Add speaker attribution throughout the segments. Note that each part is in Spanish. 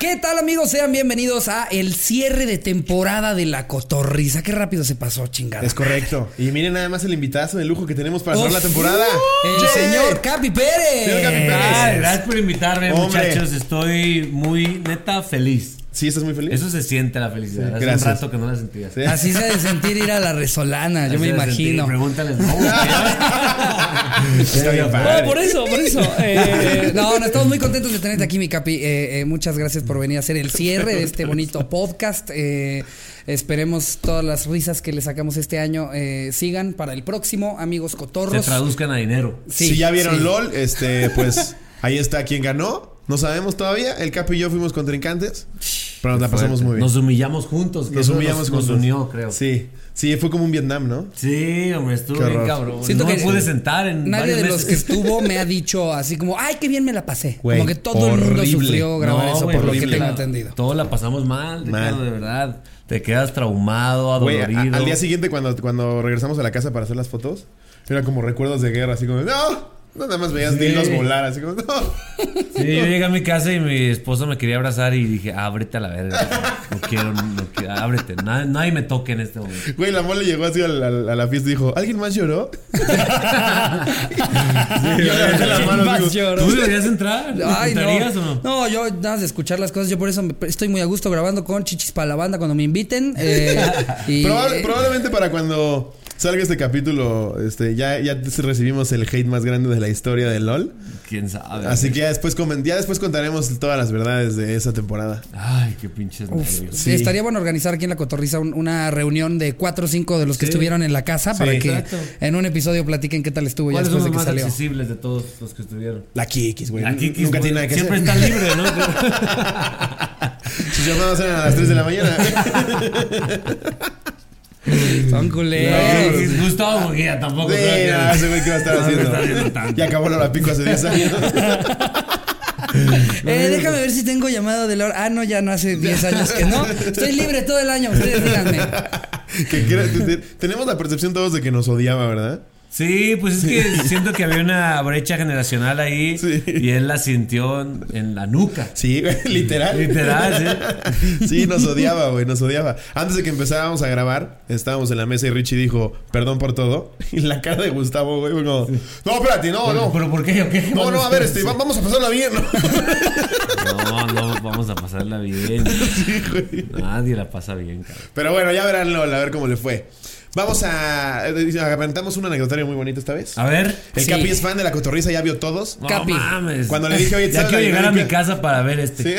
Speaker 1: ¿Qué tal amigos? Sean bienvenidos a el cierre de temporada de La Cotorriza. Qué rápido se pasó, chingada.
Speaker 2: Es correcto. Y miren nada más el invitazo de lujo que tenemos para cerrar la
Speaker 1: Uf,
Speaker 2: temporada.
Speaker 1: El
Speaker 2: Yeah.
Speaker 1: señor Capi Pérez.
Speaker 2: Señor Capi Pérez.
Speaker 3: Ah, gracias por invitarme,
Speaker 2: Hombre.
Speaker 3: muchachos. Estoy muy neta feliz.
Speaker 2: Sí, estás muy feliz.
Speaker 3: Eso se siente la
Speaker 2: Sí,
Speaker 3: felicidad. Hace
Speaker 2: gracias.
Speaker 3: un rato que no la sentía.
Speaker 2: Sí.
Speaker 1: Así se ha de sentir ir a la resolana, yo
Speaker 3: Así
Speaker 1: me
Speaker 3: la sentí.
Speaker 1: imagino.
Speaker 3: Pregúntales. no,
Speaker 2: Está bien
Speaker 1: No,
Speaker 2: padre.
Speaker 1: por eso, por eso. Eh, no, no, estamos muy contentos de tenerte aquí, mi Capi. Eh, eh, muchas gracias por venir a hacer el cierre de este bonito podcast. Eh, esperemos todas las risas que le sacamos este año eh, sigan para el próximo, amigos
Speaker 3: se
Speaker 1: cotorros.
Speaker 3: traduzcan a dinero.
Speaker 1: Sí,
Speaker 2: si ya vieron
Speaker 1: sí.
Speaker 2: LOL, este, pues ahí está quien ganó. No sabemos todavía. El Capi y yo fuimos contrincantes. Pero nos la pasamos muy bien.
Speaker 3: Nos humillamos juntos. que
Speaker 2: Nos
Speaker 3: eso
Speaker 2: humillamos
Speaker 3: nos,
Speaker 2: juntos.
Speaker 3: nos unió, creo. Sí.
Speaker 2: Sí. Sí, fue como un Vietnam, ¿no?
Speaker 3: hombre, estuvo
Speaker 2: Qué
Speaker 3: bien
Speaker 2: horror.
Speaker 3: cabrón.
Speaker 1: Siento
Speaker 3: no
Speaker 1: que
Speaker 3: me pude sentar en
Speaker 1: Nadie
Speaker 3: varios
Speaker 1: de los
Speaker 3: meses.
Speaker 1: que estuvo me ha dicho así como, ay, qué bien me la pasé.
Speaker 2: Güey,
Speaker 1: como que todo el mundo
Speaker 2: horrible.
Speaker 1: sufrió grabar
Speaker 3: No,
Speaker 1: eso,
Speaker 3: güey,
Speaker 1: por lo que
Speaker 2: horrible.
Speaker 1: tengo
Speaker 3: la-
Speaker 1: entendido.
Speaker 3: Todos la pasamos mal,
Speaker 2: Mal.
Speaker 3: Ricardo, de verdad. Te quedas traumado,
Speaker 2: Güey, a-
Speaker 3: adolorido.
Speaker 2: al día siguiente cuando, cuando regresamos a la casa para hacer las fotos, era como recuerdos de guerra, así como, ¡no! No, Nada más veías
Speaker 3: Sí.
Speaker 2: dilos volar, así como, ¡no!
Speaker 3: Sí, yo llegué a mi casa y mi esposo me quería abrazar y dije, ábrete a la verga. No quiero, no quiero, ábrete. Nadie, nadie me toque en este momento.
Speaker 2: Güey, la mole llegó así a la, a la fiesta y dijo, ¿alguien más lloró? Y yo levanté la mano,
Speaker 1: Más
Speaker 2: digo,
Speaker 1: lloró.
Speaker 3: ¿Tú deberías entrar?
Speaker 1: Ay,
Speaker 3: ¿Entrarías
Speaker 1: no.
Speaker 3: o no?
Speaker 1: No, yo nada más de escuchar las cosas. Yo por eso me- estoy muy a gusto grabando con Chichis para la banda cuando me inviten. eh, y-
Speaker 2: Probable- probablemente para cuando salga este capítulo, este, ya, ya recibimos el hate más grande de la historia de LOL.
Speaker 3: ¿Quién sabe?
Speaker 2: Así que ya después, comen- ya después contaremos todas las verdades de esa temporada.
Speaker 3: Ay, qué pinches
Speaker 1: Uf,
Speaker 3: nervios.
Speaker 2: Sí.
Speaker 1: Estaría bueno organizar aquí en la Cotorriza un- una reunión de cuatro o cinco de los que
Speaker 3: Sí.
Speaker 1: estuvieron en la casa para que
Speaker 3: exacto.
Speaker 1: en un episodio platiquen qué tal estuvo ya
Speaker 3: ¿Cuáles son
Speaker 1: después
Speaker 3: los
Speaker 1: de que
Speaker 3: más
Speaker 1: salió.
Speaker 3: accesibles de todos los que estuvieron?
Speaker 2: La Kikis, güey.
Speaker 3: Aquí que
Speaker 2: Nunca tiene nada que
Speaker 3: siempre
Speaker 2: hacer.
Speaker 3: está libre, ¿no?
Speaker 2: Sus llamadas eran a las 3 de la mañana.
Speaker 1: Son
Speaker 3: Pero
Speaker 1: culeros.
Speaker 3: sí, sí, Gustavo Mujía tampoco
Speaker 2: Sí,
Speaker 3: creo que-
Speaker 2: no, ese güey que va a estar
Speaker 3: No, no está haciendo
Speaker 2: haciendo.
Speaker 3: tanto.
Speaker 2: Ya acabó la hora pico hace 10 años.
Speaker 1: Eh, déjame ver si tengo llamada de Laura. Ah, no, ya no hace 10 años que no. Estoy libre todo el año, ustedes díganme.
Speaker 2: Que creo- te- te- tenemos la percepción todos de que nos odiaba, ¿verdad?
Speaker 3: Sí, pues es que siento que había una brecha generacional ahí
Speaker 2: Sí.
Speaker 3: y él la sintió en, en la nuca.
Speaker 2: Sí, güey, literal.
Speaker 3: Literal,
Speaker 2: Sí, nos odiaba, güey, nos odiaba. Antes de que empezáramos a grabar, estábamos en la mesa y Richie dijo, perdón por todo. Y la cara de Gustavo, güey, fue como, no, espérate, no,
Speaker 3: ¿Pero,
Speaker 2: no.
Speaker 3: pero por qué? ¿O qué?
Speaker 2: No, no, a ver, este, va- vamos a pasarla bien. ¿no?
Speaker 3: No, no, vamos a pasarla bien.
Speaker 2: Sí, güey.
Speaker 3: Nadie la pasa bien, cabrón.
Speaker 2: Pero bueno, ya verán LOL, a ver cómo le fue. Vamos a. eh, Aventamos un anecdotario muy bonito esta vez.
Speaker 3: A ver.
Speaker 2: El
Speaker 1: Ah, Sí.
Speaker 2: Capi es fan de la cotorriza, ya vio todos.
Speaker 3: No
Speaker 1: Capi.
Speaker 3: mames.
Speaker 2: Cuando le dije, oye,
Speaker 3: ya
Speaker 2: ¿sabes
Speaker 3: quiero
Speaker 2: la
Speaker 3: llegar a mi
Speaker 2: dinámica?
Speaker 3: casa para ver este.
Speaker 2: Sí.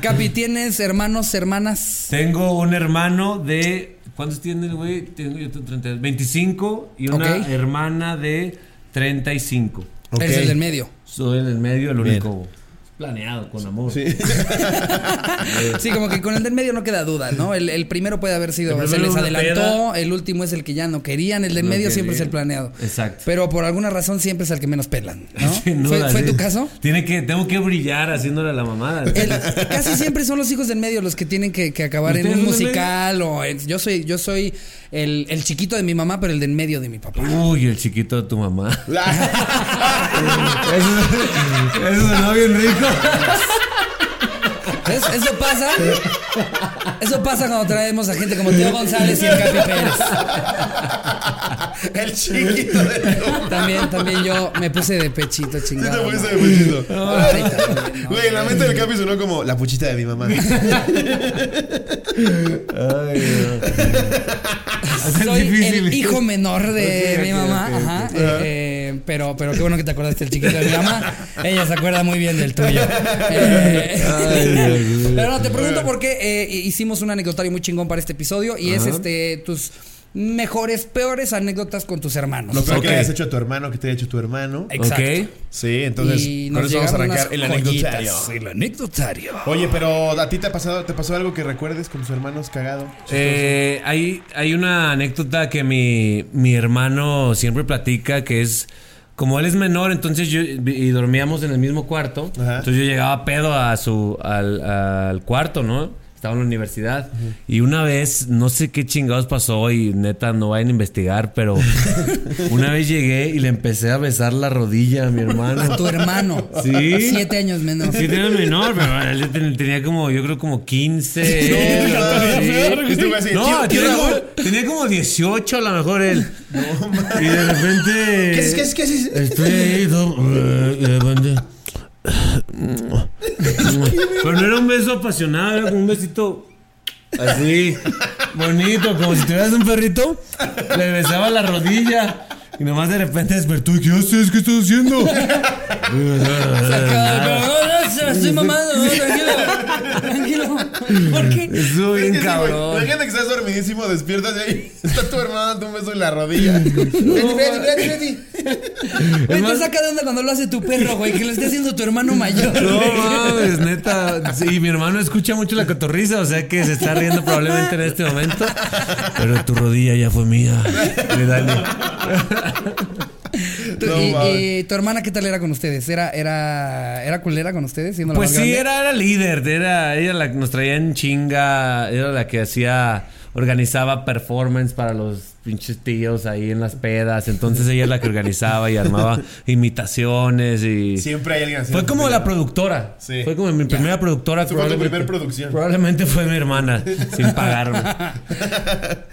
Speaker 1: Capi, ¿tienes hermanos, hermanas?
Speaker 3: Tengo un hermano de. ¿Cuántos tiene el güey? Tengo yo tengo 30, 25 y una
Speaker 1: Ok.
Speaker 3: hermana de 35.
Speaker 2: Ok.
Speaker 1: Eres el del medio.
Speaker 3: Soy en el medio, el
Speaker 2: Bien.
Speaker 3: único. Planeado, con amor.
Speaker 2: Sí.
Speaker 1: Sí, como que con el del medio no queda duda, ¿no? El, el primero puede haber sido,
Speaker 3: El
Speaker 1: se
Speaker 3: primero
Speaker 1: les
Speaker 3: uno
Speaker 1: adelantó, el último es el que ya no querían, el del
Speaker 3: No
Speaker 1: medio siempre es
Speaker 3: querían.
Speaker 1: el planeado.
Speaker 3: Exacto.
Speaker 1: Pero por alguna razón siempre es el que menos pelan, ¿no?
Speaker 3: Sin
Speaker 1: ¿Fue,
Speaker 3: duda,
Speaker 1: fue
Speaker 3: sí.
Speaker 1: tu caso?
Speaker 3: Tiene que, tengo que brillar haciéndole la mamada.
Speaker 1: El- casi siempre son los hijos del medio los que tienen que, que acabar en
Speaker 3: ¿Ustedes
Speaker 1: un
Speaker 3: son del
Speaker 1: musical o en- yo soy yo soy el, el chiquito de mi mamá pero el del medio de mi papá.
Speaker 3: Uy, el chiquito de tu mamá.
Speaker 2: La-
Speaker 3: Eso, eso sonó bien rico.
Speaker 1: ¿Ves? Eso pasa. Eso pasa cuando traemos a gente como Tío González y el Capi Pérez.
Speaker 2: el chiquito de León.
Speaker 1: También, también yo me puse de pechito,
Speaker 2: Sí, te
Speaker 1: chingado.
Speaker 2: fuiste de puchito.
Speaker 1: Ay, también, no.
Speaker 2: Güey, en la mente del Capi sonó como la puchita de mi mamá.
Speaker 3: Es
Speaker 1: Soy
Speaker 3: difícil.
Speaker 1: el hijo menor de
Speaker 3: Ok,
Speaker 1: mi
Speaker 3: ok,
Speaker 1: mamá,
Speaker 3: ok,
Speaker 1: ajá. eh, eh, pero, pero qué bueno que te acordaste del chiquito de mi mamá. Ella se acuerda muy bien del tuyo. Eh, pero no, te pregunto por qué eh, hicimos un anecdotario muy chingón para este episodio y es este tus mejores, peores anécdotas con tus hermanos.
Speaker 2: Lo peor que
Speaker 3: Ok.
Speaker 2: le hayas hecho a tu hermano, que te haya hecho tu hermano.
Speaker 1: Exacto.
Speaker 3: Ok.
Speaker 2: Sí, entonces
Speaker 1: Y
Speaker 2: con
Speaker 1: nos
Speaker 2: eso vamos a
Speaker 1: llegaron
Speaker 2: arrancar
Speaker 1: unas
Speaker 2: el anecdotario.
Speaker 1: joyitas. El anecdotario.
Speaker 2: Oye, pero ¿a ti te, ha pasado, te pasó algo que recuerdes con tus hermanos cagado?
Speaker 3: Eh, hay, hay una anécdota que mi, mi hermano siempre platica que es. Como él es menor, entonces yo y dormíamos en el mismo cuarto.
Speaker 2: Ajá.
Speaker 3: Entonces yo llegaba pedo a su al, al cuarto, ¿no? estaba en la universidad. Y una vez, no sé qué chingados pasó y neta, no vayan a investigar, pero una vez llegué y le empecé a besar la rodilla a mi hermano.
Speaker 1: A tu hermano.
Speaker 3: Sí.
Speaker 1: Siete años menor.
Speaker 3: Sí, tenía menor, pero él ten- tenía como, yo creo como 15.
Speaker 2: No,
Speaker 3: algo
Speaker 2: mames,
Speaker 3: así.
Speaker 2: verga, este güey así,
Speaker 3: No,
Speaker 2: "Quiero-
Speaker 3: tenía
Speaker 2: quiero
Speaker 3: como,
Speaker 2: gol".
Speaker 3: tenía como 18 a lo mejor él. y de repente.
Speaker 2: ¿Qué es? ¿Qué es? ¿Qué es?
Speaker 3: Estoy ahí, do- y de repente. Pero no era un beso apasionado, era como un besito así, bonito, como si tuvieras un perrito. Le besaba la rodilla y nomás de repente despertó. y, ¿Qué haces? ¿Qué estás haciendo?
Speaker 1: Estoy mamado, no, tranquilo. Tranquilo. ¿Por qué?
Speaker 3: Estuvo bien
Speaker 2: Sí, sí, güey.
Speaker 3: cabrón.
Speaker 2: Imagínate que estás dormidísimo, despiertas y ahí está tu hermana dando un beso en la rodilla. Vete, vete, vete, vete.
Speaker 1: Güey, te saca de onda cuando lo hace tu perro, güey, que lo esté haciendo tu hermano mayor.
Speaker 3: No
Speaker 1: güey.
Speaker 3: mames, neta. Sí, mi hermano escucha mucho la cotorriza, o sea que se está riendo probablemente en este momento. Pero tu rodilla ya fue mía. Le dale.
Speaker 1: Tu-
Speaker 2: No,
Speaker 1: y,
Speaker 2: mames.
Speaker 1: y tu hermana qué tal era con ustedes? ¿Era, era, era culera con ustedes? Siendo la
Speaker 3: Pues
Speaker 1: más
Speaker 3: sí,
Speaker 1: grande?
Speaker 3: era, era líder, era ella la que nos traía en chinga, era la que hacía, organizaba performance para los pinches tíos ahí en las pedas, entonces ella es la que organizaba y armaba imitaciones y...
Speaker 2: Siempre hay alguien así.
Speaker 3: Fue como la productora,
Speaker 2: Sí.
Speaker 3: fue como mi primera productora.
Speaker 2: Esa fue tu
Speaker 3: probablemente-
Speaker 2: primer producción.
Speaker 3: Probablemente fue mi hermana, sin pagarme.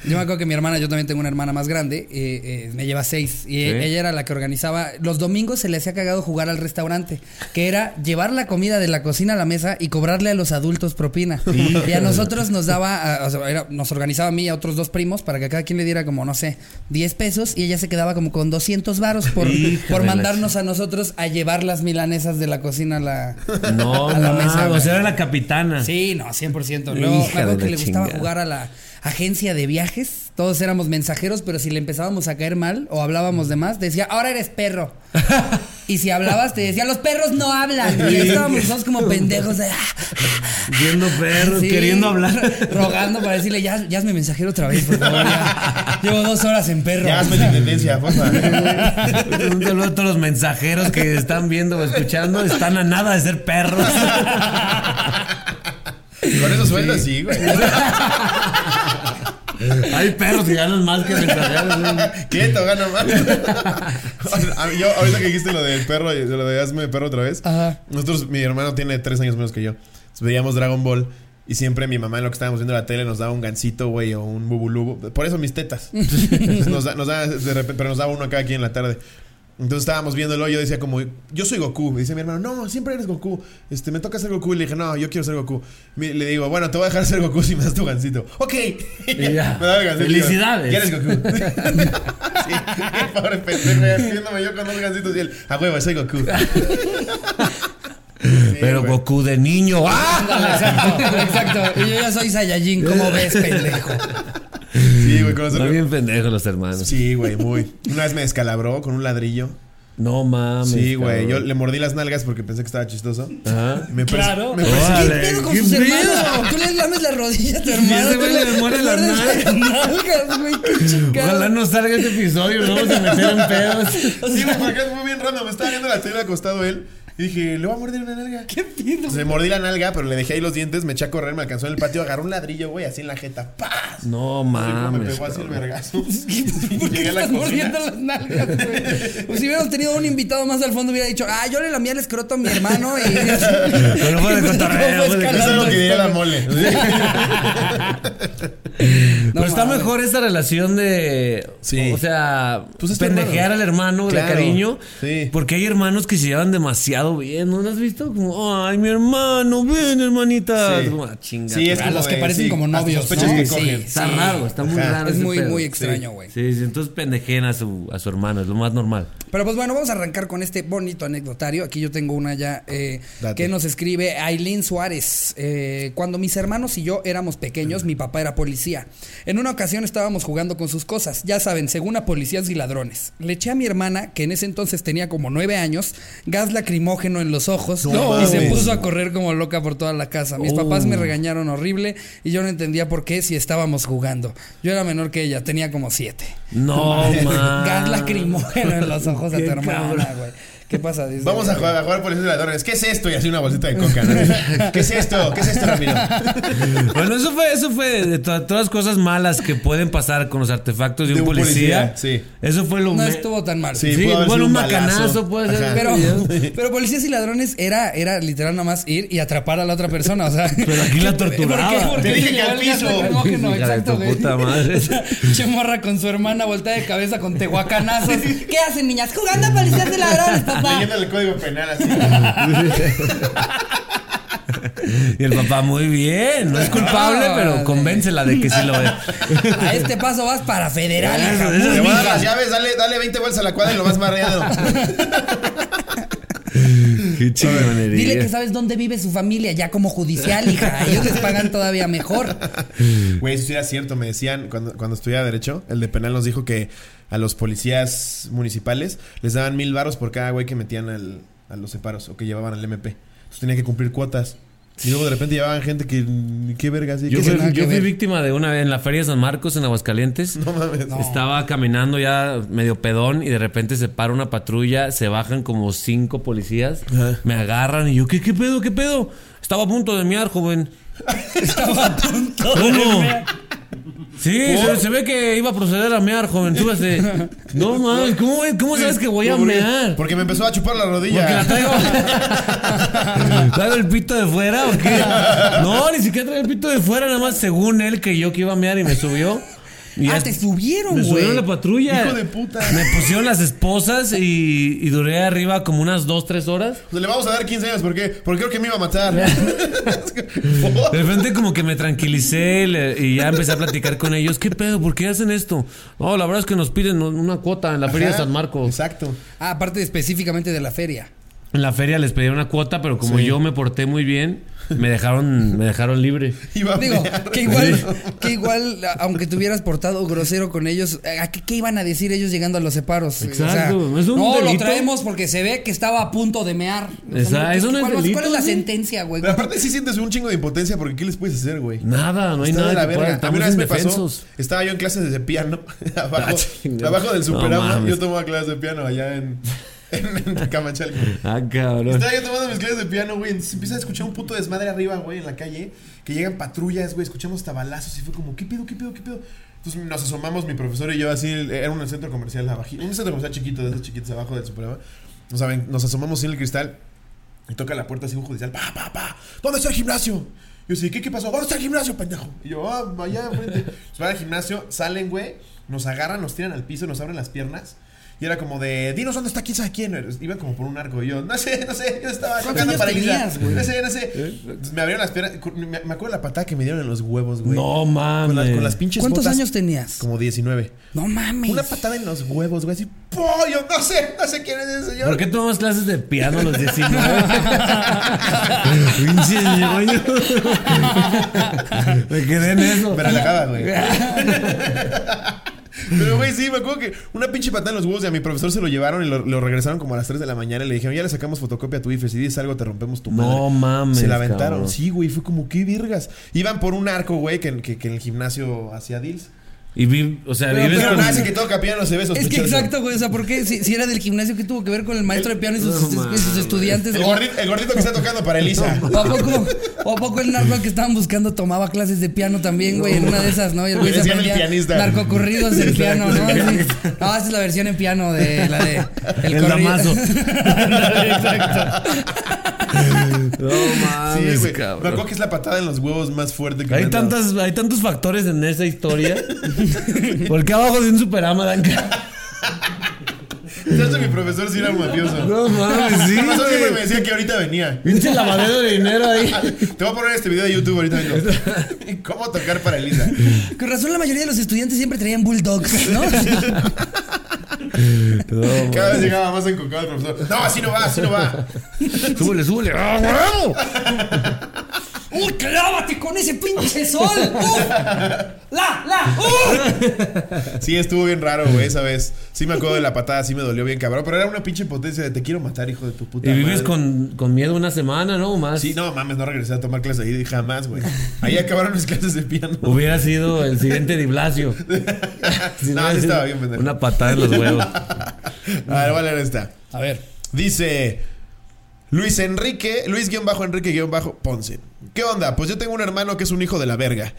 Speaker 1: Yo me acuerdo que mi hermana, yo también tengo una hermana más grande, eh, eh, me lleva seis. Y e- ella era la que organizaba. Los domingos se le hacía cagado jugar al restaurante, que era llevar la comida de la cocina a la mesa y cobrarle a los adultos propina. Y a nosotros nos daba, a- o sea, era- nos organizaba a mí y a otros dos primos para que cada quien le diera como, no sé, 10 pesos y ella se quedaba como con 200 varos por,
Speaker 3: Hija
Speaker 1: por
Speaker 3: de la
Speaker 1: mandarnos a nosotros a llevar las milanesas de la cocina a la,
Speaker 3: No,
Speaker 1: a la mesa.
Speaker 3: no, o
Speaker 1: güey.
Speaker 3: sea, era la capitana.
Speaker 1: Sí, no, 100%. Luego,
Speaker 3: Hija
Speaker 1: me acuerdo
Speaker 3: de
Speaker 1: que
Speaker 3: la
Speaker 1: le gustaba
Speaker 3: chingada.
Speaker 1: jugar a la agencia de viajes. Todos éramos mensajeros, pero si le empezábamos a caer mal o hablábamos de más, decía, ahora eres perro. y si hablabas, te decía, los perros no hablan. Y ahí estábamos nosotros como pendejos. de, "Ah".
Speaker 3: Viendo perros,
Speaker 1: Sí,
Speaker 3: queriendo hablar.
Speaker 1: Rogando para decirle, ya, ya hazme mensajero otra vez, por favor. ya. Llevo dos horas en perro.
Speaker 2: Ya hazme la intendencia, porfa.
Speaker 3: Un saludo a todos los mensajeros que están viendo o escuchando. Están a nada de ser perros.
Speaker 2: Con esos sueldos sí, güey.
Speaker 3: Hay perros que ganan más que mensajeros.
Speaker 2: Quieto, gana más. A- yo, ahorita que dijiste lo del perro, y lo de hazme perro otra vez.
Speaker 1: Ajá.
Speaker 2: Nosotros, mi hermano tiene tres años menos que yo. Entonces, veíamos Dragon Ball. Y siempre mi mamá en lo que estábamos viendo la tele nos daba un gancito, güey, o un bubulubu. Por eso mis tetas. Entonces, nos da- nos da- de repente- pero nos daba uno acá aquí en la tarde. Entonces estábamos viéndolo y yo decía como, yo soy Goku. Me dice mi hermano, no, siempre eres Goku. Este, me toca ser Goku. Y le dije, no, yo quiero ser Goku. Me- le digo, bueno, te voy a dejar ser Goku si me das tu gancito. Ok.
Speaker 3: Y ya.
Speaker 2: Me daba el gancito.
Speaker 3: Felicidades.
Speaker 2: Ya eres Goku. Sí, el pobre pendejo, ya haciéndome yo con dos gancitos y él, a huevo, soy Goku. Sí,
Speaker 3: Pero
Speaker 2: güey.
Speaker 3: Goku de niño. ¡ah!
Speaker 1: Ándale, exacto, exacto. Y yo ya soy Saiyajin, ¿cómo ves, pendejo?
Speaker 2: Sí, güey, con los-
Speaker 3: Están bien pendejos los hermanos.
Speaker 2: Sí, güey, muy. Una vez me descalabró con un ladrillo.
Speaker 3: No mames.
Speaker 2: Sí, güey. Yo
Speaker 3: cabrón.
Speaker 2: le mordí las nalgas porque pensé que estaba chistoso.
Speaker 3: Ajá.
Speaker 2: Me pres-
Speaker 1: Claro.
Speaker 2: me
Speaker 1: Pues, ¿Qué
Speaker 2: pres-
Speaker 3: Órale.
Speaker 1: pedo con
Speaker 3: ¿Qué
Speaker 1: sus
Speaker 3: pedo?
Speaker 1: hermanos? Tú le lames la rodilla a tu
Speaker 3: Y
Speaker 1: hermano.
Speaker 3: ese güey
Speaker 1: tú
Speaker 3: le muere las
Speaker 1: muerdes nalgas, güey. Qué chingado.
Speaker 3: Ojalá no salga este episodio. Nos vamos a meter en pedos.
Speaker 1: O
Speaker 2: Sí,
Speaker 1: sea,
Speaker 2: güey, porque es muy bien random. Me estaba viendo la tele acostado él. Y dije, le voy a morder una nalga.
Speaker 1: ¿Qué pedo?
Speaker 2: Entonces le mordí la nalga, pero le dejé ahí los dientes, me eché a correr, me alcanzó en el patio, agarró un ladrillo, güey, así en la jeta. ¡Paz!
Speaker 3: No
Speaker 2: Sí, güey, me
Speaker 3: mames.
Speaker 2: pegó así el
Speaker 3: cabrón.
Speaker 2: vergazo.
Speaker 1: ¿Por qué
Speaker 2: Llegué a la
Speaker 1: estás
Speaker 2: cocina.
Speaker 1: mordiendo las nalgas, güey? Pues si hubiéramos tenido un invitado más al fondo, hubiera dicho, ah, yo le lamía el escroto a mi hermano y.
Speaker 3: Pero fue de cotorreo, fue de
Speaker 2: Eso es lo que diría la mole.
Speaker 1: No
Speaker 3: Pero está
Speaker 1: mames.
Speaker 3: mejor esa relación de.
Speaker 2: Sí.
Speaker 3: O sea,
Speaker 2: Pues es tu
Speaker 3: pendejear
Speaker 2: hermano.
Speaker 3: al hermano de
Speaker 2: Claro,
Speaker 3: cariño.
Speaker 2: sí.
Speaker 3: Porque hay hermanos que se llevan demasiado bien. ¿No lo has visto? Como, ay, mi hermano, ven, hermanita.
Speaker 2: Sí.
Speaker 3: Como, ah, chinga.
Speaker 2: Sí, es
Speaker 1: A los que
Speaker 2: Como,
Speaker 1: parecen
Speaker 2: sí,
Speaker 1: como
Speaker 2: hasta
Speaker 1: novios.
Speaker 2: sospechas
Speaker 1: ¿no?
Speaker 2: que
Speaker 1: Sí,
Speaker 2: cogen.
Speaker 3: Está
Speaker 1: sí.
Speaker 3: raro, está muy
Speaker 2: Ajá.
Speaker 3: raro.
Speaker 1: Es
Speaker 3: ese
Speaker 1: muy,
Speaker 3: pedo.
Speaker 1: muy extraño, güey.
Speaker 3: Sí, sí, entonces pendejen a su, a su hermano, es lo más normal.
Speaker 1: Pero pues bueno, vamos a arrancar con este bonito anecdotario. Aquí yo tengo una ya eh,
Speaker 2: Date.
Speaker 1: que nos escribe Aileen Suárez. Eh, cuando mis hermanos y yo éramos pequeños, mi papá era policía. En una ocasión estábamos jugando con sus cosas, ya saben, según a policías y ladrones. Le eché a mi hermana, que en ese entonces tenía como nueve años, gas lacrimógeno en los ojos
Speaker 2: No
Speaker 1: y se
Speaker 2: mames. Oh.
Speaker 1: puso a correr como loca por toda la casa. Mis papás me regañaron horrible y yo no entendía por qué si estábamos jugando. Yo era menor que ella, tenía como siete.
Speaker 3: No, man.
Speaker 1: Gas lacrimógeno en los ojos a tu hermana, güey. ¿Qué pasa? Dice,
Speaker 2: Vamos a jugar, a jugar policías y ladrones. ¿Qué es esto? Y así una bolsita de coca. ¿no? ¿Qué es esto? ¿Qué es esto, Ramiro?
Speaker 3: Bueno, eso fue, eso fue de to- todas las cosas malas que pueden pasar con los artefactos de, un, policía.
Speaker 2: sí.
Speaker 3: Eso fue lo
Speaker 1: No
Speaker 3: me-
Speaker 1: estuvo tan mal.
Speaker 2: Sí,
Speaker 3: Sí,
Speaker 2: puede haber sido
Speaker 3: bueno, un
Speaker 2: un balazo.
Speaker 3: macanazo puede ser.
Speaker 2: Ajá.
Speaker 1: Pero,
Speaker 3: Ya.
Speaker 1: pero policías y ladrones era, era literal nada más ir y atrapar a la otra persona. O sea,
Speaker 3: Pero aquí la torturaba.
Speaker 1: ¿Por qué? ¿Por
Speaker 2: Te
Speaker 1: qué
Speaker 2: dije
Speaker 1: le
Speaker 2: que
Speaker 1: llegó
Speaker 2: al
Speaker 1: el
Speaker 2: piso.
Speaker 1: lacrimógeno?
Speaker 3: Hija de
Speaker 1: Exacto,
Speaker 3: tu
Speaker 1: güey.
Speaker 3: puta madre.
Speaker 1: Esa Chemorra con su hermana voltea de cabeza con tehuacanazos. ¿Qué hacen, niñas? Jugando a policías y ladrones, papá.
Speaker 2: Leyendo el código penal así.
Speaker 3: Y el papá, muy bien. No es culpable,
Speaker 1: Ah,
Speaker 3: pero
Speaker 1: vale.
Speaker 3: convéncela de que sí lo es.
Speaker 1: A este paso vas para federal,
Speaker 3: Eso,
Speaker 1: hija.
Speaker 3: eso es
Speaker 2: Te voy a dar
Speaker 3: mija.
Speaker 2: las llaves, dale, dale 20 vueltas a la cuadra y lo vas barreado.
Speaker 3: Qué chingonería.
Speaker 1: Dile que sabes dónde vive su familia, ya como judicial, hija. Ellos les pagan todavía mejor.
Speaker 2: Güey, eso sí era cierto. Me decían, cuando, cuando estudiaba Derecho, el de penal nos dijo que a los policías municipales les daban mil varos por cada güey que metían al, a los separos o que llevaban al MP. Entonces tenía que cumplir cuotas. Y luego de repente llevaban gente que. mm, ¿Qué vergas?
Speaker 3: Yo
Speaker 2: ¿Qué
Speaker 1: tiene
Speaker 3: fui,
Speaker 1: nada
Speaker 3: yo
Speaker 1: que
Speaker 3: fui
Speaker 1: ver.
Speaker 3: víctima de una vez en la Feria de San Marcos en Aguascalientes.
Speaker 2: No mames. No.
Speaker 3: Estaba caminando ya medio pedón y de repente se para una patrulla, se bajan como cinco policías, me agarran y yo, ¿qué, qué pedo, qué pedo? Estaba a punto de miar, joven.
Speaker 1: Estaba a punto.
Speaker 3: ¿Cómo? Sí, se, se ve que iba a proceder a mear, joven. Súbase. No mames, ¿cómo, cómo sabes que voy a mear?
Speaker 2: Porque me empezó a chupar la rodilla.
Speaker 3: Porque la traigo. ¿Traigo el pito de fuera o qué? No, ni siquiera traigo el pito de fuera, nada más según él que yo que iba a mear y me subió. Y
Speaker 1: Ah,
Speaker 3: ya-
Speaker 1: te subieron,
Speaker 3: me subieron a la
Speaker 1: güey.
Speaker 3: patrulla.
Speaker 2: Hijo de puta.
Speaker 3: Me pusieron las esposas y, y duré arriba como unas dos, tres horas.
Speaker 2: Pues le vamos a dar 15 años, ¿por qué? Porque creo que me iba a matar.
Speaker 3: De repente como que me tranquilicé le- y ya empecé a platicar con ellos. ¿Qué pedo? ¿Por qué hacen esto? No, la verdad es que nos piden una cuota en la feria de San Marcos.
Speaker 2: Exacto.
Speaker 1: Ah, aparte específicamente de la feria.
Speaker 3: En la feria les pedí una cuota, pero como yo me porté muy bien, me dejaron, me dejaron libre.
Speaker 2: Iba a
Speaker 1: Digo,
Speaker 2: mear.
Speaker 1: que igual, que igual, a- aunque te hubieras portado grosero con ellos, eh, ¿a qué, qué iban a decir ellos llegando a los separos?
Speaker 3: Exacto, es un
Speaker 1: no, lo
Speaker 3: delito.
Speaker 1: traemos porque se ve que estaba a punto de mear. O sea,
Speaker 3: Exacto,
Speaker 1: ¿qué-
Speaker 3: eso no es
Speaker 1: ¿cuál, cuál
Speaker 3: delito,
Speaker 1: es la
Speaker 3: güey.
Speaker 1: sentencia, güey?
Speaker 2: Pero aparte sí sientes un chingo de impotencia porque ¿qué les puedes hacer, güey?
Speaker 3: Nada, no hay
Speaker 2: Está de
Speaker 3: nada que pueda.
Speaker 2: A mí
Speaker 3: Estamos
Speaker 2: una vez me
Speaker 3: indefensos.
Speaker 2: pasó. Estaba yo en clases de piano.
Speaker 3: Ah,
Speaker 2: abajo,
Speaker 3: chinga.
Speaker 2: abajo del
Speaker 3: No
Speaker 2: superaula.
Speaker 3: mames.
Speaker 2: yo tomaba clases de piano allá en, en, en Camachalco.
Speaker 3: Ah, cabrón.
Speaker 2: Estaba yo tomando mis clases de piano, güey. Entonces empieza a escuchar un puto desmadre arriba, güey, en la calle. Que llegan patrullas, güey. Escuchamos tabalazos y fue como, ¿qué pedo, qué pedo, qué pedo? Entonces nos asomamos, mi profesor y yo, así. Era un centro comercial abajo. Un centro comercial chiquito, de esos chiquitos abajo del Superama. No saben, nos asomamos sin el cristal. Y toca la puerta así un judicial. Pa, pa, pa. ¿Dónde está el gimnasio? Yo sí, ¿qué, ¿qué pasó? ¿Dónde está el gimnasio, pendejo? Y yo, ah, allá enfrente. Se van al gimnasio, salen, güey. Nos agarran, nos tiran al piso, nos abren las piernas. Y era como de, dinos dónde está quién sabe quién. Iban como por un arco. Y yo, no sé, no sé. Yo estaba
Speaker 1: ¿Cuántos
Speaker 2: tocando
Speaker 1: años
Speaker 2: para
Speaker 1: tenías, güey?
Speaker 2: No sé, no sé.
Speaker 3: ¿Eh?
Speaker 2: Entonces, Me abrieron las piernas. cu- Me, me acuerdo la patada que me dieron en los huevos, güey.
Speaker 3: No mames.
Speaker 2: Con, las- con las pinches
Speaker 1: ¿Cuántos
Speaker 2: botas,
Speaker 1: años tenías?
Speaker 2: Como 19.
Speaker 1: No mames.
Speaker 2: Una patada en los huevos, güey. Así, pollo, no sé, no sé quién es ese señor.
Speaker 3: ¿Por qué tomamos clases de piano a los 19? Pinches ñoño. Me quedé en eso.
Speaker 2: Pero la acaba, güey. Pero, güey, sí, me acuerdo que una pinche patada en los huevos y a mi profesor se lo llevaron y lo, lo regresaron como a las 3 de la mañana y le dijeron, ya le sacamos fotocopia a tu IFE, si dices algo te rompemos tu madre.
Speaker 3: No mames,
Speaker 2: Se la aventaron,
Speaker 3: cabrón.
Speaker 2: sí, güey, fue como, qué virgas. Iban por un arco, güey, que, que, que en el gimnasio hacía deals.
Speaker 3: Y vi, o sea,
Speaker 1: Pero-
Speaker 3: vives
Speaker 2: Pero
Speaker 3: con-
Speaker 2: nada, ese que toca piano se ve
Speaker 1: Es que
Speaker 2: sospechoso.
Speaker 1: exacto, güey. O sea, ¿por qué? Si, si era del gimnasio, ¿qué tuvo que ver con el maestro de piano y sus,
Speaker 3: No
Speaker 1: y sus
Speaker 3: mames.
Speaker 1: estudiantes?
Speaker 2: El gordito, el gordito que está tocando para Elisa.
Speaker 1: ¿O a, poco, ¿O a poco el narco al que estaban buscando tomaba clases de piano también, güey? En una de esas, ¿no? Y el güey
Speaker 2: Le decían el
Speaker 1: aprendía
Speaker 2: pianista.
Speaker 1: Narcocurridos en piano, ¿no?
Speaker 2: Exacto.
Speaker 1: Así. No, esa es la versión en piano de la de...
Speaker 3: El,
Speaker 1: corrido.
Speaker 3: damaso.
Speaker 2: exacto.
Speaker 3: No
Speaker 2: Sí,
Speaker 3: mames,
Speaker 2: güey. Me
Speaker 3: cabrón.
Speaker 2: acuerdo que es la patada en los huevos más fuerte que me
Speaker 3: Hay,
Speaker 2: han dado.
Speaker 3: tantas, hay tantos factores en esa historia. Porque abajo de un superama dan ca-
Speaker 2: Entonces mi profesor sí era un mafioso.
Speaker 3: No mames, sí.
Speaker 2: Mi profesor siempre me
Speaker 3: güey.
Speaker 2: decía que ahorita venía.
Speaker 3: Pinche lavadero de dinero ahí.
Speaker 2: Te voy a poner este video de YouTube ahorita vengo. ¿Cómo tocar para Elisa?
Speaker 1: Con razón, la mayoría de los estudiantes siempre traían bulldogs, ¿no?
Speaker 2: Cada vez llegaba más encucado el profesor. No, así no va, así no va.
Speaker 3: Súbele, súbele. ¡Ah, huevo!
Speaker 1: ¡Uy, clávate con ese pinche sol! ¡Uf! ¡La, la! ¡Uh!
Speaker 2: Sí, estuvo bien raro, güey, esa vez. Sí me acuerdo de la patada, sí me dolió bien cabrón. Pero era una pinche potencia de te quiero matar, hijo de tu puta
Speaker 3: Y vives
Speaker 2: madre.
Speaker 3: con, con miedo una semana, ¿no? O Más.
Speaker 2: Sí, no mames, no regresé a tomar clases ahí jamás, güey. Ahí acabaron mis clases de piano.
Speaker 3: Hubiera sido el siguiente de Blasio.
Speaker 2: no, sí estaba bien pendejo.
Speaker 3: Una patada en los huevos.
Speaker 2: A ver, vale, ahora está.
Speaker 1: A ver.
Speaker 2: Dice Luis Enrique, Luis-Enrique-Ponce. ¿Qué onda? Pues yo tengo un hermano que es un hijo de la verga.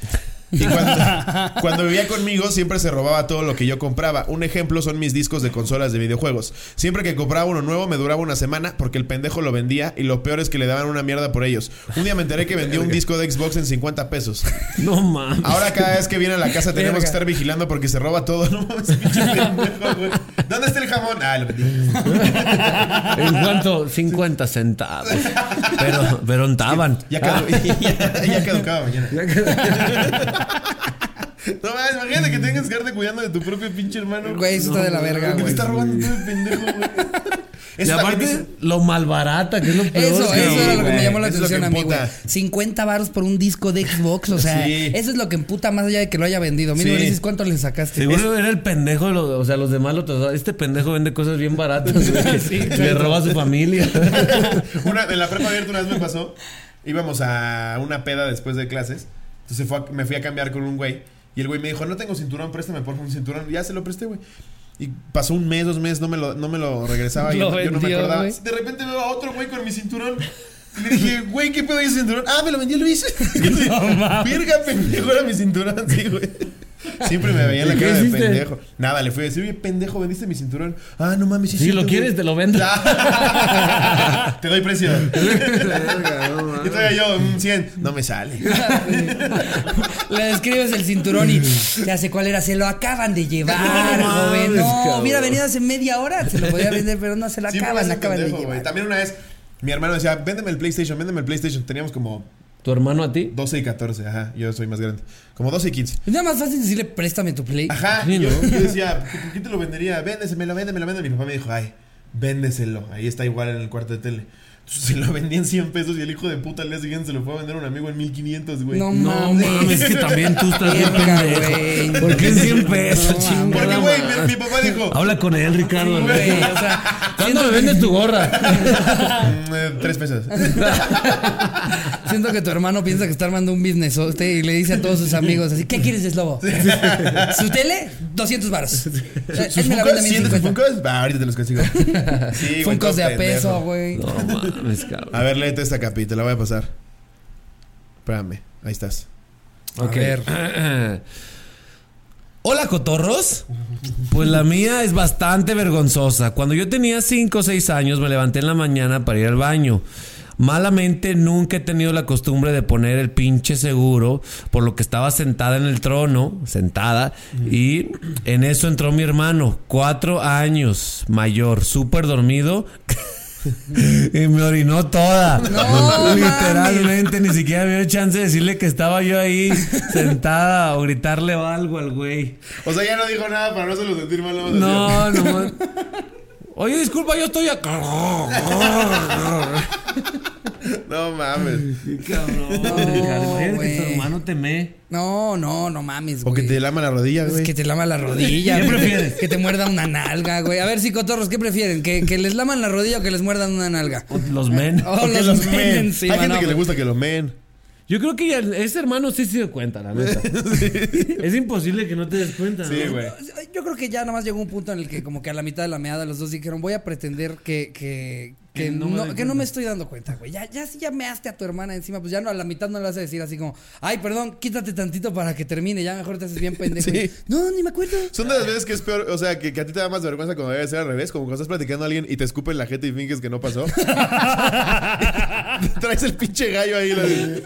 Speaker 2: Y cuando, cuando vivía conmigo siempre se robaba todo lo que yo compraba. Un ejemplo son mis discos de consolas de videojuegos. Siempre que compraba uno nuevo me duraba una semana porque el pendejo lo vendía y lo peor es que le daban una mierda por ellos. Un día me enteré que vendió un disco de Xbox en 50 pesos.
Speaker 3: No mames.
Speaker 2: Ahora cada vez que viene a la casa tenemos que
Speaker 1: Verga.
Speaker 2: estar vigilando porque se roba todo. No mames, pinche pendejo, güey. ¿Dónde está el jamón? Ah, lo metí. Ah,
Speaker 3: ¿En cuánto? 50 centavos. Pero, pero ontaban.
Speaker 2: Ya, cadu-
Speaker 1: Ah.
Speaker 2: ya- ya caducaba mañana. No mames, imagínate que tengas que estarte cuidando de tu propio pinche hermano.
Speaker 1: Güey, eso está de la verga,
Speaker 2: Porque te
Speaker 1: güey.
Speaker 2: está robando todo el pendejo, güey.
Speaker 3: Y
Speaker 2: Eso
Speaker 3: aparte, lo malbarata, que es lo peor.
Speaker 1: Eso,
Speaker 3: cabrón.
Speaker 1: eso era lo que me
Speaker 2: güey,
Speaker 1: llamó la
Speaker 2: eso es lo
Speaker 1: atención
Speaker 2: que
Speaker 1: a mí, güey.
Speaker 2: emputa.
Speaker 1: 50 varos por un disco de Xbox, o sea,
Speaker 2: Sí.
Speaker 1: eso es lo que emputa más allá de que lo haya vendido. Mira,
Speaker 2: Sí.
Speaker 1: dices cuánto le sacaste.
Speaker 3: Seguro era el pendejo, de los- o sea, los demás lo trataban. Este pendejo vende cosas bien baratas. güey. le roba a su familia.
Speaker 2: Una- en la prepa abierta una vez me pasó. Íbamos a una peda después de clases. Entonces fue a- me fui a cambiar con un güey. Y el güey me dijo, no tengo cinturón, préstame por favor un cinturón. Y Ya se lo presté, güey. Y pasó un mes, dos meses, no me lo, no me lo regresaba. y
Speaker 1: Lo
Speaker 2: yo, yo no me
Speaker 1: vendió,
Speaker 2: acordaba.
Speaker 1: güey.
Speaker 2: De repente veo a otro güey con mi cinturón. Y le dije, güey, ¿qué pedo es ese cinturón? Ah, me lo vendió Luis. Y yo, Virga, pendejo, era mi cinturón, sí, güey. Siempre me veía en la
Speaker 3: ¿Y qué
Speaker 2: cara de
Speaker 3: hiciste?
Speaker 2: pendejo. Nada, le fui a decir, oye, pendejo, vendiste mi cinturón. Ah, no mames, sí,
Speaker 3: Si lo
Speaker 2: cierto, güey.
Speaker 3: quieres, te lo vendo.
Speaker 2: Te doy precio. y todavía yo, mm, 100. No me sale.
Speaker 1: Le describes el cinturón y ya sé cuál era. Se lo acaban de llevar,
Speaker 3: No mames,
Speaker 1: joven. No,
Speaker 3: cabrón.
Speaker 1: hubiera venido hace media hora. Se lo podía vender, pero no se lo
Speaker 2: Siempre
Speaker 1: acaban,
Speaker 2: me hace
Speaker 1: acaban
Speaker 2: pues, pendejo,
Speaker 1: de
Speaker 2: güey.
Speaker 1: llevar.
Speaker 2: También una vez, mi hermano decía, véndeme el PlayStation, véndeme el PlayStation. Teníamos como
Speaker 3: ¿Tu hermano a ti?
Speaker 2: 12 y 14, ajá. Yo soy más grande. Como 12 y 15.
Speaker 1: Es nada más fácil decirle, préstame tu play.
Speaker 2: Ajá.
Speaker 3: Sí,
Speaker 2: yo,
Speaker 3: ¿no?
Speaker 2: yo decía, ¿por qué te lo vendería? Véndesemelo, véndemelo, véndemelo. Mi papá me dijo, ay, véndeselo. Ahí está igual en el cuarto de tele. Entonces se lo vendí en 100 pesos y el hijo de puta al día siguiente se lo fue a vender a un amigo en 1500, güey.
Speaker 1: No,
Speaker 3: No
Speaker 1: mames.
Speaker 3: mames, es que también tú estás bien
Speaker 1: Verga,
Speaker 3: pendejo.
Speaker 1: güey.
Speaker 3: ¿Por qué en 100 pesos,
Speaker 1: No,
Speaker 3: chingada
Speaker 2: Porque, güey,
Speaker 3: madre?
Speaker 2: mi, mi papá dijo,
Speaker 3: Habla con él, Ricardo.
Speaker 1: Sí, güey, o sea,
Speaker 3: ¿Cuándo me vendes tu gorra?
Speaker 2: mm, eh, tres pesos.
Speaker 1: Siento que tu hermano piensa que está armando un business ¿oste? y le dice a todos sus amigos así, ¿qué quieres de Slobo? ¿Su tele? 200 baros. Eh,
Speaker 2: ¿Sus
Speaker 1: él me la
Speaker 2: Funkos?
Speaker 1: vende
Speaker 2: ¿Sientes
Speaker 1: 1050.
Speaker 2: tus Funkos? Va, ahorita te los consigo. Sí, güey, todo
Speaker 1: Funcos de a
Speaker 2: pendejo.
Speaker 1: peso, güey.
Speaker 3: No mames, cabrón.
Speaker 2: A ver, léete esta capi, te la voy a pasar. Espérame, ahí estás.
Speaker 1: A
Speaker 3: Ok.
Speaker 1: ver.
Speaker 3: Hola, cotorros. Pues la mía es bastante vergonzosa. Cuando yo tenía 5 o 6 años me levanté en la mañana para ir al baño. Malamente nunca he tenido la costumbre de poner el pinche seguro, por lo que estaba sentada en el trono, sentada, y en eso entró mi hermano, cuatro años mayor, súper dormido, y me orinó toda.
Speaker 1: No,
Speaker 3: Literalmente, ni siquiera me dio chance de decirle que estaba yo ahí sentada o gritarle algo al güey.
Speaker 2: O sea, ya no dijo nada para no hacerlo sentir mal. nada más así.
Speaker 3: No, no. Oye, disculpa, yo estoy acá.
Speaker 2: No mames.
Speaker 3: Cabrón.
Speaker 1: Imagínate que
Speaker 3: que
Speaker 1: tu hermano
Speaker 3: tu hermano te me.
Speaker 1: No, no, no mames,
Speaker 2: O que
Speaker 1: güey.
Speaker 2: te lama la rodilla,
Speaker 1: Es
Speaker 2: güey.
Speaker 1: que te lama la rodilla.
Speaker 3: ¿Qué
Speaker 1: güey.
Speaker 3: prefieres?
Speaker 1: Que te muerda una nalga, güey. A ver, cotorros, ¿qué prefieren? ¿Que, que les laman la rodilla o que les muerdan una nalga?
Speaker 3: Los men.
Speaker 1: O
Speaker 2: Que
Speaker 1: los,
Speaker 2: los
Speaker 1: men
Speaker 2: men.
Speaker 1: encima,
Speaker 2: Hay gente
Speaker 1: no,
Speaker 2: que le
Speaker 1: güey.
Speaker 2: gusta que lo men.
Speaker 3: Yo creo que ya ese hermano sí se dio cuenta, la neta. Es imposible que no te des cuenta.
Speaker 2: Sí,
Speaker 3: ¿no?
Speaker 2: güey.
Speaker 1: Yo creo que ya nada más llegó un punto en el que como que a la mitad de la meada los dos dijeron voy a pretender que, que, que,
Speaker 3: Que no
Speaker 1: no,
Speaker 3: me doy
Speaker 1: que no
Speaker 3: cuenta".
Speaker 1: me estoy dando cuenta, güey. Ya, ya si ya measte a tu hermana encima, pues ya no a la mitad no le vas a decir así como, ay, perdón, quítate tantito para que termine, ya mejor te haces bien pendejo.
Speaker 2: Sí.
Speaker 1: Y, No, ni me acuerdo.
Speaker 2: Son de las veces que es peor, o sea, que, que a ti te da más vergüenza cuando debe ser al revés, como cuando estás platicando a alguien y te escupen la gente y finges que no pasó. Traes el pinche gallo ahí, lo de-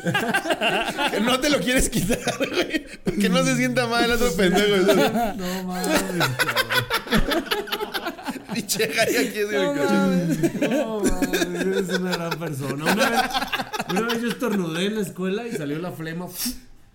Speaker 2: que no te lo quieres quitar, güey. Que no se sienta mal el otro pendejo. ¿sabes?
Speaker 3: No mames.
Speaker 2: Pinche gallo aquí es
Speaker 1: No
Speaker 2: el coche.
Speaker 1: mames.
Speaker 3: No mames. Eres una gran persona. Una vez, una vez yo estornudé en la escuela y salió la flema.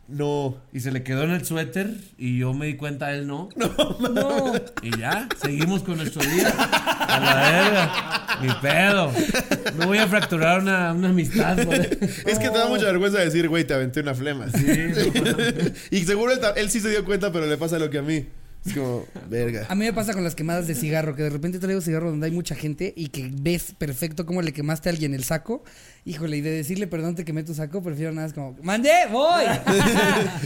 Speaker 2: No.
Speaker 3: Y se le quedó en el suéter y yo me di cuenta, él no.
Speaker 1: No.
Speaker 3: Y ya, seguimos con nuestro día. A la verga. Ni pedo. No voy a fracturar una, una amistad. güey.
Speaker 2: Es que te da mucha vergüenza decir, güey, te aventé una flema.
Speaker 3: Sí, no mames.
Speaker 2: y seguro él, ta- él sí se dio cuenta, pero le pasa lo que a mí. Es como,
Speaker 1: A
Speaker 2: verga.
Speaker 1: mí me pasa con las quemadas de cigarro, que de repente traigo cigarro donde hay mucha gente y que ves perfecto cómo le quemaste a alguien el saco. Híjole, y de decirle perdón te quemé tu saco, prefiero nada es como, ¡mande! ¡Voy!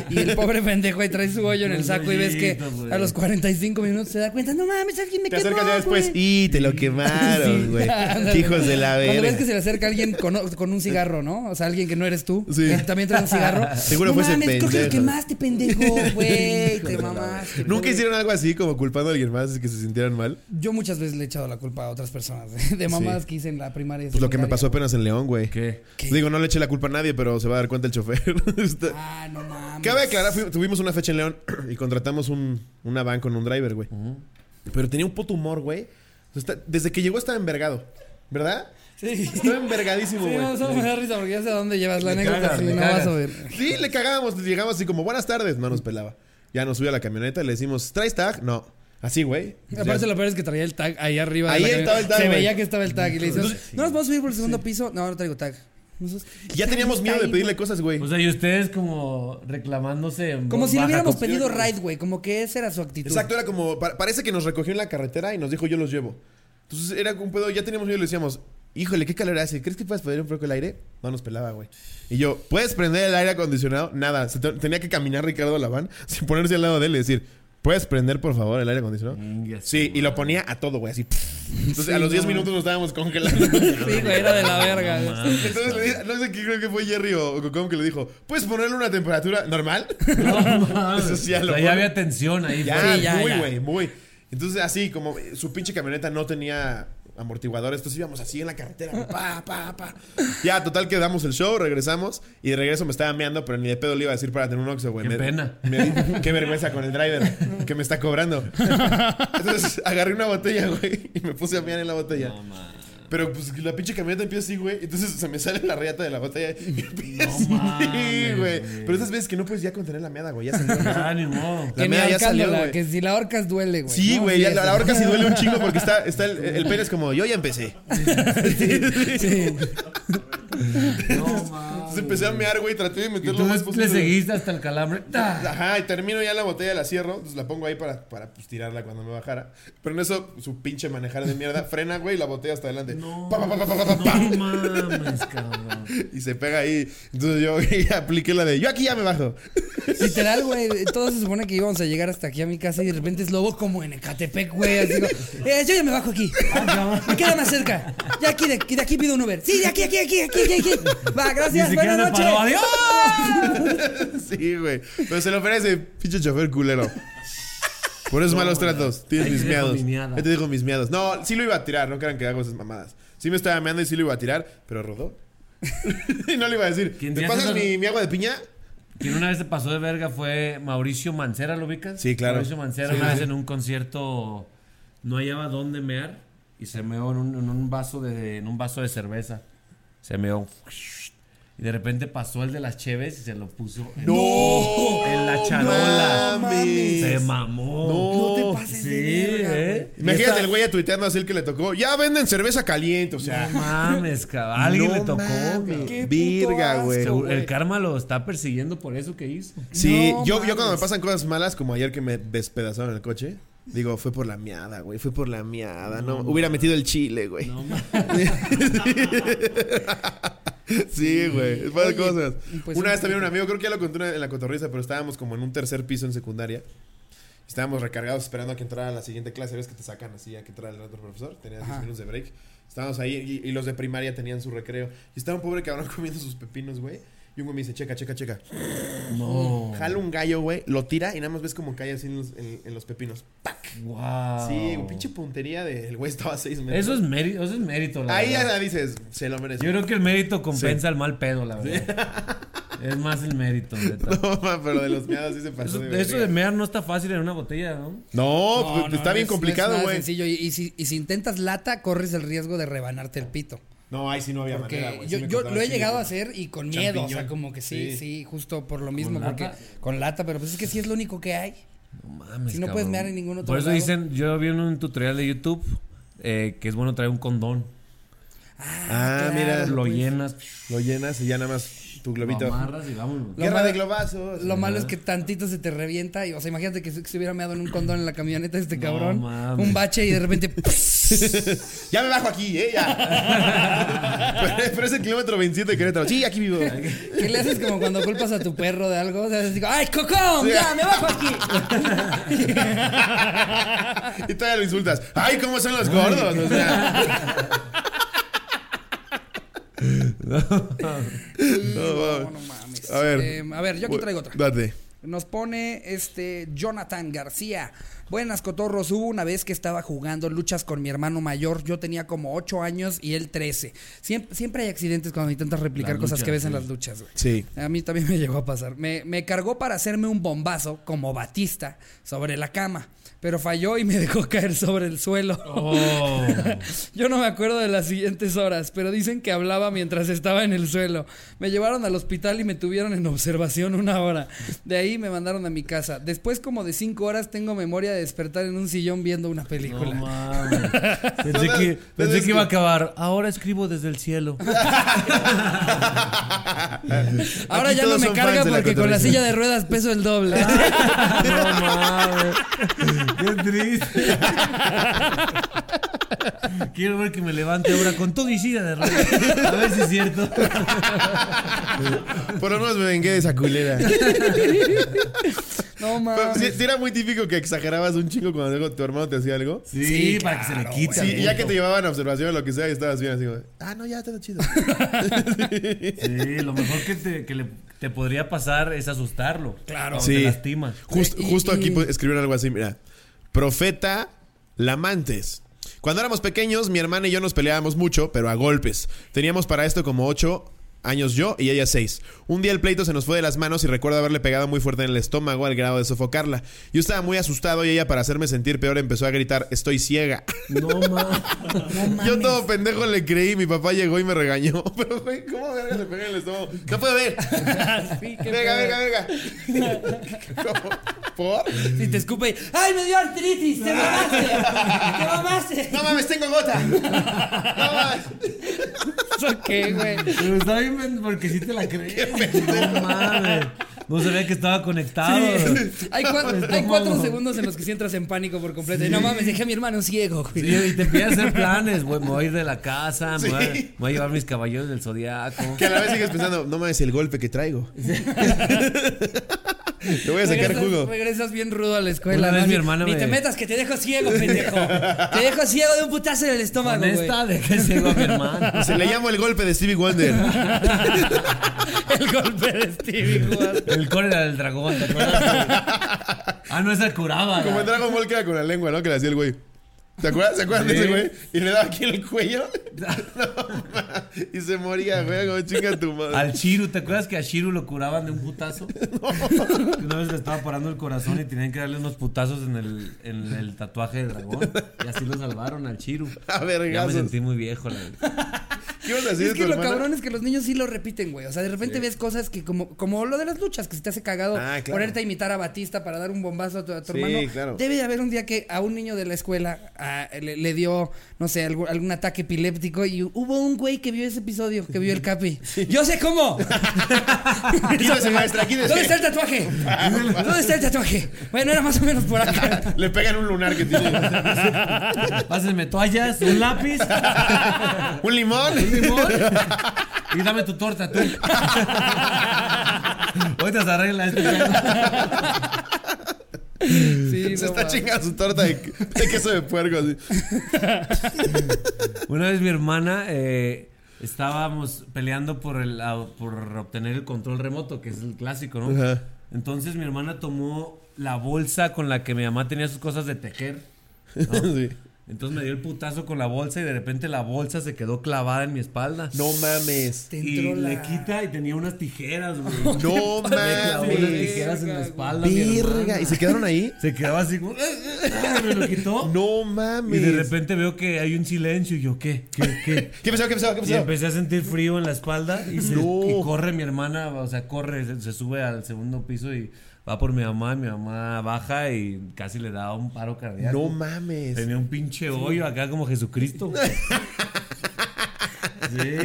Speaker 1: y el pobre pendejo ahí trae su hoyo en el saco y ves que a los 45 minutos se da cuenta, no mames, alguien me
Speaker 2: Te
Speaker 1: quemó.
Speaker 2: acercas ya después.
Speaker 1: güey".
Speaker 2: Y te lo
Speaker 1: Sí,
Speaker 2: quemaron, güey.
Speaker 1: ándale.
Speaker 2: Hijos de la
Speaker 1: Cuando ves
Speaker 2: verga.
Speaker 1: que se le acerca alguien con, con un cigarro, ¿no? O sea, alguien que no eres tú.
Speaker 2: Sí.
Speaker 1: que también trae un cigarro.
Speaker 2: Seguro
Speaker 1: no
Speaker 2: fue ese
Speaker 1: mames, creo que lo
Speaker 2: pendejo.
Speaker 1: quemaste, pendejo, güey. Te mamaste.
Speaker 2: Nunca
Speaker 1: hicieron
Speaker 2: hicieron algo así como culpando a alguien más y que se sintieran mal.
Speaker 1: Yo muchas veces le he echado la culpa a otras personas de- de mamadas
Speaker 2: Sí.
Speaker 1: que hice en la primaria. y
Speaker 2: Pues lo que me pasó
Speaker 1: secundaria.
Speaker 2: apenas en León, güey.
Speaker 3: ¿Qué?
Speaker 1: ¿Qué?
Speaker 2: Digo, no le eché la culpa a nadie, pero se va a dar cuenta el chofer. Está-
Speaker 1: Ah, no mames.
Speaker 2: Cabe aclarar, fui- tuvimos una fecha en León y contratamos un, una van con un driver, güey. Pero tenía un puto humor, güey. O sea, está- desde que llegó estaba envergado, ¿verdad?
Speaker 1: Sí.
Speaker 2: Estaba envergadísimo,
Speaker 1: Sí,
Speaker 2: güey.
Speaker 1: no, solo me da risa porque ya sé a dónde llevas la
Speaker 3: Me
Speaker 1: anécdota.
Speaker 3: cagas,
Speaker 1: si
Speaker 3: me
Speaker 1: no vas
Speaker 3: cagas.
Speaker 1: a ver.
Speaker 2: Sí, le cagábamos, llegamos así como, buenas tardes. No nos pelaba. Ya nos subió a la camioneta, le decimos, ¿traes tag? No. Así, güey.
Speaker 1: Aparte,
Speaker 2: Ya-
Speaker 1: lo peor es que traía el tag ahí arriba. de
Speaker 2: Ahí
Speaker 1: la camioneta.
Speaker 2: estaba el tag,
Speaker 1: Se
Speaker 2: güey.
Speaker 1: veía que estaba el tag. Y le dices,
Speaker 2: Entonces-
Speaker 1: ¿no nos vamos a subir por el segundo piso? No, no traigo tag. Nosotros, ¿qué
Speaker 2: Ya
Speaker 1: tag
Speaker 2: teníamos
Speaker 1: está
Speaker 2: miedo de
Speaker 1: ahí,
Speaker 2: pedirle
Speaker 1: güey?
Speaker 2: cosas, güey.
Speaker 3: O sea, y ustedes como reclamándose. en
Speaker 1: Como
Speaker 3: voz
Speaker 1: si le
Speaker 3: baja,
Speaker 1: hubiéramos
Speaker 3: como-
Speaker 1: pedido ride, güey. Como que esa era su actitud.
Speaker 2: Exacto, era como, pa- parece que nos recogió en la carretera y nos dijo, yo los llevo. Entonces era un pedo, ya teníamos miedo y le decíamos, híjole, qué calor hace, ¿crees que puedes prender un poco el aire? No nos pelaba, güey. Y yo, ¿puedes prender el aire acondicionado? Nada, se te- tenía que caminar Ricardo Laván sin ponerse al lado de él y decir, ¿puedes prender por favor el aire acondicionado?
Speaker 3: Inga,
Speaker 2: Sí, y lo ponía a todo, güey, así. Entonces a los 10 minutos nos estábamos congelando.
Speaker 1: Sí, güey, era de la verga. güey.
Speaker 2: Entonces le dije, no sé qué creo que fue Jerry o Cocom que le dijo, ¿puedes ponerle una temperatura normal?
Speaker 3: No, mames.
Speaker 2: Eso sí, ya
Speaker 3: O
Speaker 2: lo
Speaker 3: sea,
Speaker 2: pone.
Speaker 3: ya había tensión ahí.
Speaker 2: Ya,
Speaker 1: Sí, ya,
Speaker 2: muy,
Speaker 1: ya.
Speaker 2: güey, muy. Entonces, así, como eh, su pinche camioneta no tenía amortiguadores, entonces íbamos así en la carretera, pa, pa, pa. Ya, total, que damos el show, regresamos y de regreso me estaba meando, pero ni de pedo le iba a decir para tener un oxo, güey.
Speaker 3: Qué
Speaker 2: Me-
Speaker 3: pena.
Speaker 2: me- qué vergüenza con el driver que me está cobrando. Entonces, agarré una botella, güey, y me puse a mear en la botella. Pero pues la pinche camioneta empieza así, güey. Entonces se me sale la reata de la botella. Y empieza así,
Speaker 3: mames,
Speaker 2: güey.
Speaker 3: güey.
Speaker 2: Pero esas veces que no puedes ya contener la meada, güey. Ya salió.
Speaker 3: Ya, ni modo.
Speaker 1: Que
Speaker 2: La
Speaker 1: ni
Speaker 2: mía ya salió,
Speaker 1: ahorcándola,
Speaker 2: güey.
Speaker 1: que si la horcas duele, güey.
Speaker 2: Sí,
Speaker 1: ¿no?
Speaker 2: güey, ya
Speaker 1: Sí,
Speaker 2: la,
Speaker 1: eso.
Speaker 2: la horca sí duele un chingo porque está, está el, el pene es como, yo ya empecé.
Speaker 1: Sí.
Speaker 3: No, mames.
Speaker 2: Entonces empecé a mear, güey, traté de meterlo lo más
Speaker 3: Entonces
Speaker 2: posible.
Speaker 3: le seguiste hasta el calambre. ¡Ah!
Speaker 2: Ajá, y termino ya la botella, la cierro, entonces la pongo ahí para, para pues, tirarla cuando me bajara. Pero en eso, su pinche manejar de mierda, frena, güey, y la botella hasta adelante.
Speaker 3: No.
Speaker 2: Pa, pa, pa, pa, pa, pa, pa.
Speaker 3: No mames, cabrón.
Speaker 2: Y se pega ahí. Entonces yo güey, apliqué la de, yo aquí ya me bajo.
Speaker 1: Literal, güey. Todo se supone que íbamos a llegar hasta aquí a mi casa y de repente es lobo como en Ecatepec, güey. Así digo, eh, yo ya me bajo aquí. Me queda más cerca. Ya aquí, de, de aquí pido un Uber. Sí, de aquí, aquí, aquí, aquí, aquí. aquí. Va,
Speaker 3: Ni
Speaker 1: gracias,
Speaker 3: siquiera
Speaker 1: buenas
Speaker 3: se
Speaker 1: noches.
Speaker 3: paró. ¡Adiós!
Speaker 2: sí, güey. Pero se lo ofrece, pinche chofer culero. Por esos malos tratos. Tienes
Speaker 3: Ahí te
Speaker 2: mis
Speaker 3: dejo
Speaker 2: miados.
Speaker 3: mi miada.
Speaker 2: Ahí te digo mis miados. No, sí lo iba a tirar, no crean que hago esas mamadas. Sí me estaba meando y sí lo iba a tirar, pero rodó. y no le iba a decir,
Speaker 3: ¿Quién
Speaker 2: ¿te
Speaker 3: te
Speaker 2: pasas
Speaker 3: hace
Speaker 2: mi,
Speaker 3: esas-
Speaker 2: mi agua de piña?
Speaker 3: Quien una vez se pasó de verga fue Mauricio Mancera, ¿lo ubicas?
Speaker 2: Sí, claro.
Speaker 3: Mauricio Mancera
Speaker 2: Sí,
Speaker 3: una
Speaker 2: sí,
Speaker 3: vez
Speaker 2: sí.
Speaker 3: en un concierto no hallaba dónde mear y se meó en un, en un vaso de en un vaso de cerveza. Se meó. Y de repente pasó el de las cheves y se lo puso en, en la charola.
Speaker 2: mames.
Speaker 3: Se mamó.
Speaker 1: No
Speaker 2: No.
Speaker 1: te pases
Speaker 3: Sí,
Speaker 1: de verga,
Speaker 3: ¿eh?
Speaker 2: Imagínate
Speaker 3: Esta-
Speaker 2: el güey tuiteando así el que le tocó. Ya venden cerveza caliente, o sea.
Speaker 3: No mames, cabrón. Alguien
Speaker 2: No
Speaker 3: le tocó.
Speaker 2: mames.
Speaker 3: cabrón.
Speaker 1: Qué
Speaker 2: Virga,
Speaker 1: puto
Speaker 2: güey.
Speaker 1: asco,
Speaker 3: Seguro- El karma lo está persiguiendo por eso que hizo.
Speaker 2: Sí,
Speaker 1: No
Speaker 2: yo, yo
Speaker 1: mames.
Speaker 2: cuando me pasan cosas malas, como ayer que me despedazaron el coche, digo, fue por la miada, güey, fue por la miada, no, hubiera metido el chile, güey. sí, güey, es para
Speaker 1: Oye,
Speaker 2: cosas.
Speaker 1: pues,
Speaker 2: una
Speaker 1: un-
Speaker 2: vez también un amigo, creo que ya lo conté una- en la cotorriza, pero estábamos como en un tercer piso en secundaria. Estábamos recargados esperando a que entrara la siguiente clase. ¿Ves que te sacan así a que entrara el otro profesor? Tenías
Speaker 1: Ajá.
Speaker 2: 10 minutos de break. Estábamos ahí y, y los de primaria tenían su recreo. Y estaba un pobre cabrón comiendo sus pepinos, güey. Y un güey me dice, checa, checa, checa.
Speaker 3: No.
Speaker 2: Jala un gallo, güey, lo tira y nada más ves como cae así en los, en- en los pepinos. ¡Pac!
Speaker 3: Wow.
Speaker 2: Sí, pinche puntería del güey estaba a seis metros.
Speaker 3: Ah. Eso es mérito, eso es mérito, la
Speaker 2: Ahí ya
Speaker 3: verdad.
Speaker 2: la dices, se lo merece.
Speaker 3: Yo creo que el mérito
Speaker 2: Sí.
Speaker 3: compensa el mal pedo, la verdad. Es más el mérito, neta.
Speaker 2: No, ma, pero de los meados sí se pasó
Speaker 3: Eso,
Speaker 2: de
Speaker 3: eso de
Speaker 2: verga.
Speaker 3: mear no está fácil en una botella, ¿no?
Speaker 2: No,
Speaker 1: No, no,
Speaker 2: pues, está
Speaker 1: no es-
Speaker 2: bien
Speaker 1: no es
Speaker 2: complicado,
Speaker 1: nada
Speaker 2: güey.
Speaker 1: sencillo. Y, y si, y si intentas lata, corres el riesgo de rebanarte el pito.
Speaker 2: No, ahí sí no había
Speaker 1: Porque
Speaker 2: manera, güey. Sí
Speaker 1: yo,
Speaker 2: me
Speaker 1: yo
Speaker 2: cortaron
Speaker 1: lo he
Speaker 2: chile,
Speaker 1: llegado a
Speaker 2: güey.
Speaker 1: hacer y con miedo, o sea,
Speaker 2: Champiñón.
Speaker 1: como que sí, sí,
Speaker 2: Sí.
Speaker 1: justo por lo mismo, porque
Speaker 3: lata?
Speaker 1: con lata, pero pues es que sí es lo único que hay.
Speaker 3: No mames.
Speaker 1: Si no puedes mear en ningún otro
Speaker 3: Por eso
Speaker 1: lado.
Speaker 3: dicen, yo vi en un tutorial de YouTube eh, que es bueno traer un condón.
Speaker 2: Ah, mira.
Speaker 3: lo llenas,
Speaker 2: Lo llenas y ya nada más tu
Speaker 3: lo
Speaker 2: globito.
Speaker 3: amarras y vámonos.
Speaker 1: Lo
Speaker 2: Guerra
Speaker 1: malo-
Speaker 2: de globazos.
Speaker 1: Lo malo es que tantito se te revienta. Y, o sea, imagínate que se se hubiera meado en un condón en la camioneta este cabrón.
Speaker 3: mames.
Speaker 1: un bache y de repente.
Speaker 2: Ya me bajo aquí, ¿eh? Ya. pero, pero es el kilómetro 27 de Querétaro. Sí, aquí vivo.
Speaker 1: ¿Qué le haces como cuando culpas a tu perro de algo? O sea, digo, ¡ay, cocón! ¡Ya, me bajo aquí!
Speaker 2: y todavía lo insultas. ¡Ay, cómo son los gordos! O sea,
Speaker 1: no, no mames.
Speaker 2: A ver.
Speaker 1: Eh, a ver, yo aquí traigo otra.
Speaker 2: Date.
Speaker 1: Nos pone este Jonathan García. Buenas, cotorros. Hubo una vez que estaba jugando luchas con mi hermano mayor. Yo tenía como 8 años y él 13. Siempre, siempre hay accidentes cuando intentas replicar
Speaker 3: Las
Speaker 1: cosas
Speaker 3: luchas,
Speaker 1: que ves en
Speaker 3: sí.
Speaker 1: las luchas, güey.
Speaker 2: Sí.
Speaker 1: A mí también me llegó a pasar. Me, me cargó para hacerme un bombazo, como Batista, sobre la cama. Pero falló y me dejó caer sobre el suelo.
Speaker 3: Oh.
Speaker 1: Yo no me acuerdo de las siguientes horas, pero dicen que hablaba mientras estaba en el suelo. Me llevaron al hospital y me tuvieron en observación una hora. De ahí me mandaron a mi casa. Después como de cinco horas tengo memoria de despertar en un sillón viendo una
Speaker 3: No
Speaker 1: película.
Speaker 3: mames. Pensé,
Speaker 2: Todas-
Speaker 3: que,
Speaker 2: todas
Speaker 3: pensé que iba a
Speaker 2: que-
Speaker 3: acabar. Ahora escribo desde el cielo.
Speaker 1: Ahora
Speaker 2: Aquí
Speaker 1: ya no
Speaker 2: todos
Speaker 1: me
Speaker 2: son
Speaker 1: carga
Speaker 2: fans de la
Speaker 1: porque con la
Speaker 2: cotorriza.
Speaker 1: silla de ruedas peso el doble.
Speaker 3: No mames. Qué triste. Quiero ver que me levante ahora con todo y silla de ruedas. A ver si es cierto.
Speaker 2: Por lo menos me vengué de esa culera.
Speaker 1: No
Speaker 2: Pero sí,
Speaker 1: mames.
Speaker 2: sí era muy típico que exagerabas un chingo cuando algo- tu hermano te hacía algo.
Speaker 3: Sí,
Speaker 1: Sí,
Speaker 3: para que se le
Speaker 1: claro,
Speaker 3: quite.
Speaker 2: Sí,
Speaker 3: al
Speaker 2: y ya que
Speaker 3: punto.
Speaker 2: te llevaban a observación o lo que sea y estabas bien así, güey. Ah, no, ya, todo chido.
Speaker 3: Sí, lo mejor que, te, que le- te podría pasar es asustarlo.
Speaker 1: Claro.
Speaker 3: O
Speaker 2: Sí.
Speaker 3: te lastima.
Speaker 2: Just-
Speaker 1: Y-
Speaker 2: justo
Speaker 1: y-
Speaker 2: aquí pues, escribieron algo así, mira. Profeta Lamantes. Cuando éramos pequeños, mi hermana y yo nos peleábamos mucho, pero a golpes. Teníamos para esto como ocho años yo y ella seis. Un día el pleito se nos fue de las manos y recuerdo haberle pegado muy fuerte en el estómago al grado de sofocarla. Yo estaba muy asustado y ella para hacerme sentir peor empezó a gritar, estoy ciega.
Speaker 3: No mames.
Speaker 2: Yo todo pendejo le creí, mi papá llegó y me regañó. Pero güey, ¿cómo verga le pegó en el estómago? No puedo ver.
Speaker 1: Sí, qué
Speaker 2: Venga,
Speaker 1: pedo.
Speaker 2: venga, venga. ¿Cómo? ¿Por?
Speaker 1: Si te escupe, ¡ay, me dio artritis! ¡Te mamaste! ¡Te mamaste!
Speaker 2: No mames, tengo gota. No mames.
Speaker 1: ¿Eso qué, güey?
Speaker 3: Pero está bien men, porque sí te la crees. No mames. No sabía que estaba conectado.
Speaker 1: Sí. Hay, cua- hay cuatro
Speaker 3: Estómago.
Speaker 1: segundos en los que sí entras en pánico por completo. Y No mames, dejé a mi hermano ciego, güey.
Speaker 3: Sí, y te empiezas a hacer planes, güey. Me voy a ir de la casa, me, voy a,
Speaker 2: Sí.
Speaker 3: me voy a llevar mis caballeros del zodiaco.
Speaker 2: Que a la vez sigues pensando, no mames, el golpe que traigo. Te voy a sacar
Speaker 1: regresas,
Speaker 2: jugo.
Speaker 1: regresas bien rudo a la escuela.
Speaker 3: Una vez
Speaker 1: ¿no?
Speaker 3: mi
Speaker 1: Ni-
Speaker 3: hermano
Speaker 1: Ni
Speaker 3: me-
Speaker 1: te metas, que te dejo ciego, pendejo. te dejo ciego de un putazo en el estómago,
Speaker 3: Con
Speaker 1: güey.
Speaker 3: esta de que sigo a mi hermano.
Speaker 2: Se le llama el golpe de Stevie Wonder.
Speaker 1: el golpe de Stevie, güey.
Speaker 3: El cólera del dragón, ¿te acuerdas? ah, no, esa curaba.
Speaker 2: Como en
Speaker 3: la-
Speaker 2: Dragon Ball que era con la lengua, ¿no? Que le hacía el güey. ¿Te acuerdas? ¿Se acuerdan de
Speaker 3: Sí.
Speaker 2: ese güey? Y le daba aquí en el cuello. No, ma. y se moría, güey. Como chinga tu madre.
Speaker 3: Al Chiru, ¿te acuerdas que a Chiru lo curaban de un putazo? Una vez le estaba parando el corazón y tenían que darle unos putazos en el, en el tatuaje de dragón. Y así lo salvaron al Chiru.
Speaker 2: A
Speaker 3: Ya me
Speaker 2: vergazos.
Speaker 3: sentí muy viejo, la neta.
Speaker 2: ¿Qué ibas a decir
Speaker 1: Es
Speaker 2: de tu
Speaker 1: que lo
Speaker 2: hermana?
Speaker 1: cabrón es que los niños sí lo repiten, güey. O sea, de repente ves cosas que como, como lo de las luchas, que se te hace cagado
Speaker 2: Ah, claro.
Speaker 1: ponerte a imitar a Batista para dar un bombazo a tu, a tu
Speaker 2: Sí,
Speaker 1: hermano.
Speaker 2: claro.
Speaker 1: Debe de haber un día que a un niño de la escuela ah, le, le dio, no sé, algún, algún ataque epiléptico y hubo un güey que vio ese episodio, que vio el capi. ¡Yo sé cómo!
Speaker 2: Aquí no es el maestro, aquí no es-
Speaker 1: ¿Dónde está el tatuaje? ¿Dónde está el tatuaje? Bueno, era más o menos por acá.
Speaker 2: Le pegan un lunar que tiene.
Speaker 3: Pásenme toallas, un lápiz,
Speaker 2: ¿Un limón?
Speaker 3: un limón y dame tu torta, tú. Ahorita se arregla este pedo.
Speaker 1: Sí,
Speaker 2: Se
Speaker 1: no
Speaker 2: está
Speaker 1: mames.
Speaker 2: chingando su torta de, de queso de puerco. así.
Speaker 3: Una vez mi hermana eh, estábamos peleando por, el, a- por obtener el control remoto, que es el clásico, ¿no?
Speaker 2: Ajá.
Speaker 3: Entonces mi hermana tomó la bolsa con la que mi mamá tenía sus cosas de tejer. ¿no?
Speaker 2: Sí.
Speaker 3: Entonces me dio el putazo con la bolsa y de repente la bolsa se quedó clavada en mi espalda.
Speaker 2: No mames.
Speaker 1: Te
Speaker 3: Y
Speaker 1: entró
Speaker 3: le
Speaker 1: la-
Speaker 3: quita y tenía unas tijeras, güey.
Speaker 2: No
Speaker 3: Le clavó unas
Speaker 2: mames.
Speaker 3: tijeras en la espalda. mi
Speaker 2: Verga.
Speaker 3: hermana.
Speaker 2: ¿Y se quedaron ahí?
Speaker 3: Se quedaba así como. "Ah, Me lo quitó.
Speaker 2: No
Speaker 3: Y
Speaker 2: mames.
Speaker 3: de repente veo que hay un silencio y yo, ¿qué? ¿Qué? ¿Qué?
Speaker 2: ¿Qué pasó? ¿Qué pasó? ¿Qué
Speaker 3: Y
Speaker 2: pasó?
Speaker 3: empecé a sentir frío en la espalda y, se-
Speaker 2: No.
Speaker 3: y corre mi hermana, o sea, corre, se, se sube al segundo piso y va por mi mamá, mi mamá baja y casi le da un paro cardíaco.
Speaker 2: No mames.
Speaker 3: Tenía un pinche hoyo acá como Jesucristo. güey.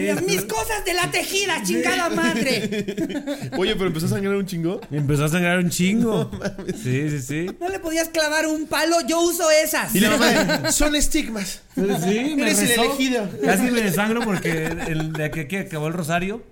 Speaker 1: Las- mis cosas de la tejida, chingada madre.
Speaker 2: Oye, pero empezó a sangrar un chingo.
Speaker 3: Me empezó a sangrar un chingo. sí, sí, sí.
Speaker 1: No le podías clavar un palo, yo uso esas.
Speaker 2: Y la mamá, son estigmas.
Speaker 3: Sí, me
Speaker 2: Eres el
Speaker 3: rezó.
Speaker 2: elegido.
Speaker 3: Casi me desangro porque el de aquí, que acabó el rosario.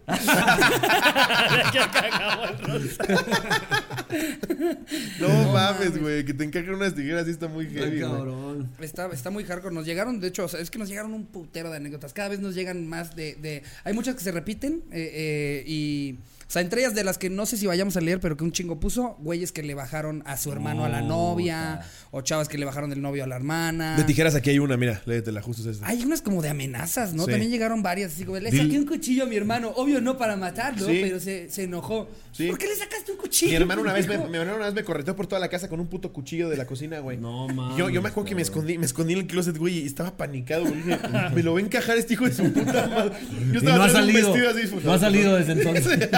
Speaker 2: No mames, güey, que te encajen unas tijeras sí está muy heavy, güey.
Speaker 3: cabrón.
Speaker 1: Está, está muy hardcore. Nos llegaron, de hecho, o sea, es que nos llegaron un putero de anécdotas. Cada vez nos llegan más de. de- hay muchas que se repiten. eh, eh, y. O sea, entre ellas de las que no sé si vayamos a leer, pero que un chingo puso, güeyes que le bajaron a su hermano a la novia, o chavas que le bajaron del novio a la hermana.
Speaker 2: De tijeras aquí hay una, mira, léetela, justo es esta.
Speaker 1: Hay unas como de amenazas, ¿no?
Speaker 2: Sí.
Speaker 1: También llegaron varias, así como, le
Speaker 2: Dil-
Speaker 1: saqué un cuchillo a mi hermano, obvio no para matarlo,
Speaker 2: Sí.
Speaker 1: pero se, se enojó.
Speaker 2: Sí.
Speaker 1: ¿Por qué le sacaste un cuchillo?
Speaker 2: Mi hermano una vez me,
Speaker 1: pendejo?
Speaker 2: mi hermano una vez me correteó por toda la casa con un puto cuchillo de la cocina, güey.
Speaker 3: No mames,
Speaker 2: Yo, yo me acuerdo que me
Speaker 3: cabrón.
Speaker 2: escondí, me escondí en el closet, güey, y estaba panicado, güey. Dije, Me lo voy a encajar este hijo de su puta madre. Yo
Speaker 3: Y no ha
Speaker 2: atrás de un
Speaker 3: salido.
Speaker 2: vestido así, pues,
Speaker 3: No ha salido desde entonces.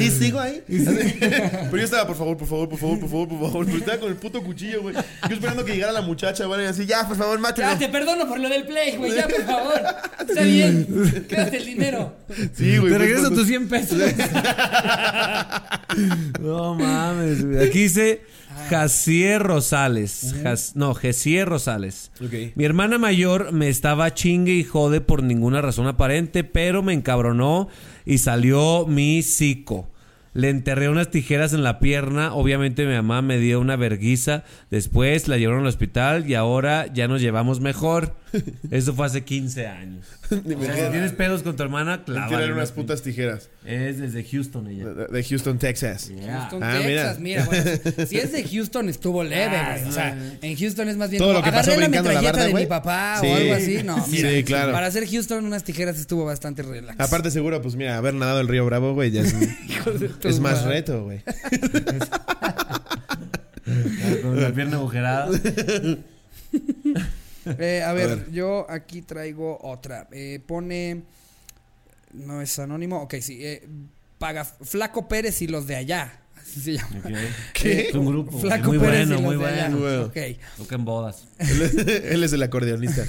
Speaker 2: Y sigo ahí. Pero yo estaba, por favor, por favor, por favor, por favor, por favor. Pero estaba con el puto cuchillo, güey. Yo esperando que llegara la muchacha, ¿vale? Y así, ya, por favor,
Speaker 1: Ya,
Speaker 2: mátelo.
Speaker 1: te perdono por lo del play, güey, ya, por favor. Está bien, quédate el dinero.
Speaker 2: Sí, güey. pues,
Speaker 3: Te
Speaker 2: fue
Speaker 3: regreso
Speaker 2: espantoso.
Speaker 3: tus 100 pesos. no mames, güey. Aquí dice Jacier Rosales. Jas- no, Jacier Rosales.
Speaker 2: Ok.
Speaker 3: Mi hermana mayor me estaba chingue y jode por ninguna razón aparente, pero me encabronó y salió mi psico. Le enterré unas tijeras en la pierna. Obviamente mi mamá me dio una verguiza. Después la llevaron al hospital y ahora ya nos llevamos mejor. Eso fue hace 15 años. O sea, si tienes pedos con tu hermana,
Speaker 2: Tirar
Speaker 3: clávale
Speaker 2: unas putas tijeras
Speaker 3: Ah, es desde Houston ella.
Speaker 2: de de Houston, Texas.
Speaker 1: Houston,
Speaker 2: Ah,
Speaker 1: Texas, mira. bueno, si es de Houston, estuvo leve,
Speaker 3: Ah,
Speaker 1: güey. O
Speaker 3: sí.
Speaker 1: sea, en Houston es más bien
Speaker 2: Todo
Speaker 1: como,
Speaker 2: lo que pasó
Speaker 1: agarré la
Speaker 2: brincando la
Speaker 1: metralleta
Speaker 2: barda,
Speaker 1: de
Speaker 2: güey.
Speaker 1: mi papá
Speaker 2: Sí.
Speaker 1: o algo así. No,
Speaker 2: Sí,
Speaker 1: mira,
Speaker 2: claro.
Speaker 1: Para hacer Houston, unas tijeras estuvo bastante relax.
Speaker 2: Aparte, seguro, pues mira, haber nadado el río Bravo, güey, ya es,
Speaker 1: tu
Speaker 2: es más
Speaker 1: madre.
Speaker 2: reto, güey.
Speaker 3: Con la pierna agujerada.
Speaker 1: Eh, a, ver,
Speaker 2: ver.
Speaker 1: yo aquí traigo otra. Eh, pone. No es anónimo. Ok, sí. eh, paga Flaco Pérez y los de allá. Así se llama.
Speaker 3: ¿Qué?
Speaker 1: Eh,
Speaker 3: Es un grupo.
Speaker 1: Flaco
Speaker 3: muy
Speaker 1: Pérez y los
Speaker 3: bueno, muy
Speaker 1: de allá.
Speaker 3: bueno.
Speaker 2: bueno.
Speaker 1: Ok.
Speaker 3: Toca en bodas.
Speaker 2: Él es, él es el acordeonista.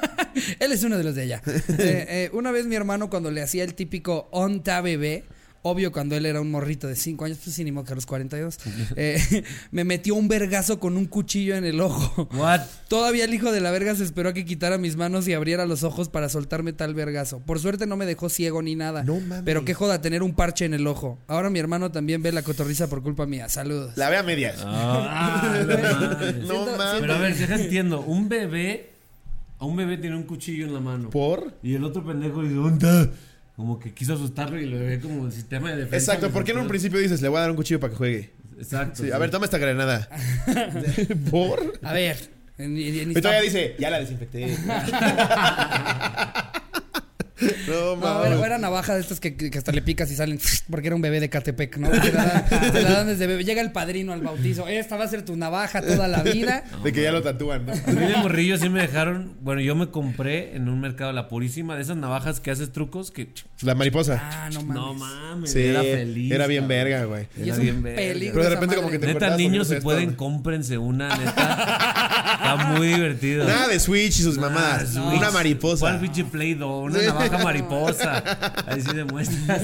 Speaker 1: Él es uno de los de allá. Eh, eh, una vez mi hermano, cuando le hacía el típico onta bebé, obvio cuando él era un morrito de 5 años, pues sí, ni modo que a los 42, eh, me metió un vergazo con un cuchillo en el ojo.
Speaker 3: What?
Speaker 1: Todavía el hijo de la verga se esperó a que quitara mis manos y abriera los ojos para soltarme tal vergazo. Por suerte no me dejó ciego ni nada.
Speaker 2: No mames.
Speaker 1: Pero qué joda tener un parche en el ojo. Ahora mi hermano también ve la cotorriza por culpa mía. Saludos.
Speaker 2: La vea medias.
Speaker 3: Ah, no mames.
Speaker 2: no
Speaker 1: siento-
Speaker 2: mames.
Speaker 3: Pero a ver, deja entiendo. Un bebé. A un bebé tiene un cuchillo en la mano.
Speaker 2: ¿Por?
Speaker 3: Y el otro pendejo dice, ¿dónde? Como que quiso asustarlo y lo ve como el sistema de defensa.
Speaker 2: Exacto, ¿por qué en un principio dices, le voy a dar un cuchillo para que juegue?
Speaker 3: Exacto.
Speaker 2: Sí, a ver, toma esta granada. ¿Por?
Speaker 1: A ver. en- en- en-
Speaker 2: Y todavía dice, ya la desinfecté. no
Speaker 1: No, era,
Speaker 2: mames.
Speaker 1: era navaja de estas que, que hasta le picas y salen porque era un bebé de Catepec, ¿no? Te la, dan, te la dan desde bebé. Llega el padrino al bautizo. Esta va a ser tu navaja toda la vida.
Speaker 2: De que ya lo tatúan, ¿no?
Speaker 3: A mí de morrillo sí me dejaron. Bueno, yo me compré en un mercado la purísima de esas navajas que haces trucos que.
Speaker 2: La mariposa.
Speaker 1: Ah, no mames.
Speaker 3: No mames.
Speaker 2: Sí,
Speaker 3: era feliz.
Speaker 2: era bien
Speaker 3: cabrón.
Speaker 2: verga, güey.
Speaker 1: Y es
Speaker 3: Era
Speaker 1: un
Speaker 3: bien verga.
Speaker 1: peligro.
Speaker 2: Pero
Speaker 1: esa
Speaker 2: de repente como
Speaker 1: madre.
Speaker 2: que te-
Speaker 3: Neta,
Speaker 2: acordabas
Speaker 3: niños,
Speaker 2: porque
Speaker 3: si
Speaker 2: no
Speaker 3: pueden,
Speaker 2: sabes todo.
Speaker 3: cómprense una, neta. Está muy divertido.
Speaker 2: Nada de Switch y sus
Speaker 3: Nada,
Speaker 2: mamás.
Speaker 3: Switch.
Speaker 2: Una
Speaker 3: ¿Cuál
Speaker 2: mariposa.
Speaker 3: pinche Play Doh? Una
Speaker 2: Sí.
Speaker 3: navaja mariposa. Ahí sí demuestras.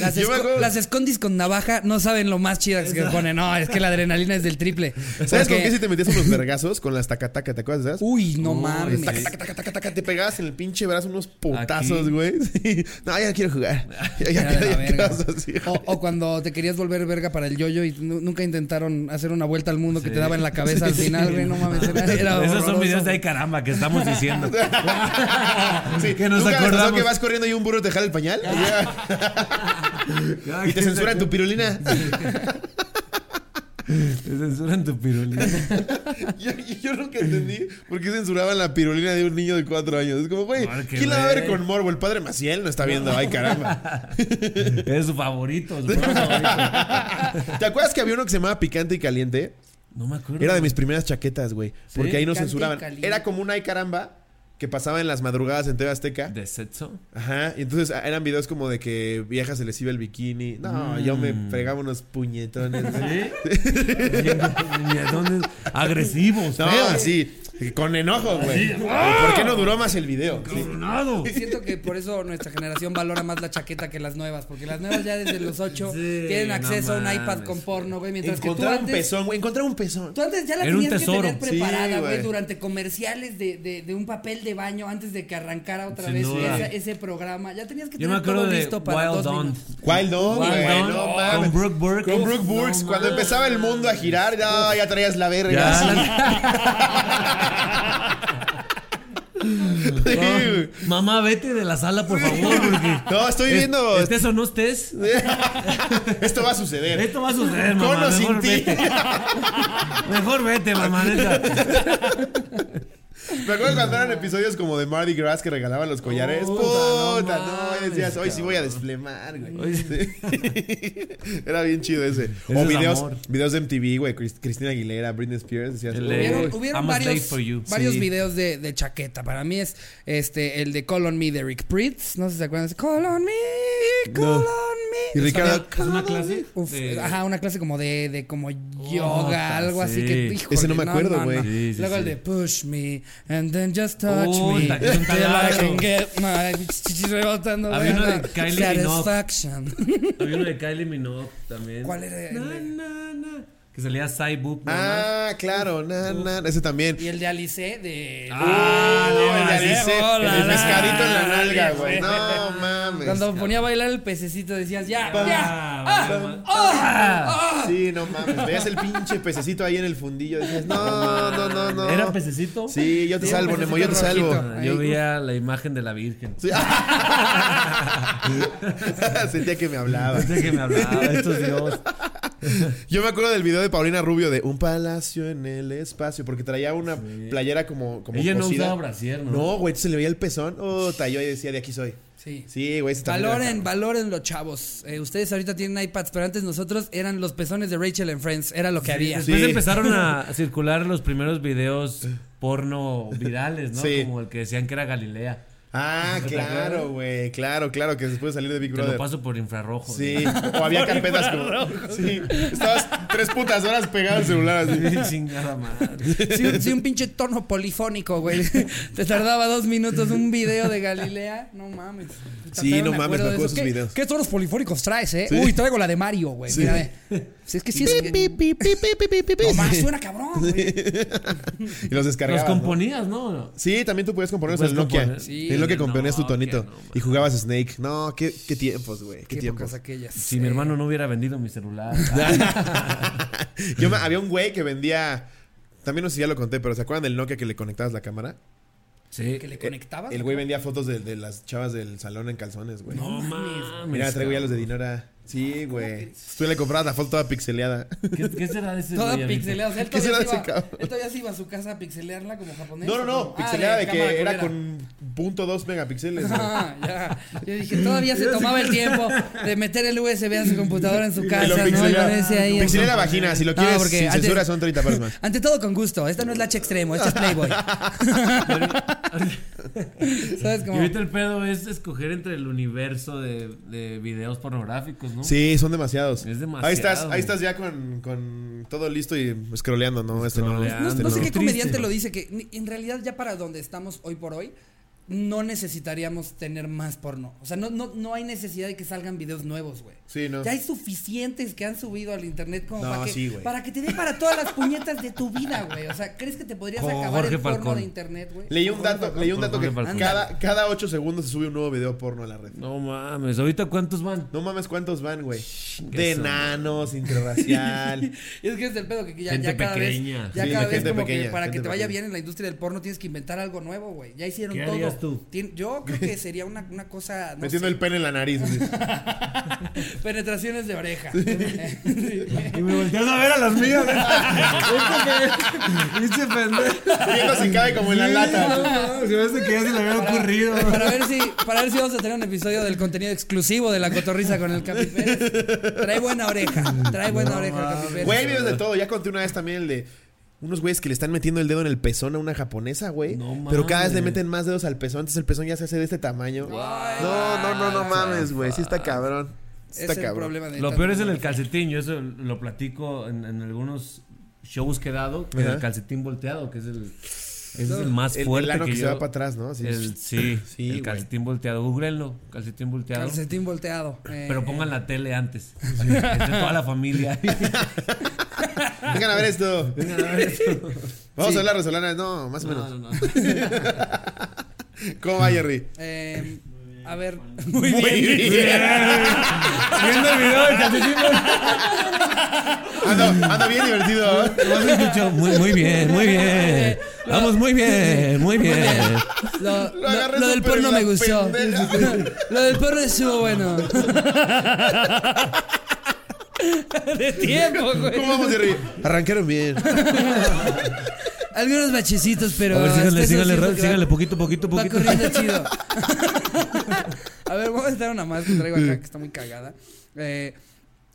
Speaker 1: Las,
Speaker 2: Yo me
Speaker 1: esco-
Speaker 2: acuerdo-
Speaker 1: las escondis con navaja no saben lo más chidas que ponen. No, es que la adrenalina es del triple.
Speaker 2: ¿Sabes con
Speaker 1: Porque-
Speaker 2: qué si te metías unos vergazos? Con las tacataca, ¿te acuerdas de esas?
Speaker 1: Uy, no mames.
Speaker 2: Taca, taca, taca, taca, taca, te pegabas en el pinche brazo unos putazos,
Speaker 3: Aquí.
Speaker 2: güey. Sí. No, ya no quiero jugar. Ya, ya,
Speaker 1: Era de la
Speaker 2: ya
Speaker 1: verga. Oh.
Speaker 2: quedas así.
Speaker 1: O, o cuando te querías volver verga para el yoyo y nu- nunca intentaron hacer una vuelta al mundo que te daba en la cabeza al final, güey. No mames. Era, era
Speaker 3: Esos son
Speaker 1: horroroso,
Speaker 3: videos de ay caramba que estamos diciendo.
Speaker 2: Sí,
Speaker 3: que nos
Speaker 2: ¿Nunca les pasó
Speaker 3: acordamos.
Speaker 2: que vas corriendo y un burro te jala el pañal?
Speaker 3: Ah,
Speaker 2: y te censuran tu pirulina.
Speaker 3: Te censuran tu pirulina.
Speaker 2: yo, yo nunca entendí por qué censuraban la pirulina de un niño de cuatro años. Es como, güey,
Speaker 3: Porque,
Speaker 2: ¿quién la va a ver
Speaker 3: güey.
Speaker 2: con morbo? El padre Maciel no está viendo. Ay, caramba.
Speaker 3: Es su favorito. su programa favorito.
Speaker 2: ¿Te acuerdas que había uno que se llamaba Picante y Caliente?
Speaker 3: No me acuerdo.
Speaker 2: Era de mis primeras chaquetas, güey. Porque ahí
Speaker 1: Picante
Speaker 2: no
Speaker 1: y
Speaker 2: censuraban.
Speaker 1: Caliente.
Speaker 2: Era como un ay, caramba que pasaba en las madrugadas en TV Azteca.
Speaker 3: ¿De sexo?
Speaker 2: Ajá, y entonces ah, eran videos como de que vieja se les iba el bikini. No, yo me
Speaker 3: Mm.
Speaker 2: fregaba unos puñetones. güey.
Speaker 3: ¿Sí? Agresivos,
Speaker 2: No,
Speaker 3: feos.
Speaker 2: así. Con enojo, güey. ¿Por qué no duró más el video? Sí.
Speaker 3: Coronado.
Speaker 1: Siento que por eso nuestra generación valora más la chaqueta que las nuevas, porque las nuevas ya desde los 8
Speaker 3: Sí,
Speaker 1: tienen
Speaker 3: no
Speaker 1: acceso a un
Speaker 3: mames.
Speaker 1: iPad con porno, güey, mientras que tú
Speaker 2: Encontrar un
Speaker 1: antes,
Speaker 2: pezón, güey. Encontrar un pezón.
Speaker 1: tú antes ya la
Speaker 3: Era un
Speaker 1: tenías que tener
Speaker 3: tesoro.
Speaker 1: preparada,
Speaker 2: Sí,
Speaker 1: güey,
Speaker 2: güey.
Speaker 1: durante comerciales de, de- de un papel de baño antes de que arrancara otra
Speaker 3: Sin
Speaker 1: vez
Speaker 3: duda.
Speaker 1: esa- ese programa. Ya tenías que
Speaker 3: Yo me
Speaker 1: tener
Speaker 3: acuerdo
Speaker 1: todo
Speaker 3: de
Speaker 1: listo para
Speaker 3: Wild
Speaker 1: dos
Speaker 3: On.
Speaker 1: minutos.
Speaker 2: ¿Cuál no,
Speaker 3: Wild
Speaker 2: güey?
Speaker 3: On,
Speaker 2: No
Speaker 3: con
Speaker 2: mames.
Speaker 3: Brooke Burke.
Speaker 2: Con Brooke
Speaker 3: Uf,
Speaker 2: Burke.
Speaker 3: no
Speaker 2: Cuando
Speaker 3: mames.
Speaker 2: empezaba el mundo a girar, ya, ya traías la verga.
Speaker 3: Ya,
Speaker 2: así. Sí, güey.
Speaker 3: la- Mamá, vete de la sala, por favor. Porque
Speaker 2: No, estoy
Speaker 3: Es- este
Speaker 2: viendo. este
Speaker 3: Estés o no estés.
Speaker 2: Esto va a suceder.
Speaker 3: Esto va a suceder,
Speaker 2: Con
Speaker 3: mamá.
Speaker 2: o sin
Speaker 3: mejor
Speaker 2: ti.
Speaker 3: vete. Mejor vete, mamá. neta.
Speaker 2: Me acuerdo cuando eran episodios como de Mardi Gras que regalaban los collares.
Speaker 3: Puta,
Speaker 2: Puta,
Speaker 3: no
Speaker 2: no,
Speaker 3: mames,
Speaker 2: y decías, hoy sí voy a desplemar, güey.
Speaker 3: Oye.
Speaker 2: Sí. Era bien chido ese. o
Speaker 3: es
Speaker 2: videos,
Speaker 3: amor.
Speaker 2: videos de MTV, güey. Crist- Cristina Aguilera, Britney Spears. Decías,
Speaker 3: El
Speaker 2: "Oh,
Speaker 3: de-
Speaker 1: Hubieron,
Speaker 3: Eh,
Speaker 1: hubieron
Speaker 3: I'm a slave
Speaker 1: varios,
Speaker 3: for you.
Speaker 1: varios
Speaker 2: Sí.
Speaker 1: videos de, de chaqueta. Para mí es este el de Call on Me de Rick Pritz. No sé si se acuerdan. Call on me, call
Speaker 2: No.
Speaker 1: on
Speaker 2: Y
Speaker 1: me.
Speaker 2: Ricardo-
Speaker 1: Call
Speaker 3: ¿Es una
Speaker 1: on
Speaker 3: clase?
Speaker 1: me. Uf,
Speaker 3: De-
Speaker 1: Ajá, una clase como de, de como yoga,
Speaker 3: Puta,
Speaker 1: algo así
Speaker 3: sí.
Speaker 1: que híjole,
Speaker 2: Ese no me acuerdo, güey.
Speaker 3: Sí, sí,
Speaker 1: Luego el
Speaker 3: sí.
Speaker 1: de Push me and then just touch me.
Speaker 3: Puta, que es un
Speaker 1: Till I
Speaker 3: calazo.
Speaker 1: can get my chichis rebotando.
Speaker 3: Había uno de
Speaker 1: ajá.
Speaker 3: Kylie Minogue.
Speaker 1: Satisfaction.
Speaker 3: Había uno de Kylie Minogue también.
Speaker 1: ¿Cuál era el
Speaker 3: Na,
Speaker 1: de-
Speaker 3: na, na. Que salía Cybook.
Speaker 2: Ah, claro, na, na. Ese también.
Speaker 1: Y el de Alice de
Speaker 3: Ah,
Speaker 2: Oh,
Speaker 3: no,
Speaker 2: el de
Speaker 3: la
Speaker 2: Alice,
Speaker 1: hola,
Speaker 2: el
Speaker 1: la,
Speaker 2: pescadito en la
Speaker 1: la, la,
Speaker 2: nalga, güey. No
Speaker 1: Cuando
Speaker 2: mames.
Speaker 1: ponía a bailar el pececito decías, ya,
Speaker 2: Pa-
Speaker 1: ya.
Speaker 3: Ah,
Speaker 2: Sí, no mames. Veías el pinche pececito ahí en el fundillo. Decías, no, no, no, no.
Speaker 3: ¿Era pececito?
Speaker 2: Sí, yo te
Speaker 1: Sí,
Speaker 2: salvo,
Speaker 1: pececito
Speaker 2: Nemo, yo te
Speaker 1: rojito.
Speaker 2: salvo.
Speaker 3: Ah,
Speaker 1: Ahí,
Speaker 3: Yo
Speaker 1: güey.
Speaker 3: veía la imagen de la Virgen.
Speaker 2: Sí. Sentía que me hablaba.
Speaker 3: Pensé que me hablaba, esto es Dios.
Speaker 2: Yo me acuerdo del video de Paulina Rubio de Un palacio en el espacio, porque traía una playera como, como
Speaker 3: Ella no
Speaker 2: cosida.
Speaker 3: usaba brasier, ¿no?
Speaker 2: No, güey, se le veía el pezón. Oh, yo ahí decía, de aquí soy.
Speaker 1: Sí.
Speaker 2: Sí, güey, ese también era
Speaker 1: Valoren,
Speaker 2: cabrón.
Speaker 1: valoren los chavos. Eh, ustedes ahorita tienen iPads, pero antes nosotros eran los pezones de Rachel and Friends. Era lo que había.
Speaker 3: Después
Speaker 2: Sí.
Speaker 3: empezaron a circular los primeros videos porno virales, ¿no?
Speaker 2: Sí.
Speaker 3: Como el que decían que era Galilea.
Speaker 2: Ah, claro, güey. Claro, claro, que después de salir de Big
Speaker 3: Te
Speaker 2: Brother.
Speaker 3: lo paso por infrarrojo.
Speaker 2: Sí, o había carpetas como. Sí, estabas tres putas horas pegado al celular así.
Speaker 3: ¿no? Chingada madre.
Speaker 1: Sí, un- sí, un pinche tono polifónico, güey. Te tardaba dos minutos un video de Galilea. No mames. Puta,
Speaker 2: Sí,
Speaker 1: todavía
Speaker 2: no mames,
Speaker 1: acuerdo
Speaker 2: me
Speaker 1: de
Speaker 2: acuerdo
Speaker 1: eso.
Speaker 2: de esos
Speaker 1: ¿Qué-
Speaker 2: videos.
Speaker 1: ¿Qué tonos polifónicos traes, eh?
Speaker 2: Sí.
Speaker 1: Uy, traigo la de Mario, güey.
Speaker 2: Sí.
Speaker 1: Mira, ve. Si es que sí es. Nomás suena cabrón, güey.
Speaker 2: Y los
Speaker 3: Los
Speaker 2: descargabas. ¿no?
Speaker 3: componías, ¿no?
Speaker 2: Sí, también tú podías componerlos en el
Speaker 3: Puedes
Speaker 2: Nokia.
Speaker 3: componer.
Speaker 1: Sí,
Speaker 2: en Nokia
Speaker 3: en el
Speaker 2: componías tu
Speaker 3: Nokia,
Speaker 2: tonito.
Speaker 3: no, man.
Speaker 2: y jugabas Snake. No, qué, qué tiempos, güey. Qué,
Speaker 1: Qué
Speaker 2: tiempos.
Speaker 1: épocas aquellas.
Speaker 3: Si mi
Speaker 1: Eh,
Speaker 3: hermano no hubiera vendido mi celular.
Speaker 2: Yo me- había un güey que vendía. También no sé si ya lo conté, pero ¿se acuerdan del Nokia que le conectabas la cámara?
Speaker 3: Sí.
Speaker 1: Que le conectabas.
Speaker 2: El güey vendía fotos de, de las chavas del salón en calzones, güey.
Speaker 3: No mames.
Speaker 2: Mira, traigo ya los de Dinora. Sí, güey. Tú le comprabas la foto toda pixeleada.
Speaker 3: ¿Qué, qué será de ese
Speaker 1: Toda
Speaker 3: güey, amigo?
Speaker 1: pixeleada. O sea, él
Speaker 2: ¿Qué
Speaker 1: todavía,
Speaker 2: será
Speaker 1: se
Speaker 2: de
Speaker 1: iba,
Speaker 2: ese cabrón?
Speaker 1: él todavía se iba a su casa a pixelearla como japonés.
Speaker 2: No, no,
Speaker 1: ¿o
Speaker 2: no.
Speaker 1: cómo? Ah,
Speaker 2: Pixeleada de
Speaker 1: cámara
Speaker 2: que era
Speaker 1: culera.
Speaker 2: con .2 megapíxeles. güey.
Speaker 1: Ah, ya. Yo dije, todavía se tomaba el tiempo de meter el USB a su computadora en su
Speaker 2: Y lo
Speaker 1: casa, ¿no? Y
Speaker 2: pixelea.
Speaker 1: ponerse ahí. en
Speaker 2: Pixelea la
Speaker 1: su-
Speaker 2: vagina. Si lo
Speaker 1: No,
Speaker 2: quieres
Speaker 1: porque
Speaker 2: sin
Speaker 1: antes-
Speaker 2: censura son 30 pesos más.
Speaker 1: Ante todo, con gusto. Esta no es lache extremo, esta es Playboy. ¿Sabes
Speaker 3: Y
Speaker 1: cómo?
Speaker 3: ahorita el pedo es escoger entre el universo de, de videos pornográficos, ¿no?
Speaker 2: Sí, son demasiados.
Speaker 3: Es demasiado.
Speaker 2: Ahí estás, ahí estás ya con, con todo listo y scrolleando, ¿no? Este no.
Speaker 3: Scrolleando.
Speaker 2: este
Speaker 1: No sé
Speaker 3: no.
Speaker 1: qué
Speaker 3: Triste.
Speaker 1: comediante lo dice, que ni- en realidad ya para donde estamos hoy por hoy, no necesitaríamos tener más porno. O sea, no, no, no hay necesidad de que salgan videos nuevos, güey.
Speaker 2: Sí, no.
Speaker 1: Ya hay suficientes que han subido al internet como
Speaker 2: No,
Speaker 1: para, que,
Speaker 2: sí, güey.
Speaker 1: para que te dé para todas las puñetas de tu vida, güey. O sea, ¿crees que te podrías
Speaker 3: Con
Speaker 1: acabar
Speaker 3: Jorge
Speaker 1: el porno
Speaker 3: Falcón.
Speaker 1: de internet, güey?
Speaker 2: Leí un dato, leí un dato que
Speaker 3: Ándale.
Speaker 2: cada, cada 8 segundos se sube un nuevo video porno a la red.
Speaker 3: No mames. ¿Ahorita cuántos van?
Speaker 2: No mames cuántos van, güey.
Speaker 3: Chingue
Speaker 2: De
Speaker 3: su madre.
Speaker 2: enanos, interracial.
Speaker 1: Y es que es el pedo que ya,
Speaker 3: Gente
Speaker 1: ya cada
Speaker 3: pequeña.
Speaker 1: vez, ya
Speaker 2: Sí,
Speaker 1: cada vez
Speaker 2: gente
Speaker 1: como que
Speaker 2: pequeña,
Speaker 1: para que
Speaker 2: gente
Speaker 1: te vaya
Speaker 2: pequeña.
Speaker 1: bien en la industria del porno tienes que inventar algo nuevo, güey. Ya hicieron
Speaker 3: ¿Qué
Speaker 1: todo.
Speaker 3: harías tú?
Speaker 1: Tien- yo creo que sería una, una cosa. no
Speaker 2: metiendo
Speaker 1: sé,
Speaker 2: el pene en la nariz. así.
Speaker 1: Penetraciones de oreja. Eh, Sí.
Speaker 3: Y me volteas a ver a las mías. Este pendejo.
Speaker 2: Viendo si cabe como en la lata.
Speaker 3: Se me hace que ya se le había ocurrido.
Speaker 1: Para ver, si, para ver si vamos a tener un episodio del contenido exclusivo de la cotorriza con el Capi Pérez. Trae buena oreja. Trae buena oreja el Capi Pérez.
Speaker 2: Güey, hay videos de todo. Ya conté una vez también el de unos güeyes que le están metiendo el dedo en el pezón a una japonesa, güey.
Speaker 3: No
Speaker 2: pero cada vez
Speaker 3: mames.
Speaker 2: le meten más dedos al pezón, entonces el pezón ya se hace de este tamaño. no, no, no, no mames, güey. Sí está cabrón. Sí
Speaker 1: Es
Speaker 2: está
Speaker 1: el
Speaker 2: cabrón.
Speaker 1: problema de
Speaker 3: Lo
Speaker 1: tanto
Speaker 3: peor es en el
Speaker 1: porno.
Speaker 3: calcetín. Yo eso lo platico en, en algunos shows que he dado. que
Speaker 2: Ajá.
Speaker 3: el calcetín volteado, que es el. Ese es el más
Speaker 2: El- el
Speaker 3: fuerte
Speaker 2: ano
Speaker 3: que,
Speaker 2: que se
Speaker 3: yo-
Speaker 2: va para atrás, ¿no? Así.
Speaker 3: el- sí,
Speaker 2: Sí,
Speaker 3: el
Speaker 2: güey.
Speaker 3: calcetín volteado. Googleenlo, calcetín volteado.
Speaker 1: Calcetín volteado. eh.
Speaker 3: Pero pongan la tele antes. Esté toda la familia.
Speaker 2: Vengan a ver esto. Vamos a hablar de Solanas. No, más o menos.
Speaker 3: No, no, no.
Speaker 2: ¿Cómo va, Jerry?
Speaker 1: Eh, a ver. Muy bien.
Speaker 3: Viendo el video del calcetín volteado.
Speaker 2: Ando, ando bien divertido. ¿eh?
Speaker 3: Nomás escucho, Muy, muy bien, muy bien. Vamos, muy bien, muy bien.
Speaker 1: Lo,
Speaker 2: Lo
Speaker 1: lo-
Speaker 2: agarré
Speaker 1: lo del
Speaker 2: súper
Speaker 1: porno
Speaker 2: en la
Speaker 1: me gustó.
Speaker 2: pendeja.
Speaker 1: lo del porno estuvo bueno. De tiempo, güey.
Speaker 2: ¿Cómo vamos, Jerry? Arrancaron bien.
Speaker 1: Algunos bachecitos, pero. este
Speaker 3: A ver, síganle,
Speaker 1: estoy
Speaker 3: síganle,
Speaker 1: seguro
Speaker 3: ra-
Speaker 1: que va-
Speaker 3: síganle, poquito, poquito,
Speaker 1: Va
Speaker 3: poquito.
Speaker 1: corriendo chido. a ver, vamos a estar una más que traigo acá que está muy cagada. Eh,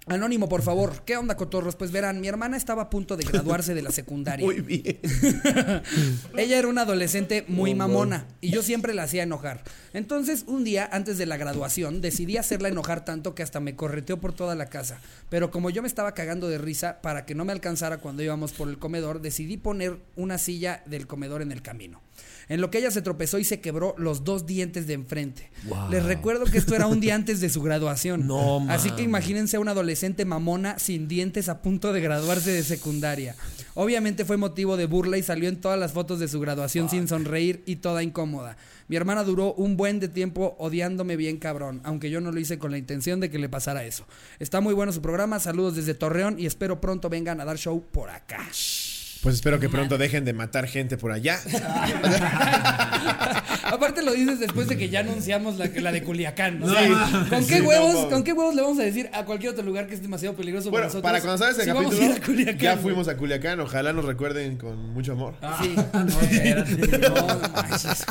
Speaker 1: Anónimo, por favor. ¿Qué onda, cotorros? Pues verán, mi hermana estaba a punto de graduarse de la secundaria.
Speaker 2: Muy bien.
Speaker 1: Ella era una adolescente muy mamona y yo siempre la hacía enojar. Entonces, un día antes de la graduación, decidí hacerla enojar tanto que hasta me correteó por toda la casa. Pero como yo me estaba cagando de risa para que no me alcanzara cuando íbamos por el comedor, decidí poner una silla del comedor en el camino. En lo que ella se tropezó y se quebró los dos dientes de enfrente.
Speaker 3: Wow.
Speaker 1: Les recuerdo que esto era un día antes de su graduación.
Speaker 3: No
Speaker 1: Así que
Speaker 3: mames.
Speaker 1: Imagínense a una adolescente mamona sin dientes a punto de graduarse de secundaria. Obviamente fue motivo de burla y salió en todas las fotos de su graduación sin sonreír y toda incómoda. Mi hermana duró un buen de tiempo odiándome bien cabrón, aunque yo no lo hice con la intención de que le pasara eso. Está muy bueno su programa, saludos desde Torreón y espero pronto vengan a dar show por acá.
Speaker 2: Pues espero que pronto dejen de matar gente por allá.
Speaker 1: Aparte lo dices después de que ya anunciamos la, la de Culiacán. ¿no?
Speaker 2: Sí.
Speaker 1: O sea, ¿Con qué
Speaker 2: Sí, no,
Speaker 1: huevos,
Speaker 2: mames.
Speaker 1: con qué huevos le vamos a decir a cualquier otro lugar que es demasiado peligroso
Speaker 2: Bueno,
Speaker 1: nosotros?
Speaker 2: para cuando salga este
Speaker 1: Sí, vamos a
Speaker 2: capítulo,
Speaker 1: ir a Culiacán,
Speaker 2: ya
Speaker 1: güey. Ah.
Speaker 2: fuimos a Culiacán. Ojalá nos recuerden con mucho amor.
Speaker 1: Sí. No, manches.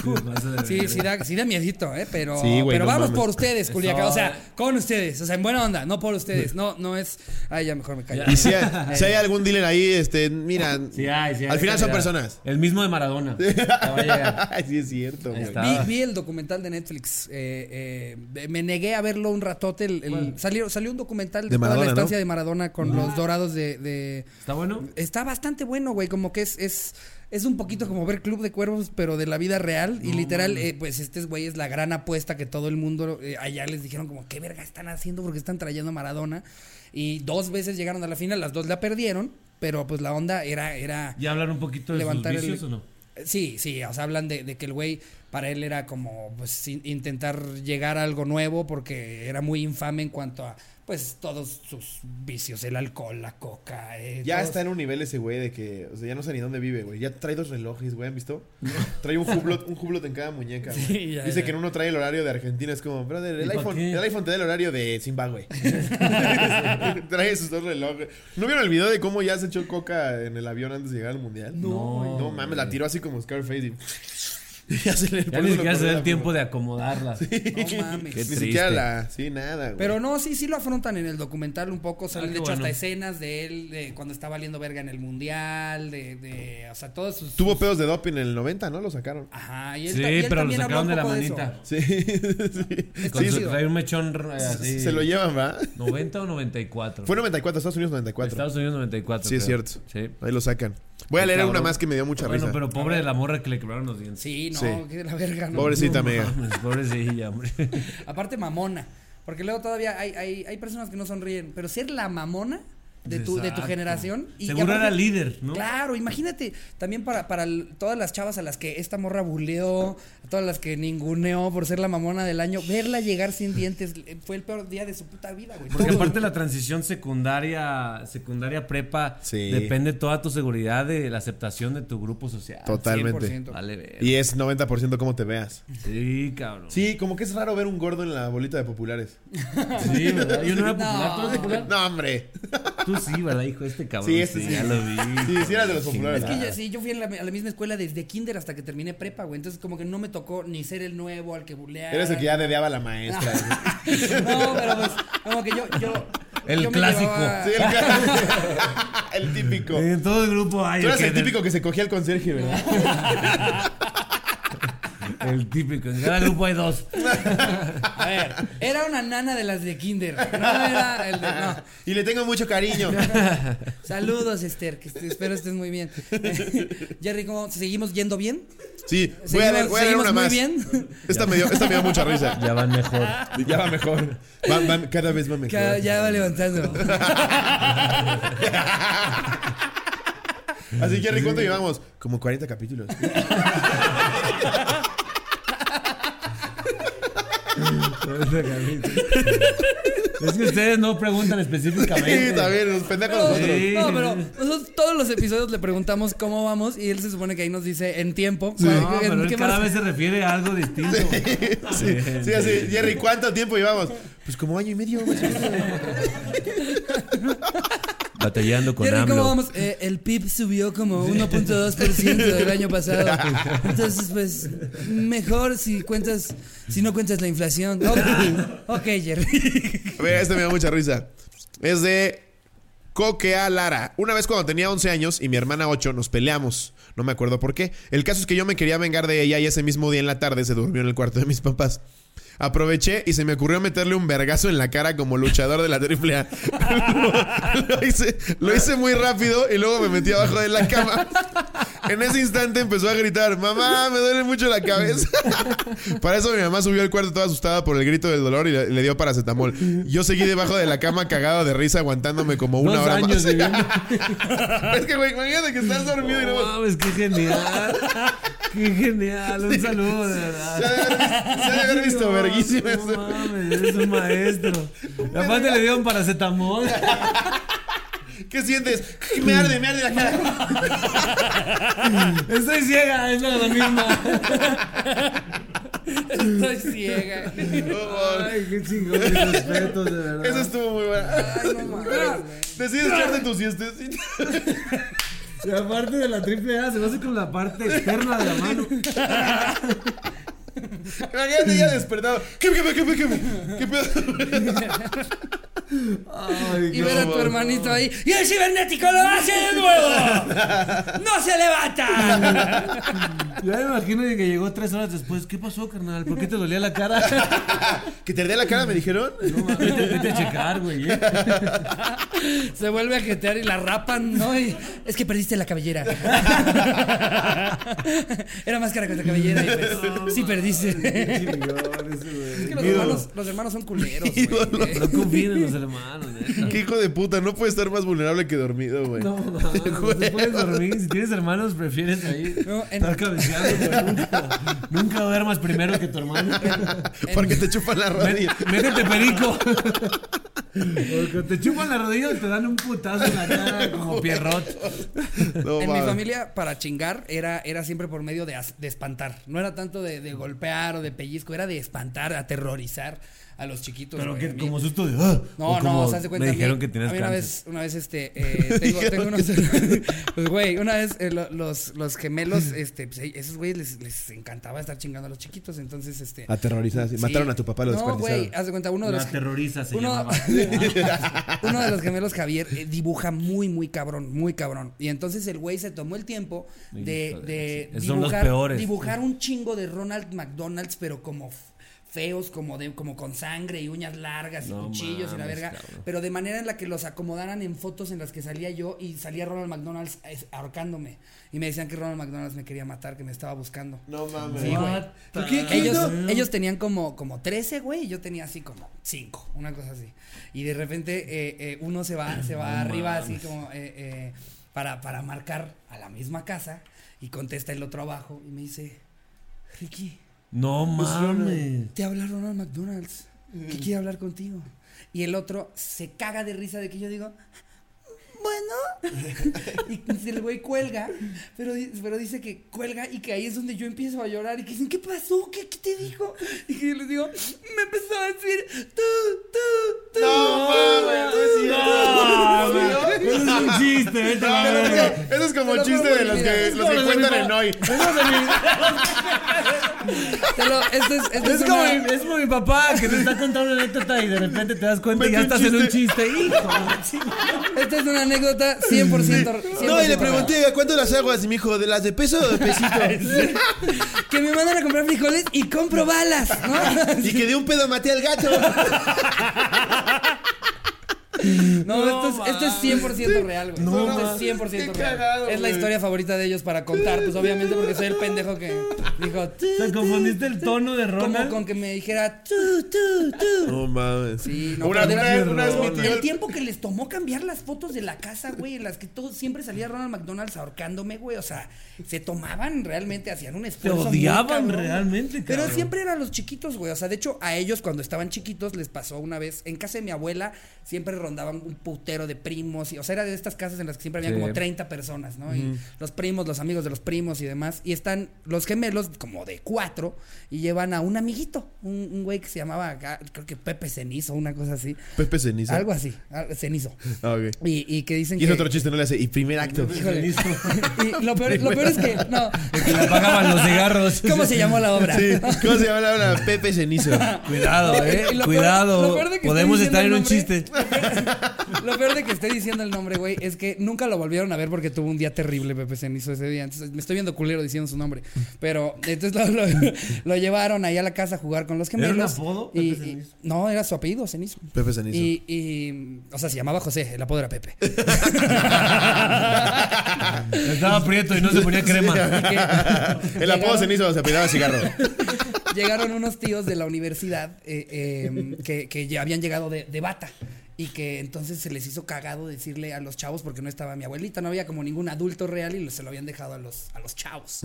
Speaker 1: Sí, sí da, sí da miedito, ¿eh? Pero,
Speaker 2: Sí, güey,
Speaker 1: pero
Speaker 2: no
Speaker 1: vamos
Speaker 2: mames.
Speaker 1: por ustedes, Culiacán. O sea, con ustedes. O sea, en buena onda, no por ustedes. No, no es. Ay, ya mejor me callo.
Speaker 2: Y si hay, si hay algún dealer ahí, este, mira.
Speaker 3: Sí, ay, sí,
Speaker 2: al
Speaker 3: ay,
Speaker 2: final son
Speaker 3: mira.
Speaker 2: personas.
Speaker 3: El mismo de Maradona. Ya va a llegar.
Speaker 2: Ay, sí, es cierto, güey.
Speaker 3: está.
Speaker 1: Vi, vi el documental de Netflix. eh, eh, me negué a verlo un ratote. El, el- salió, salió un documental
Speaker 2: De
Speaker 1: de toda la
Speaker 2: Maradona, ¿no?
Speaker 1: estancia de Maradona con los dorados de- de
Speaker 3: ¿Está bueno?
Speaker 1: Está bastante bueno, güey. Como que es, es, es un poquito como ver Club de Cuervos, pero de la vida real. Y literal, eh, pues este güey es la gran apuesta que todo el mundo eh, allá les dijeron como, ¿qué verga están haciendo? Porque están trayendo a Maradona. Y dos veces llegaron a la final, las dos la perdieron. Pero pues la onda era, era.
Speaker 3: ¿Ya hablar un poquito de
Speaker 1: Levantar el-
Speaker 3: sus vicios o no?
Speaker 1: Sí, sí, o sea, hablan de, de que el güey para él era como pues in- intentar llegar a algo nuevo porque era muy infame en cuanto a pues todos sus vicios, el alcohol, la coca. eh,
Speaker 2: Ya
Speaker 1: todos-
Speaker 2: está en un nivel ese güey de que, o sea, ya no sé ni dónde vive, güey. Ya trae dos relojes, güey, ¿han visto? Trae un Hublot, un Hublot en cada muñeca, güey.
Speaker 1: Sí, ya,
Speaker 2: Dice
Speaker 1: ya.
Speaker 2: que en uno trae el horario de Argentina, es como, brother,
Speaker 3: ¿Y
Speaker 2: el
Speaker 3: pa'
Speaker 2: iPhone,
Speaker 3: qué?
Speaker 2: el iPhone te da el horario de Zimbabue. trae sus dos relojes. ¿No vieron el video de cómo ya se echó coca en el avión antes de llegar al mundial?
Speaker 3: No,
Speaker 2: No
Speaker 3: güey.
Speaker 2: mames, la tiró así como Scarface y. ya se le
Speaker 3: Ya ni siquiera se da el tiempo de acomodarlas.
Speaker 1: No mames.
Speaker 3: Qué
Speaker 2: Ni
Speaker 3: triste.
Speaker 2: siquiera la. Sí, nada, güey.
Speaker 1: Pero no, sí, sí lo afrontan en el documental un poco. Salen,
Speaker 3: Ah, qué
Speaker 1: de hecho,
Speaker 3: bueno.
Speaker 1: hasta escenas de él de cuando está valiendo verga en el mundial, de, de o sea, todos sus...
Speaker 2: Tuvo pedos de doping en el 90, ¿no? Lo sacaron.
Speaker 3: Ah.
Speaker 1: Ajá, y él,
Speaker 3: Sí,
Speaker 1: ta- y él
Speaker 3: pero lo
Speaker 1: también habló
Speaker 3: sacaron
Speaker 1: un
Speaker 3: de la
Speaker 1: poco eso.
Speaker 3: manita.
Speaker 2: Sí. sí.
Speaker 1: Está
Speaker 3: Con
Speaker 2: Sí,
Speaker 3: su-
Speaker 1: chido.
Speaker 3: trae un mechón eh, así.
Speaker 2: Se lo llevan, ¿va?
Speaker 3: 90 o 94.
Speaker 2: Fue 94, Estados Unidos 94.
Speaker 3: Estados Unidos 94.
Speaker 2: Sí, es
Speaker 3: creo.
Speaker 2: cierto.
Speaker 3: Sí.
Speaker 2: Ahí lo sacan. Voy a leer
Speaker 3: Cabrón.
Speaker 2: una más que me dio mucha
Speaker 3: Bueno,
Speaker 2: risa.
Speaker 3: pero pobre de la morra que le quebraron los dientes.
Speaker 1: Sí, no,
Speaker 2: Sí.
Speaker 1: que la verga. No.
Speaker 2: Pobrecita
Speaker 3: No
Speaker 2: mega.
Speaker 3: mames, Pobrecilla, hombre.
Speaker 1: Aparte, mamona. Porque luego todavía hay, hay, hay personas que no sonríen, pero ser la mamona de tu, de tu
Speaker 3: Exacto.
Speaker 1: generación.
Speaker 3: Seguro era líder, ¿no?
Speaker 1: Claro, imagínate, también para, para l- todas las chavas a las que esta morra buleó, a todas las que ninguneó por ser la mamona del año, verla llegar sin dientes eh, fue el peor día de su puta vida, güey.
Speaker 3: Porque
Speaker 1: Todo.
Speaker 3: aparte la transición secundaria, secundaria prepa,
Speaker 2: Sí.
Speaker 3: depende toda tu seguridad de la aceptación de tu grupo social.
Speaker 2: Totalmente.
Speaker 1: 100%.
Speaker 3: Vale, ver.
Speaker 2: Y es 90% cómo te veas.
Speaker 3: Sí, cabrón.
Speaker 2: Sí, como que es raro ver un gordo en la bolita de populares.
Speaker 3: Sí, ¿verdad? Yo no
Speaker 1: No.
Speaker 3: era popular. ¿Tú eras popular?
Speaker 2: No, hombre.
Speaker 3: Tú sí, ¿verdad, hijo? Este cabrón.
Speaker 2: Sí, este sí.
Speaker 3: Ya lo vi.
Speaker 2: Sí, sí eras de los populares.
Speaker 1: Es que yo, sí, yo fui a la, a la misma escuela desde kinder hasta que terminé prepa, güey. Entonces, como que no me tocó ni ser el nuevo, al que bulear.
Speaker 2: Eres el que ya dedeaba a la maestra.
Speaker 1: no, pero pues, como que yo. yo
Speaker 3: El
Speaker 1: yo me
Speaker 3: clásico.
Speaker 1: llevaba-
Speaker 2: Sí, el, que- el típico. Tú
Speaker 3: En todo el grupo hay.
Speaker 2: eras el típico que se cogía al conserje, ¿verdad?
Speaker 3: El típico. En cada grupo hay dos.
Speaker 1: A ver, era una nana de las de Kinder. No era el de. No.
Speaker 2: Y le tengo mucho cariño.
Speaker 1: Saludos, Esther. Que est- espero estés muy bien. Jerry, ¿cómo seguimos yendo bien?
Speaker 2: Sí, voy a dar, voy a dar
Speaker 1: seguimos
Speaker 2: una
Speaker 1: muy
Speaker 2: más.
Speaker 1: bien.
Speaker 2: Esta me, dio, esta me dio mucha risa.
Speaker 3: Ya van mejor.
Speaker 2: Ya va mejor. Va- va- cada vez va mejor.
Speaker 1: Ca- Ya va levantando.
Speaker 2: Así que, Jerry, ¿cuánto llevamos? Como 40 capítulos.
Speaker 3: Es que ustedes no preguntan
Speaker 2: Sí,
Speaker 3: específicamente.
Speaker 2: también, los pendejos
Speaker 1: No,
Speaker 2: nosotros.
Speaker 3: Sí.
Speaker 1: no, pero nosotros todos los episodios le preguntamos cómo vamos y él se supone que ahí nos dice en tiempo.
Speaker 3: No,
Speaker 1: ¿En
Speaker 3: pero él
Speaker 1: qué
Speaker 3: cada
Speaker 1: más?
Speaker 3: vez se refiere a algo distinto.
Speaker 2: Sí, sí, así. Jerry, ¿cuánto tiempo llevamos? Pues como año y medio. más o menos.
Speaker 3: Batallando con
Speaker 1: Jerry, ¿cómo
Speaker 3: AMLO.
Speaker 1: vamos? Eh, el PIB subió como 1.2% del año pasado. Entonces, pues, mejor si cuentas, si no cuentas la inflación. Ok, ok, Jerry.
Speaker 2: A ver, esta me da mucha risa. Es de Coquea Lara. Una vez cuando tenía 11 años y mi hermana 8 nos peleamos. No me acuerdo por qué. El caso es que yo me quería vengar de ella y ese mismo día en la tarde se durmió en el cuarto de mis papás. Aproveché y se me ocurrió meterle un vergazo en la cara como luchador de la triple A. lo, lo hice, lo hice muy rápido y luego me metí abajo de la cama. En ese instante empezó a gritar, mamá, me duele mucho la cabeza. Para eso mi mamá subió al cuarto toda asustada por el grito del dolor y le, le dio paracetamol. Yo seguí debajo de la cama cagado de risa aguantándome como una
Speaker 3: Dos
Speaker 2: hora
Speaker 3: años
Speaker 2: más.
Speaker 3: viviendo.
Speaker 2: es que, güey, imagínate que estás dormido y
Speaker 3: No
Speaker 2: luego...
Speaker 3: mames, qué genial. Qué genial. Un saludo, de verdad.
Speaker 2: Se ha de haber visto- se ha de haber visto
Speaker 3: No,
Speaker 2: verguísima
Speaker 3: No
Speaker 2: ese-
Speaker 3: mames, eres un maestro. Y aparte le dieron paracetamol.
Speaker 2: ¿Qué sientes? Ay, Me arde, me arde la cara.
Speaker 3: Estoy ciega, es la misma.
Speaker 1: Estoy ciega.
Speaker 3: Ay, qué chingón, mis respetos, de verdad.
Speaker 2: Eso estuvo muy bueno.
Speaker 1: mames.
Speaker 2: Decides echarte tu siestecita.
Speaker 3: La parte de la triple A se va a hacer con la parte externa de la mano.
Speaker 2: Imagínate ya despertado. ¿Qué, qué, qué, qué, qué, qué pedo?
Speaker 3: Ay,
Speaker 1: Y
Speaker 3: no.
Speaker 1: ver a tu hermanito ahí. ¡Y el cibernético lo hace de nuevo! ¡No se levanta!
Speaker 3: Ya me imagino que llegó tres horas después. ¿Qué pasó, carnal? ¿Por qué te dolía la cara?
Speaker 2: ¿Que te ardía la cara, me dijeron?
Speaker 3: No, mames, vete, vete a checar, güey. ¿eh?
Speaker 1: Se vuelve a jetear y la rapan, ¿no? Y, es que perdiste la cabellera. Era máscara con la cabellera y pues, sí perdiste.
Speaker 3: Qué chingón ese, güey.
Speaker 1: Es que los
Speaker 2: Ídolo.
Speaker 1: hermanos, los hermanos son culeros. güey.
Speaker 2: Ídolo.
Speaker 3: No confíen en los hermanos, eh. neta.
Speaker 2: Qué hijo de puta, no puede estar más vulnerable que dormido, güey.
Speaker 3: No, mames, no te puedes dormir. Si tienes hermanos, prefieres ahí
Speaker 1: No, en-
Speaker 3: estar cabeceando, güey. Nunca, nunca duermas primero que tu hermano.
Speaker 2: Porque te chupan la rodilla.
Speaker 3: Métete perico. Porque te chupan la rodilla y te dan un putazo en la cara como Pierrot.
Speaker 2: No,
Speaker 1: en mi
Speaker 2: mames.
Speaker 1: familia, para chingar, era, era siempre por medio de, as- de espantar. No era tanto de, de golpear o de pellizco, era de espantar, aterrorizar a los chiquitos.
Speaker 3: Pero
Speaker 1: güey, a
Speaker 3: que
Speaker 1: mí.
Speaker 3: como susto de. "Ah",
Speaker 1: No,
Speaker 3: o como
Speaker 1: no, o sea, se cuenta.
Speaker 3: Me
Speaker 1: a mí-
Speaker 3: dijeron que
Speaker 1: a
Speaker 3: tenías
Speaker 1: mí una
Speaker 3: cáncer.
Speaker 1: vez, una vez, este, eh, tengo, tengo
Speaker 2: Dijeron
Speaker 1: unos. pues, güey, una vez eh, lo- los, los gemelos, este, pues, esos güeyes les, les encantaba estar chingando a los chiquitos, entonces, este.
Speaker 2: Aterrorizaste.
Speaker 1: sí.
Speaker 2: Mataron a tu papá, lo
Speaker 1: No, güey,
Speaker 2: descuartizaron.
Speaker 1: haz de cuenta, uno de
Speaker 3: La
Speaker 1: los.
Speaker 3: terroriza se
Speaker 1: uno-
Speaker 3: llamaba.
Speaker 1: uno de los gemelos, Javier, eh, dibuja muy, muy cabrón, muy cabrón. Y entonces el güey se tomó el tiempo de,
Speaker 3: Hijo de
Speaker 1: de
Speaker 3: la chingada. Son los
Speaker 1: dibujar,
Speaker 3: peores.
Speaker 1: dibujar un chingo de Ronald McDonald's, pero como f- feos, como de, como con sangre y uñas largas y
Speaker 3: No
Speaker 1: cuchillos y la
Speaker 3: mames,
Speaker 1: verga.
Speaker 3: cabrón.
Speaker 1: Pero de manera en la que los acomodaran en fotos en las que salía yo y salía Ronald McDonald's es- ahorcándome. Y me decían que Ronald McDonald's me quería matar, que me estaba buscando.
Speaker 2: No mames.
Speaker 1: Sí, güey.
Speaker 3: What the-
Speaker 1: Porque
Speaker 3: ¿Qué
Speaker 1: ellos,
Speaker 3: hizo?
Speaker 1: ellos tenían como, como 13, güey, y yo tenía así como 5, una cosa así. Y de repente eh, eh, uno se va, se va arriba así como eh, eh, para, para marcar a la misma casa y contesta el otro abajo y me dice, Ricky,
Speaker 3: No
Speaker 1: Pues
Speaker 3: mames.
Speaker 1: te habla Ronald McDonald's, que quiere hablar contigo. Y el otro se caga de risa de que yo digo, bueno. y el güey cuelga, pero, di- pero dice que cuelga y que ahí es donde yo empiezo a llorar y que dicen, ¿qué pasó? ¿Qué, qué te dijo? Y que yo les digo, me empezó a decir, tú, tú, tú.
Speaker 2: No mames, no es cierto.
Speaker 3: No, mames. Eso es un chiste, vete a la
Speaker 2: Pero,
Speaker 3: verga.
Speaker 2: güey, Eso es
Speaker 4: como
Speaker 1: Te lo
Speaker 4: chiste
Speaker 1: pongo
Speaker 4: de
Speaker 1: y
Speaker 4: los
Speaker 1: mira,
Speaker 4: que,
Speaker 1: es
Speaker 4: los que
Speaker 3: como
Speaker 4: cuentan
Speaker 3: de mi
Speaker 4: en
Speaker 3: pa-
Speaker 4: hoy.
Speaker 1: Te lo- este es, este
Speaker 3: Es
Speaker 1: es
Speaker 3: como,
Speaker 1: una-
Speaker 3: mi, es como mi papá que te está contando una anécdota y de repente te das cuenta y
Speaker 4: Mete
Speaker 3: ya
Speaker 4: un
Speaker 3: estás en un chiste. Hijo,
Speaker 1: esta es una anécdota 100%.
Speaker 2: No, y le
Speaker 1: 100%
Speaker 2: pregunté, ¿a cuánto las aguas? Y me dijo, ¿de las de peso o de pesito?
Speaker 1: real. Que me mandan a comprar frijoles y compro balas, ¿no?
Speaker 2: y que de un pedo maté al gato.
Speaker 1: No, esto, es, esto es 100% real, güey.
Speaker 4: No,
Speaker 1: esto
Speaker 4: ma.
Speaker 1: es 100%
Speaker 4: Qué
Speaker 1: real.
Speaker 4: cagado,
Speaker 1: es la
Speaker 4: güey.
Speaker 1: historia favorita de ellos para contar, pues obviamente porque soy el pendejo que dijo "Tú",
Speaker 3: te confundiste el tono de
Speaker 1: como
Speaker 3: Ronald.
Speaker 1: con que me dijera tú, tú, tú.
Speaker 2: No mames.
Speaker 1: Sí, no,
Speaker 4: Una-
Speaker 1: pero ¿eh?
Speaker 4: una
Speaker 1: era-
Speaker 4: vez- una vez mi tío-
Speaker 1: El tiempo que les tomó cambiar las fotos de la casa, güey, en las que todo, siempre salía Ronald McDonald's ahorcándome, güey. O sea, se tomaban realmente, hacían un esfuerzo. muy
Speaker 3: odiaban
Speaker 1: cabrón, güey.
Speaker 3: realmente,
Speaker 1: Pero
Speaker 3: cabrón.
Speaker 1: siempre eran los chiquitos, güey. O sea, de hecho, a ellos cuando estaban chiquitos les pasó una vez, en casa de mi abuela, siempre rondaban un putero de primos. Y, o sea, era de estas casas en las que siempre había
Speaker 3: Sí.
Speaker 1: como 30 personas, ¿no? Y los primos, los amigos de los primos y demás. Y están los gemelos como de cuatro y llevan a un amiguito, un un güey que se llamaba, acá, creo que Pepe Cenizo, una cosa así.
Speaker 2: Pepe Ceniza.
Speaker 1: Algo así, al- cenizo.
Speaker 2: Ah, ok.
Speaker 1: Y, y que dicen
Speaker 2: Y es
Speaker 1: que.
Speaker 2: otro chiste, no le hace. Y primer acto.
Speaker 1: Híjole. y lo peor, lo peor es que. No.
Speaker 3: Que le apagaban los cigarros.
Speaker 1: ¿Cómo se llamó la obra?
Speaker 2: Sí. ¿Cómo se llama la obra? Pepe Cenizo.
Speaker 3: Cuidado,
Speaker 1: Y
Speaker 3: eh.
Speaker 1: lo peor- lo
Speaker 3: Cuidado.
Speaker 1: peor de que
Speaker 3: Podemos
Speaker 1: estoy
Speaker 3: estar en
Speaker 1: diciendo
Speaker 3: un
Speaker 1: el
Speaker 3: chiste.
Speaker 1: Lo peor de que esté diciendo el nombre, güey, es que nunca lo volvieron a ver porque tuvo un día terrible Pepe Cenizo ese día. Entonces me estoy viendo culero diciendo su nombre. Pero entonces lo, lo- lo llevaron ahí a la casa a jugar con los
Speaker 3: un
Speaker 1: gemelos.
Speaker 3: apodo,
Speaker 1: Y-
Speaker 3: Pepe
Speaker 1: y-
Speaker 3: Cenizo?
Speaker 1: no, era su apellido, Cenizo.
Speaker 2: Pepe Cenizo.
Speaker 1: Y, y, o sea, se llamaba José, el apodo era Pepe.
Speaker 3: Estaba prieto y no se ponía crema.
Speaker 1: que-
Speaker 2: El apodo
Speaker 1: llegaron-
Speaker 2: Cenizo se apellidaba cigarro.
Speaker 1: Eh, Llegaron unos tíos de la universidad eh, eh, que, que ya habían llegado de, de bata y que entonces se les hizo cagado decirle a los chavos porque no estaba mi abuelita, no había como ningún adulto real y se lo habían dejado a los, a los chavos.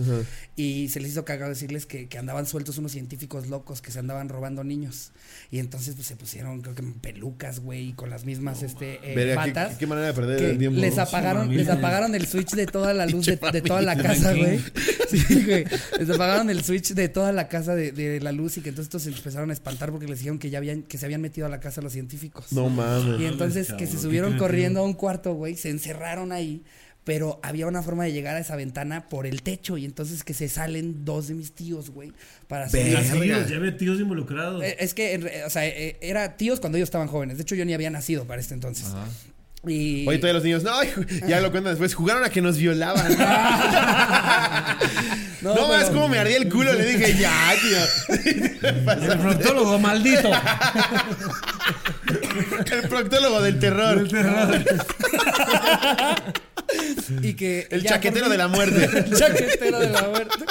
Speaker 1: Y se les hizo cagado decirles que, que andaban sueltos unos científicos locos que se andaban robando niños. Y entonces pues, se pusieron, creo que pelucas, güey, y con las mismas este, eh,
Speaker 2: Verga, qué-
Speaker 1: batas.
Speaker 2: qué- qué manera de perder
Speaker 1: que
Speaker 2: el tiempo,
Speaker 1: Les
Speaker 2: ¿no?
Speaker 1: apagaron,
Speaker 3: Sí,
Speaker 1: les
Speaker 3: mami.
Speaker 1: apagaron el switch de toda la luz de,
Speaker 2: Pinche
Speaker 1: de toda la
Speaker 2: mami.
Speaker 1: casa, güey. Sí, güey. Les apagaron el switch de toda la casa de, de la luz y que entonces estos se empezaron a espantar porque les dijeron que ya habían, que se habían metido a la casa los científicos.
Speaker 2: No
Speaker 1: Y
Speaker 2: mames.
Speaker 1: entonces que se
Speaker 3: cabrón,
Speaker 1: subieron
Speaker 3: qué
Speaker 1: corriendo a un cuarto, güey, se encerraron ahí, pero había una forma de llegar a esa ventana por el techo y entonces que se salen dos de mis tíos, güey, para subir
Speaker 2: Verga.
Speaker 3: Tíos, ya había tíos involucrados.
Speaker 1: eh, Es que, en re- o sea, eh, era tíos cuando ellos estaban jóvenes. De hecho, yo ni había nacido para este entonces. Y...
Speaker 2: Oye, todavía los niños, no, hijo, ya lo cuentan después, jugaron a que nos violaban.
Speaker 1: No,
Speaker 2: No, más
Speaker 1: pero-
Speaker 2: como me ardía el culo, le dije, ya, tío.
Speaker 3: El proctólogo, maldito.
Speaker 2: El proctólogo del terror.
Speaker 3: Este
Speaker 1: Y que
Speaker 2: El
Speaker 1: ya por
Speaker 2: chaquetero
Speaker 1: fin-
Speaker 2: de la muerte.
Speaker 1: el chaquetero de la muerte.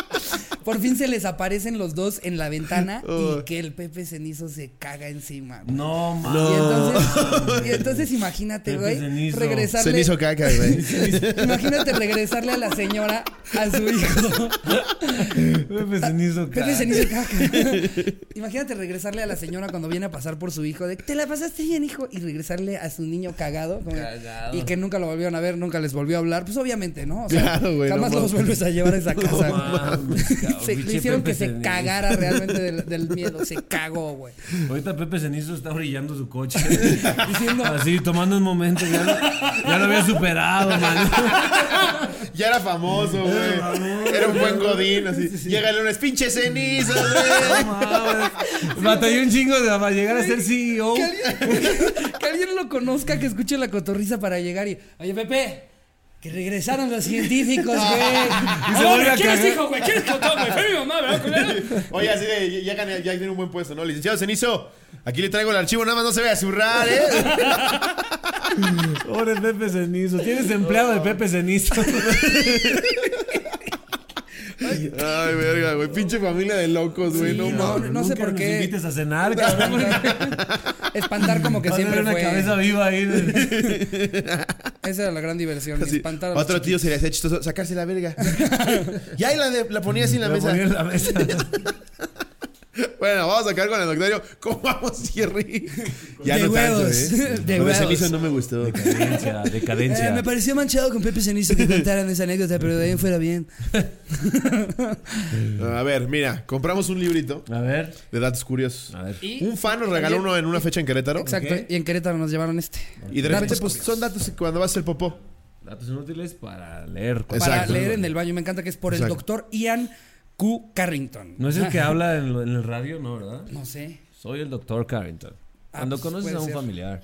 Speaker 1: Por fin se les aparecen los dos en la ventana
Speaker 2: Oh.
Speaker 1: y que el Pepe Cenizo se caga encima. güey.
Speaker 3: No, mames.
Speaker 1: Y entonces, y entonces imagínate,
Speaker 3: Pepe
Speaker 1: güey,
Speaker 3: Cenizo.
Speaker 1: regresarle.
Speaker 2: Cenizo caca, güey.
Speaker 1: Imagínate regresarle a la señora a su hijo.
Speaker 3: Pepe Cenizo,
Speaker 1: Pepe
Speaker 3: cara.
Speaker 1: Cenizo caca. Imagínate regresarle a la señora cuando viene a pasar por su hijo de te la pasaste bien, hijo, y regresarle a su niño cagado, como-
Speaker 3: Cagado.
Speaker 1: y que nunca lo volvieron a ver, nunca les volvió a hablar, pues obviamente, ¿no? O sea,
Speaker 2: Claro, güey, no
Speaker 1: jamás los
Speaker 2: mames.
Speaker 1: vuelves a llevar a esa casa.
Speaker 3: mames, cabrón,
Speaker 1: se, le
Speaker 3: pinche
Speaker 1: hicieron
Speaker 3: Pepe
Speaker 1: que se
Speaker 3: Cenizo.
Speaker 1: cagara realmente del, del miedo, se cagó, güey.
Speaker 3: Ahorita Pepe Cenizo está brillando su coche.
Speaker 1: Diciendo-
Speaker 3: Así, tomando un momento. Ya lo, ya lo había superado, man.
Speaker 2: Ya era famoso, güey. Era un buen godín, así. Llega el lunes, pinche cenizo, güey.
Speaker 3: Batallé un chingo de- para llegar a ser E CEO.
Speaker 1: Que alguien, que alguien lo conozca, que escuche la cotorriza para llegar y, oye, Pepe. Que regresaron los científicos, güey.
Speaker 3: Y se
Speaker 1: "Ah,
Speaker 3: vuelve a
Speaker 1: ¿Quién es
Speaker 3: cagar.
Speaker 1: hijo, güey? ¿Quién es cotón, güey? Fue mi mamá, ¿verdad, culero?
Speaker 2: Oye, así de, ya, gané- ya tiene un buen puesto, ¿no? Licenciado Cenizo, aquí le traigo el archivo, nada más no se vea zurrar, ¿eh?
Speaker 3: Pobre Pepe Cenizo. Tienes empleado de Pepe Cenizo.
Speaker 2: Ay, verga, güey. Pinche familia de locos, güey. no
Speaker 1: Sí,
Speaker 2: mames.
Speaker 1: no, no sé
Speaker 3: Nunca
Speaker 1: por
Speaker 3: nos
Speaker 1: qué.
Speaker 3: invites a cenar, cabrón.
Speaker 1: Espantar como que
Speaker 3: Vas a ver
Speaker 1: siempre
Speaker 3: una
Speaker 1: fue.
Speaker 3: cabeza viva ahí. de-
Speaker 1: Esa era la gran diversión.
Speaker 2: Así,
Speaker 1: Espantar a los
Speaker 2: Otro tío se le hacía chistoso, sacarse la verga. y ahí la, de- la ponía así en la
Speaker 3: la
Speaker 2: mesa.
Speaker 3: ponía en la mesa.
Speaker 2: Bueno, vamos a acabar con el doctorio. ¿Cómo vamos, Jerry?
Speaker 1: De huevos, de
Speaker 2: Lo
Speaker 1: huevos.
Speaker 2: ¿eh? Cenizo no me gustó.
Speaker 3: Decadencia, decadencia.
Speaker 1: Eh, me pareció manchado con Pepe Cenizo que contaran esa anécdota, pero de ahí en fuera bien.
Speaker 2: A ver, mira, compramos un librito
Speaker 3: A ver.
Speaker 2: de datos curiosos.
Speaker 3: A ver.
Speaker 1: Y-
Speaker 2: Un fan nos regaló
Speaker 1: También-
Speaker 2: uno en una fecha en Querétaro.
Speaker 1: Exacto.
Speaker 3: Ok.
Speaker 1: Y en Querétaro nos llevaron este.
Speaker 2: Y de repente,
Speaker 1: Datos
Speaker 2: pues son datos que cuando vas al popó.
Speaker 3: datos inútiles para leer.
Speaker 2: Es-
Speaker 1: Para
Speaker 2: Exacto.
Speaker 1: leer en el baño. Me encanta que es por
Speaker 2: Exacto.
Speaker 1: el doctor Ian Q. Carrington. Ah,
Speaker 3: No es el que habla en, lo- en el radio, ¿no, verdad?
Speaker 1: No sé.
Speaker 3: Soy el doctor Carrington.
Speaker 1: Ah,
Speaker 3: Cuando
Speaker 1: pues,
Speaker 3: conoces
Speaker 1: puede
Speaker 3: a un
Speaker 1: ser.
Speaker 3: familiar.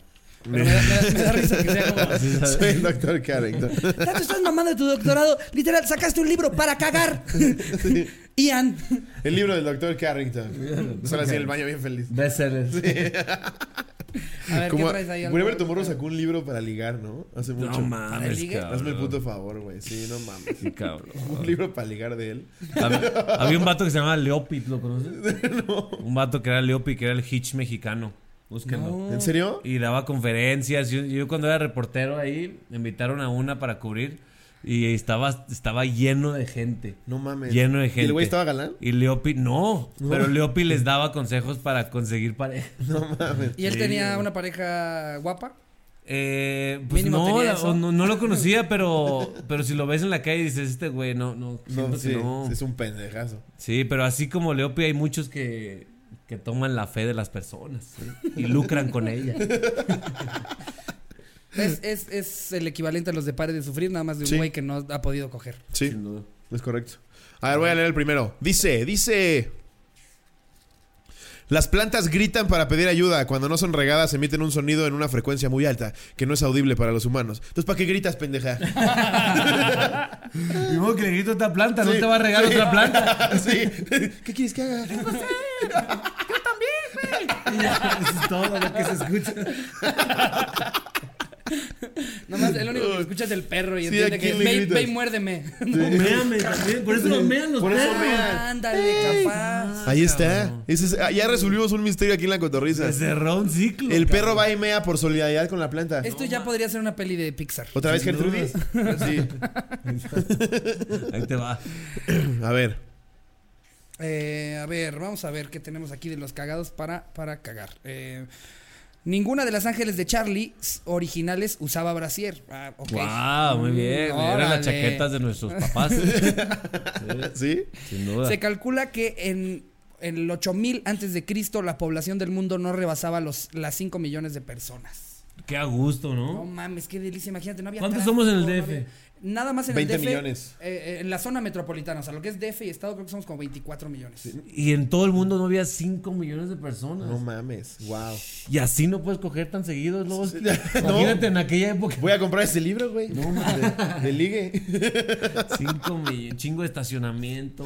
Speaker 1: Pero me da, me da- me da risa que sea como.
Speaker 2: Soy el doctor Carrington.
Speaker 1: Tato, estás mamando tu doctorado. Literal, sacaste un libro para cagar. Ian.
Speaker 2: El libro del doctor Carrington. Solo así en el baño bien feliz.
Speaker 3: Bestsellers.
Speaker 1: A ver, ¿qué
Speaker 2: Como,
Speaker 1: traes ahí?
Speaker 2: Wherever Tomorrow sacó un libro para ligar, ¿no? Hace mucho.
Speaker 3: No mames,
Speaker 1: ligue?
Speaker 3: cabrón.
Speaker 2: Hazme el puto favor, güey. Sí, no mames.
Speaker 3: Sí, cabrón.
Speaker 2: Un libro para ligar de él.
Speaker 3: Había, había un vato que se llamaba Leopi, ¿lo conoces? Un vato que era Leopi, que era el Hitch mexicano. Búsquenlo.
Speaker 2: ¿En serio?
Speaker 3: Y daba conferencias. Yo, yo cuando era reportero ahí, me invitaron a una para cubrir. Y estaba, estaba lleno de gente.
Speaker 2: No mames.
Speaker 3: Lleno de
Speaker 2: ¿Y
Speaker 3: gente.
Speaker 2: el güey estaba galán?
Speaker 3: Y Leopi, no. Pero Leopi les daba consejos para conseguir pareja.
Speaker 2: No mames.
Speaker 1: ¿Y él
Speaker 3: Sí,
Speaker 1: tenía
Speaker 3: güey.
Speaker 1: una pareja guapa?
Speaker 3: Eh, pues
Speaker 1: Mínimo
Speaker 3: no,
Speaker 1: tenía
Speaker 3: la-
Speaker 1: eso.
Speaker 3: no, no lo conocía, pero, pero si lo ves en la calle dices, este güey, no, no, siento
Speaker 2: No,
Speaker 3: que
Speaker 2: sí,
Speaker 3: no.
Speaker 2: es un pendejazo.
Speaker 3: Sí, pero así como Leopi hay muchos que, que toman la fe de las personas ¿sí? y lucran con ella.
Speaker 1: Es, es, es el equivalente a los de Pare de Sufrir, nada más de un
Speaker 2: Sí.
Speaker 1: güey que no ha podido coger.
Speaker 2: Sí,
Speaker 3: Sin duda.
Speaker 2: es correcto. A ver, voy a leer el primero. Dice, dice... Las plantas gritan para pedir ayuda. Cuando no son regadas, emiten un sonido en una frecuencia muy alta, que no es audible para los humanos. Entonces, ¿para qué gritas, pendeja?
Speaker 3: Y vos que le grito a otra planta, no
Speaker 2: Sí,
Speaker 3: te va a regalar
Speaker 2: sí.
Speaker 3: otra planta.
Speaker 2: sí. ¿Qué quieres que haga?
Speaker 3: Eso es todo lo que se escucha.
Speaker 1: Nada más, el único que escucha es el perro y
Speaker 2: Sí,
Speaker 1: entiende
Speaker 2: ¿a
Speaker 1: que
Speaker 2: quién
Speaker 1: es,
Speaker 2: le
Speaker 1: ve,
Speaker 2: gritas?
Speaker 1: ve y muérdeme.
Speaker 3: Homeame también, por eso homean los
Speaker 2: Por eso
Speaker 3: perros.
Speaker 2: mean.
Speaker 1: Ándale, capaz.
Speaker 2: Ahí está. Ese es- ah, ya resolvimos un misterio aquí en la cotorriza.
Speaker 3: Se cerró un ciclo.
Speaker 2: El perro va y mea por solidaridad con la planta.
Speaker 1: Esto ya podría ser una peli de Pixar.
Speaker 2: ¿Otra vez
Speaker 3: Sin
Speaker 2: Gertrudis? Sí.
Speaker 3: Ahí te va.
Speaker 2: A ver.
Speaker 1: Eh, a ver, vamos a ver qué tenemos aquí de los cagados para, para cagar. Eh, ninguna de las ángeles de Charlie s- originales usaba brasier. Ah, ok.
Speaker 3: Wow, muy bien. Eran
Speaker 1: Órale.
Speaker 3: las chaquetas de nuestros papás.
Speaker 2: ¿Sí?
Speaker 3: Sin duda.
Speaker 1: Se calcula que en, en el 8000 antes de Cristo la población del mundo no rebasaba los, las 5 millones de personas.
Speaker 3: Qué a gusto,
Speaker 1: No
Speaker 3: ¿no?
Speaker 1: mames, qué delicia, imagínate, no había
Speaker 3: ¿Cuántos
Speaker 1: tráfico,
Speaker 3: somos en el
Speaker 1: no
Speaker 3: DF?
Speaker 1: había- Nada más en
Speaker 2: 20
Speaker 1: el DF.
Speaker 2: millones.
Speaker 1: eh, eh, en la zona metropolitana, o sea, lo que es DF y Estado creo que somos como 24 millones.
Speaker 3: Y en todo el mundo no había 5 millones de personas.
Speaker 2: No mames. Wow.
Speaker 3: Y así no puedes coger tan seguidos, lobos. Imagínate en aquella época.
Speaker 2: Voy a comprar este libro, güey. No mames. De ligue.
Speaker 3: 5 millones, chingo de estacionamiento.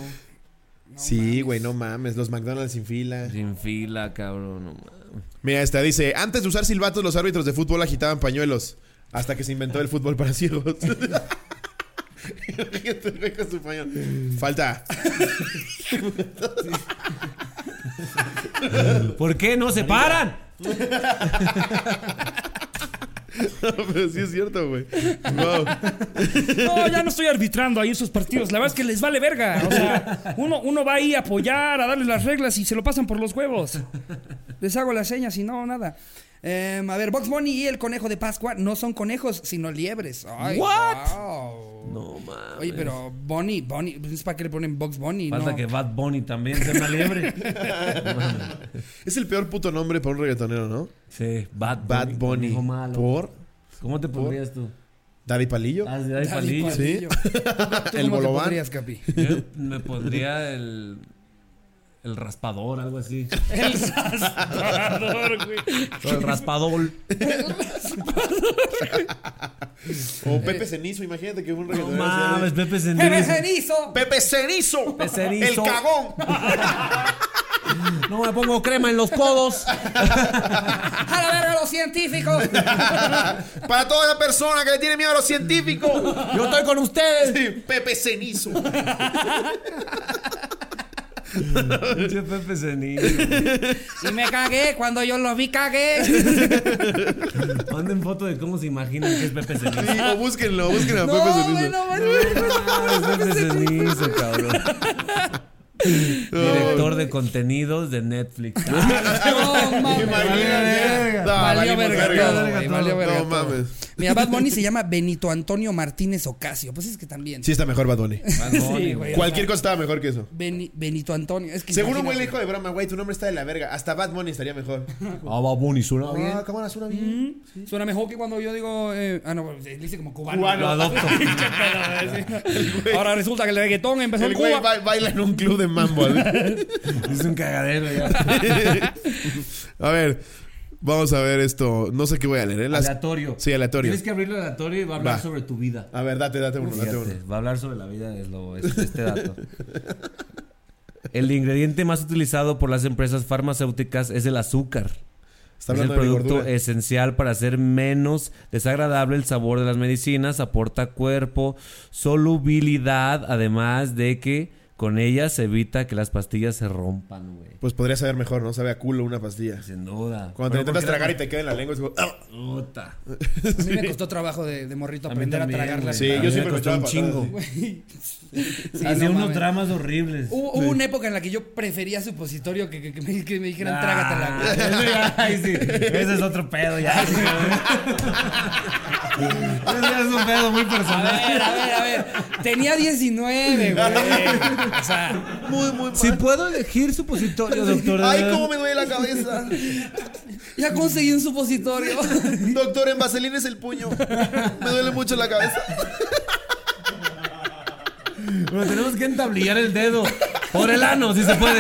Speaker 2: Sí, güey, no mames. Los McDonald's sin fila.
Speaker 3: Sin fila, cabrón. No mames.
Speaker 2: Mira esta, dice, antes de usar silbatos los árbitros de fútbol agitaban pañuelos. Hasta que se inventó el fútbol para ciegos. Imagínate el güey con su pañuelo. Falta.
Speaker 3: ¿Por qué no se paran?
Speaker 2: No, pero sí es cierto, güey. Wow.
Speaker 5: No, ya no estoy arbitrando ahí esos partidos. La verdad es que les vale verga. O sea, uno, uno va ahí a apoyar, a darles las reglas y se lo pasan por los huevos.
Speaker 1: Les hago las señas y no, nada. Em, a ver, Box Bunny y el conejo de Pascua no son conejos, sino liebres. Ay,
Speaker 3: What?
Speaker 1: wow.
Speaker 3: No mames.
Speaker 1: Oye, pero Bonnie, Bonnie, pues, ¿para qué le ponen Box Bunny?
Speaker 3: Falta
Speaker 1: no?
Speaker 3: que Bad Bunny también sea una liebre.
Speaker 2: Es el peor puto nombre para un reggaetonero, ¿no?
Speaker 3: Sí, Bad Bunny.
Speaker 2: Bad Bunny.
Speaker 3: Hijo malo.
Speaker 2: Por
Speaker 3: ¿Cómo te pondrías tú?
Speaker 2: Daddy Palillo.
Speaker 3: Ah, de
Speaker 1: Dale,
Speaker 3: ahí palillo.
Speaker 1: palillo. ¿Tú
Speaker 2: El
Speaker 1: cómo te
Speaker 2: bolobán.
Speaker 1: pondrías, Capi?
Speaker 3: Yo me pondría el. El raspador, algo así.
Speaker 5: El sastrador, güey.
Speaker 3: O el raspador.
Speaker 2: O Pepe Cenizo, imagínate que un
Speaker 3: No
Speaker 2: reggaetonero. sea de-
Speaker 3: mames, Pepe
Speaker 1: ¡Jefe
Speaker 3: Cenizo.
Speaker 1: cenizo!
Speaker 2: Pepe Cenizo.
Speaker 3: Pepe Cenizo.
Speaker 2: El cagón.
Speaker 3: No me pongo crema en los codos.
Speaker 1: ¡A la verga los científicos!
Speaker 2: para toda persona que le tiene miedo a los científicos.
Speaker 3: Yo estoy con ustedes.
Speaker 2: Sí, Pepe Cenizo.
Speaker 3: Pinche Pepe Cenizo.
Speaker 1: Y me cagué, cuando yo los vi cagué.
Speaker 3: Manden foto de cómo se imaginan que es Pepe Cenizo.
Speaker 2: Sí, o búsquenlo, búsquen a
Speaker 1: No,
Speaker 2: Pepe
Speaker 1: güey,
Speaker 2: Cenizo.
Speaker 1: no, güey, no, güey.
Speaker 3: Ah, es Pepe Cenizo, cabrón. Director de contenidos de Netflix. Ah,
Speaker 1: No, mames.
Speaker 2: Imagínate.
Speaker 1: Valió
Speaker 2: valimos
Speaker 1: verga
Speaker 2: verga.
Speaker 1: todo, güey, valió verga
Speaker 2: No
Speaker 1: todo.
Speaker 2: mames.
Speaker 1: Mira, Bad Bunny se llama Benito Antonio Martínez Ocasio. Pues es que también.
Speaker 2: Sí está mejor Bad Bunny.
Speaker 3: Bad Bunny,
Speaker 5: Sí,
Speaker 3: güey.
Speaker 5: güey.
Speaker 2: Cualquier cosa estaba mejor que eso.
Speaker 1: Beni- Benito Antonio. Es que
Speaker 2: Seguro
Speaker 1: imagínate.
Speaker 2: muy hijo de broma, güey. Tu nombre está de la verga. Hasta Bad Bunny estaría mejor.
Speaker 3: Ah, Bad Bunny suena bien.
Speaker 2: Ah, cámara, suena bien.
Speaker 1: Suena mejor que cuando yo digo. eh, ah, no, le dice como cubano.
Speaker 2: Ah,
Speaker 3: Lo adopto.
Speaker 1: Pinche pedo, güey, sí. Ahora resulta que el reggaetón empezó
Speaker 2: El
Speaker 1: en
Speaker 2: güey
Speaker 1: Cuba.
Speaker 2: ba- baila en un club de mambo. ¿no?
Speaker 3: Es un cagadero ya.
Speaker 2: a ver, vamos a ver esto. No sé qué voy a leer. ¿eh? Las-
Speaker 3: Aleatorio.
Speaker 2: Sí, aleatorio.
Speaker 3: Tienes que abrirlo aleatorio y va a hablar
Speaker 2: Va.
Speaker 3: sobre tu vida.
Speaker 2: A ver, date, date uno, date uno.
Speaker 3: Fíjate, va a hablar sobre la vida de Slobo, es- este dato. El ingrediente más utilizado por las empresas farmacéuticas es el azúcar.
Speaker 2: Está
Speaker 3: es el
Speaker 2: hablando de mi
Speaker 3: producto
Speaker 2: gordura.
Speaker 3: esencial para hacer menos desagradable el sabor de las medicinas, aporta cuerpo, solubilidad, además de que con ellas se evita que las pastillas se rompan, güey.
Speaker 2: Pues podría saber mejor, ¿no? Sabe a culo una pastilla.
Speaker 3: Sin duda.
Speaker 2: Cuando te
Speaker 3: Pero
Speaker 2: intentas
Speaker 3: ¿por qué
Speaker 2: tragar
Speaker 3: la-
Speaker 2: y te queda en la lengua, es como, "Ah".
Speaker 3: Puta.
Speaker 1: A mí me costó trabajo de, de morrito
Speaker 3: A mí
Speaker 1: aprender a,
Speaker 3: también,
Speaker 1: tragarla.
Speaker 3: güey.
Speaker 2: Sí,
Speaker 3: A mí
Speaker 2: yo
Speaker 3: me
Speaker 2: siempre
Speaker 3: costó un
Speaker 2: escuchaba patadas,
Speaker 3: chingo.
Speaker 1: Sí,
Speaker 3: Hacía
Speaker 1: no
Speaker 3: unos
Speaker 1: mames.
Speaker 3: dramas horribles.
Speaker 1: Hubo, hubo una época en la que yo prefería supositorio que, que- que me, que me dijeran trágatela. güey.
Speaker 3: Ah, Ay, sí. Ese es otro pedo ya. sí, güey. Ese es un pedo muy
Speaker 1: A ver,
Speaker 3: personal.
Speaker 1: a ver, a ver. Tenía 19, güey. O sea,
Speaker 2: Muy, muy mal.
Speaker 3: Si puedo elegir supositorio, doctor.
Speaker 2: Ay, cómo me duele la cabeza.
Speaker 1: ya conseguí un supositorio.
Speaker 2: Doctor, en vaselina es el puño. Me duele mucho la cabeza.
Speaker 3: Pero tenemos que entablillar el dedo. Por el ano, si se puede.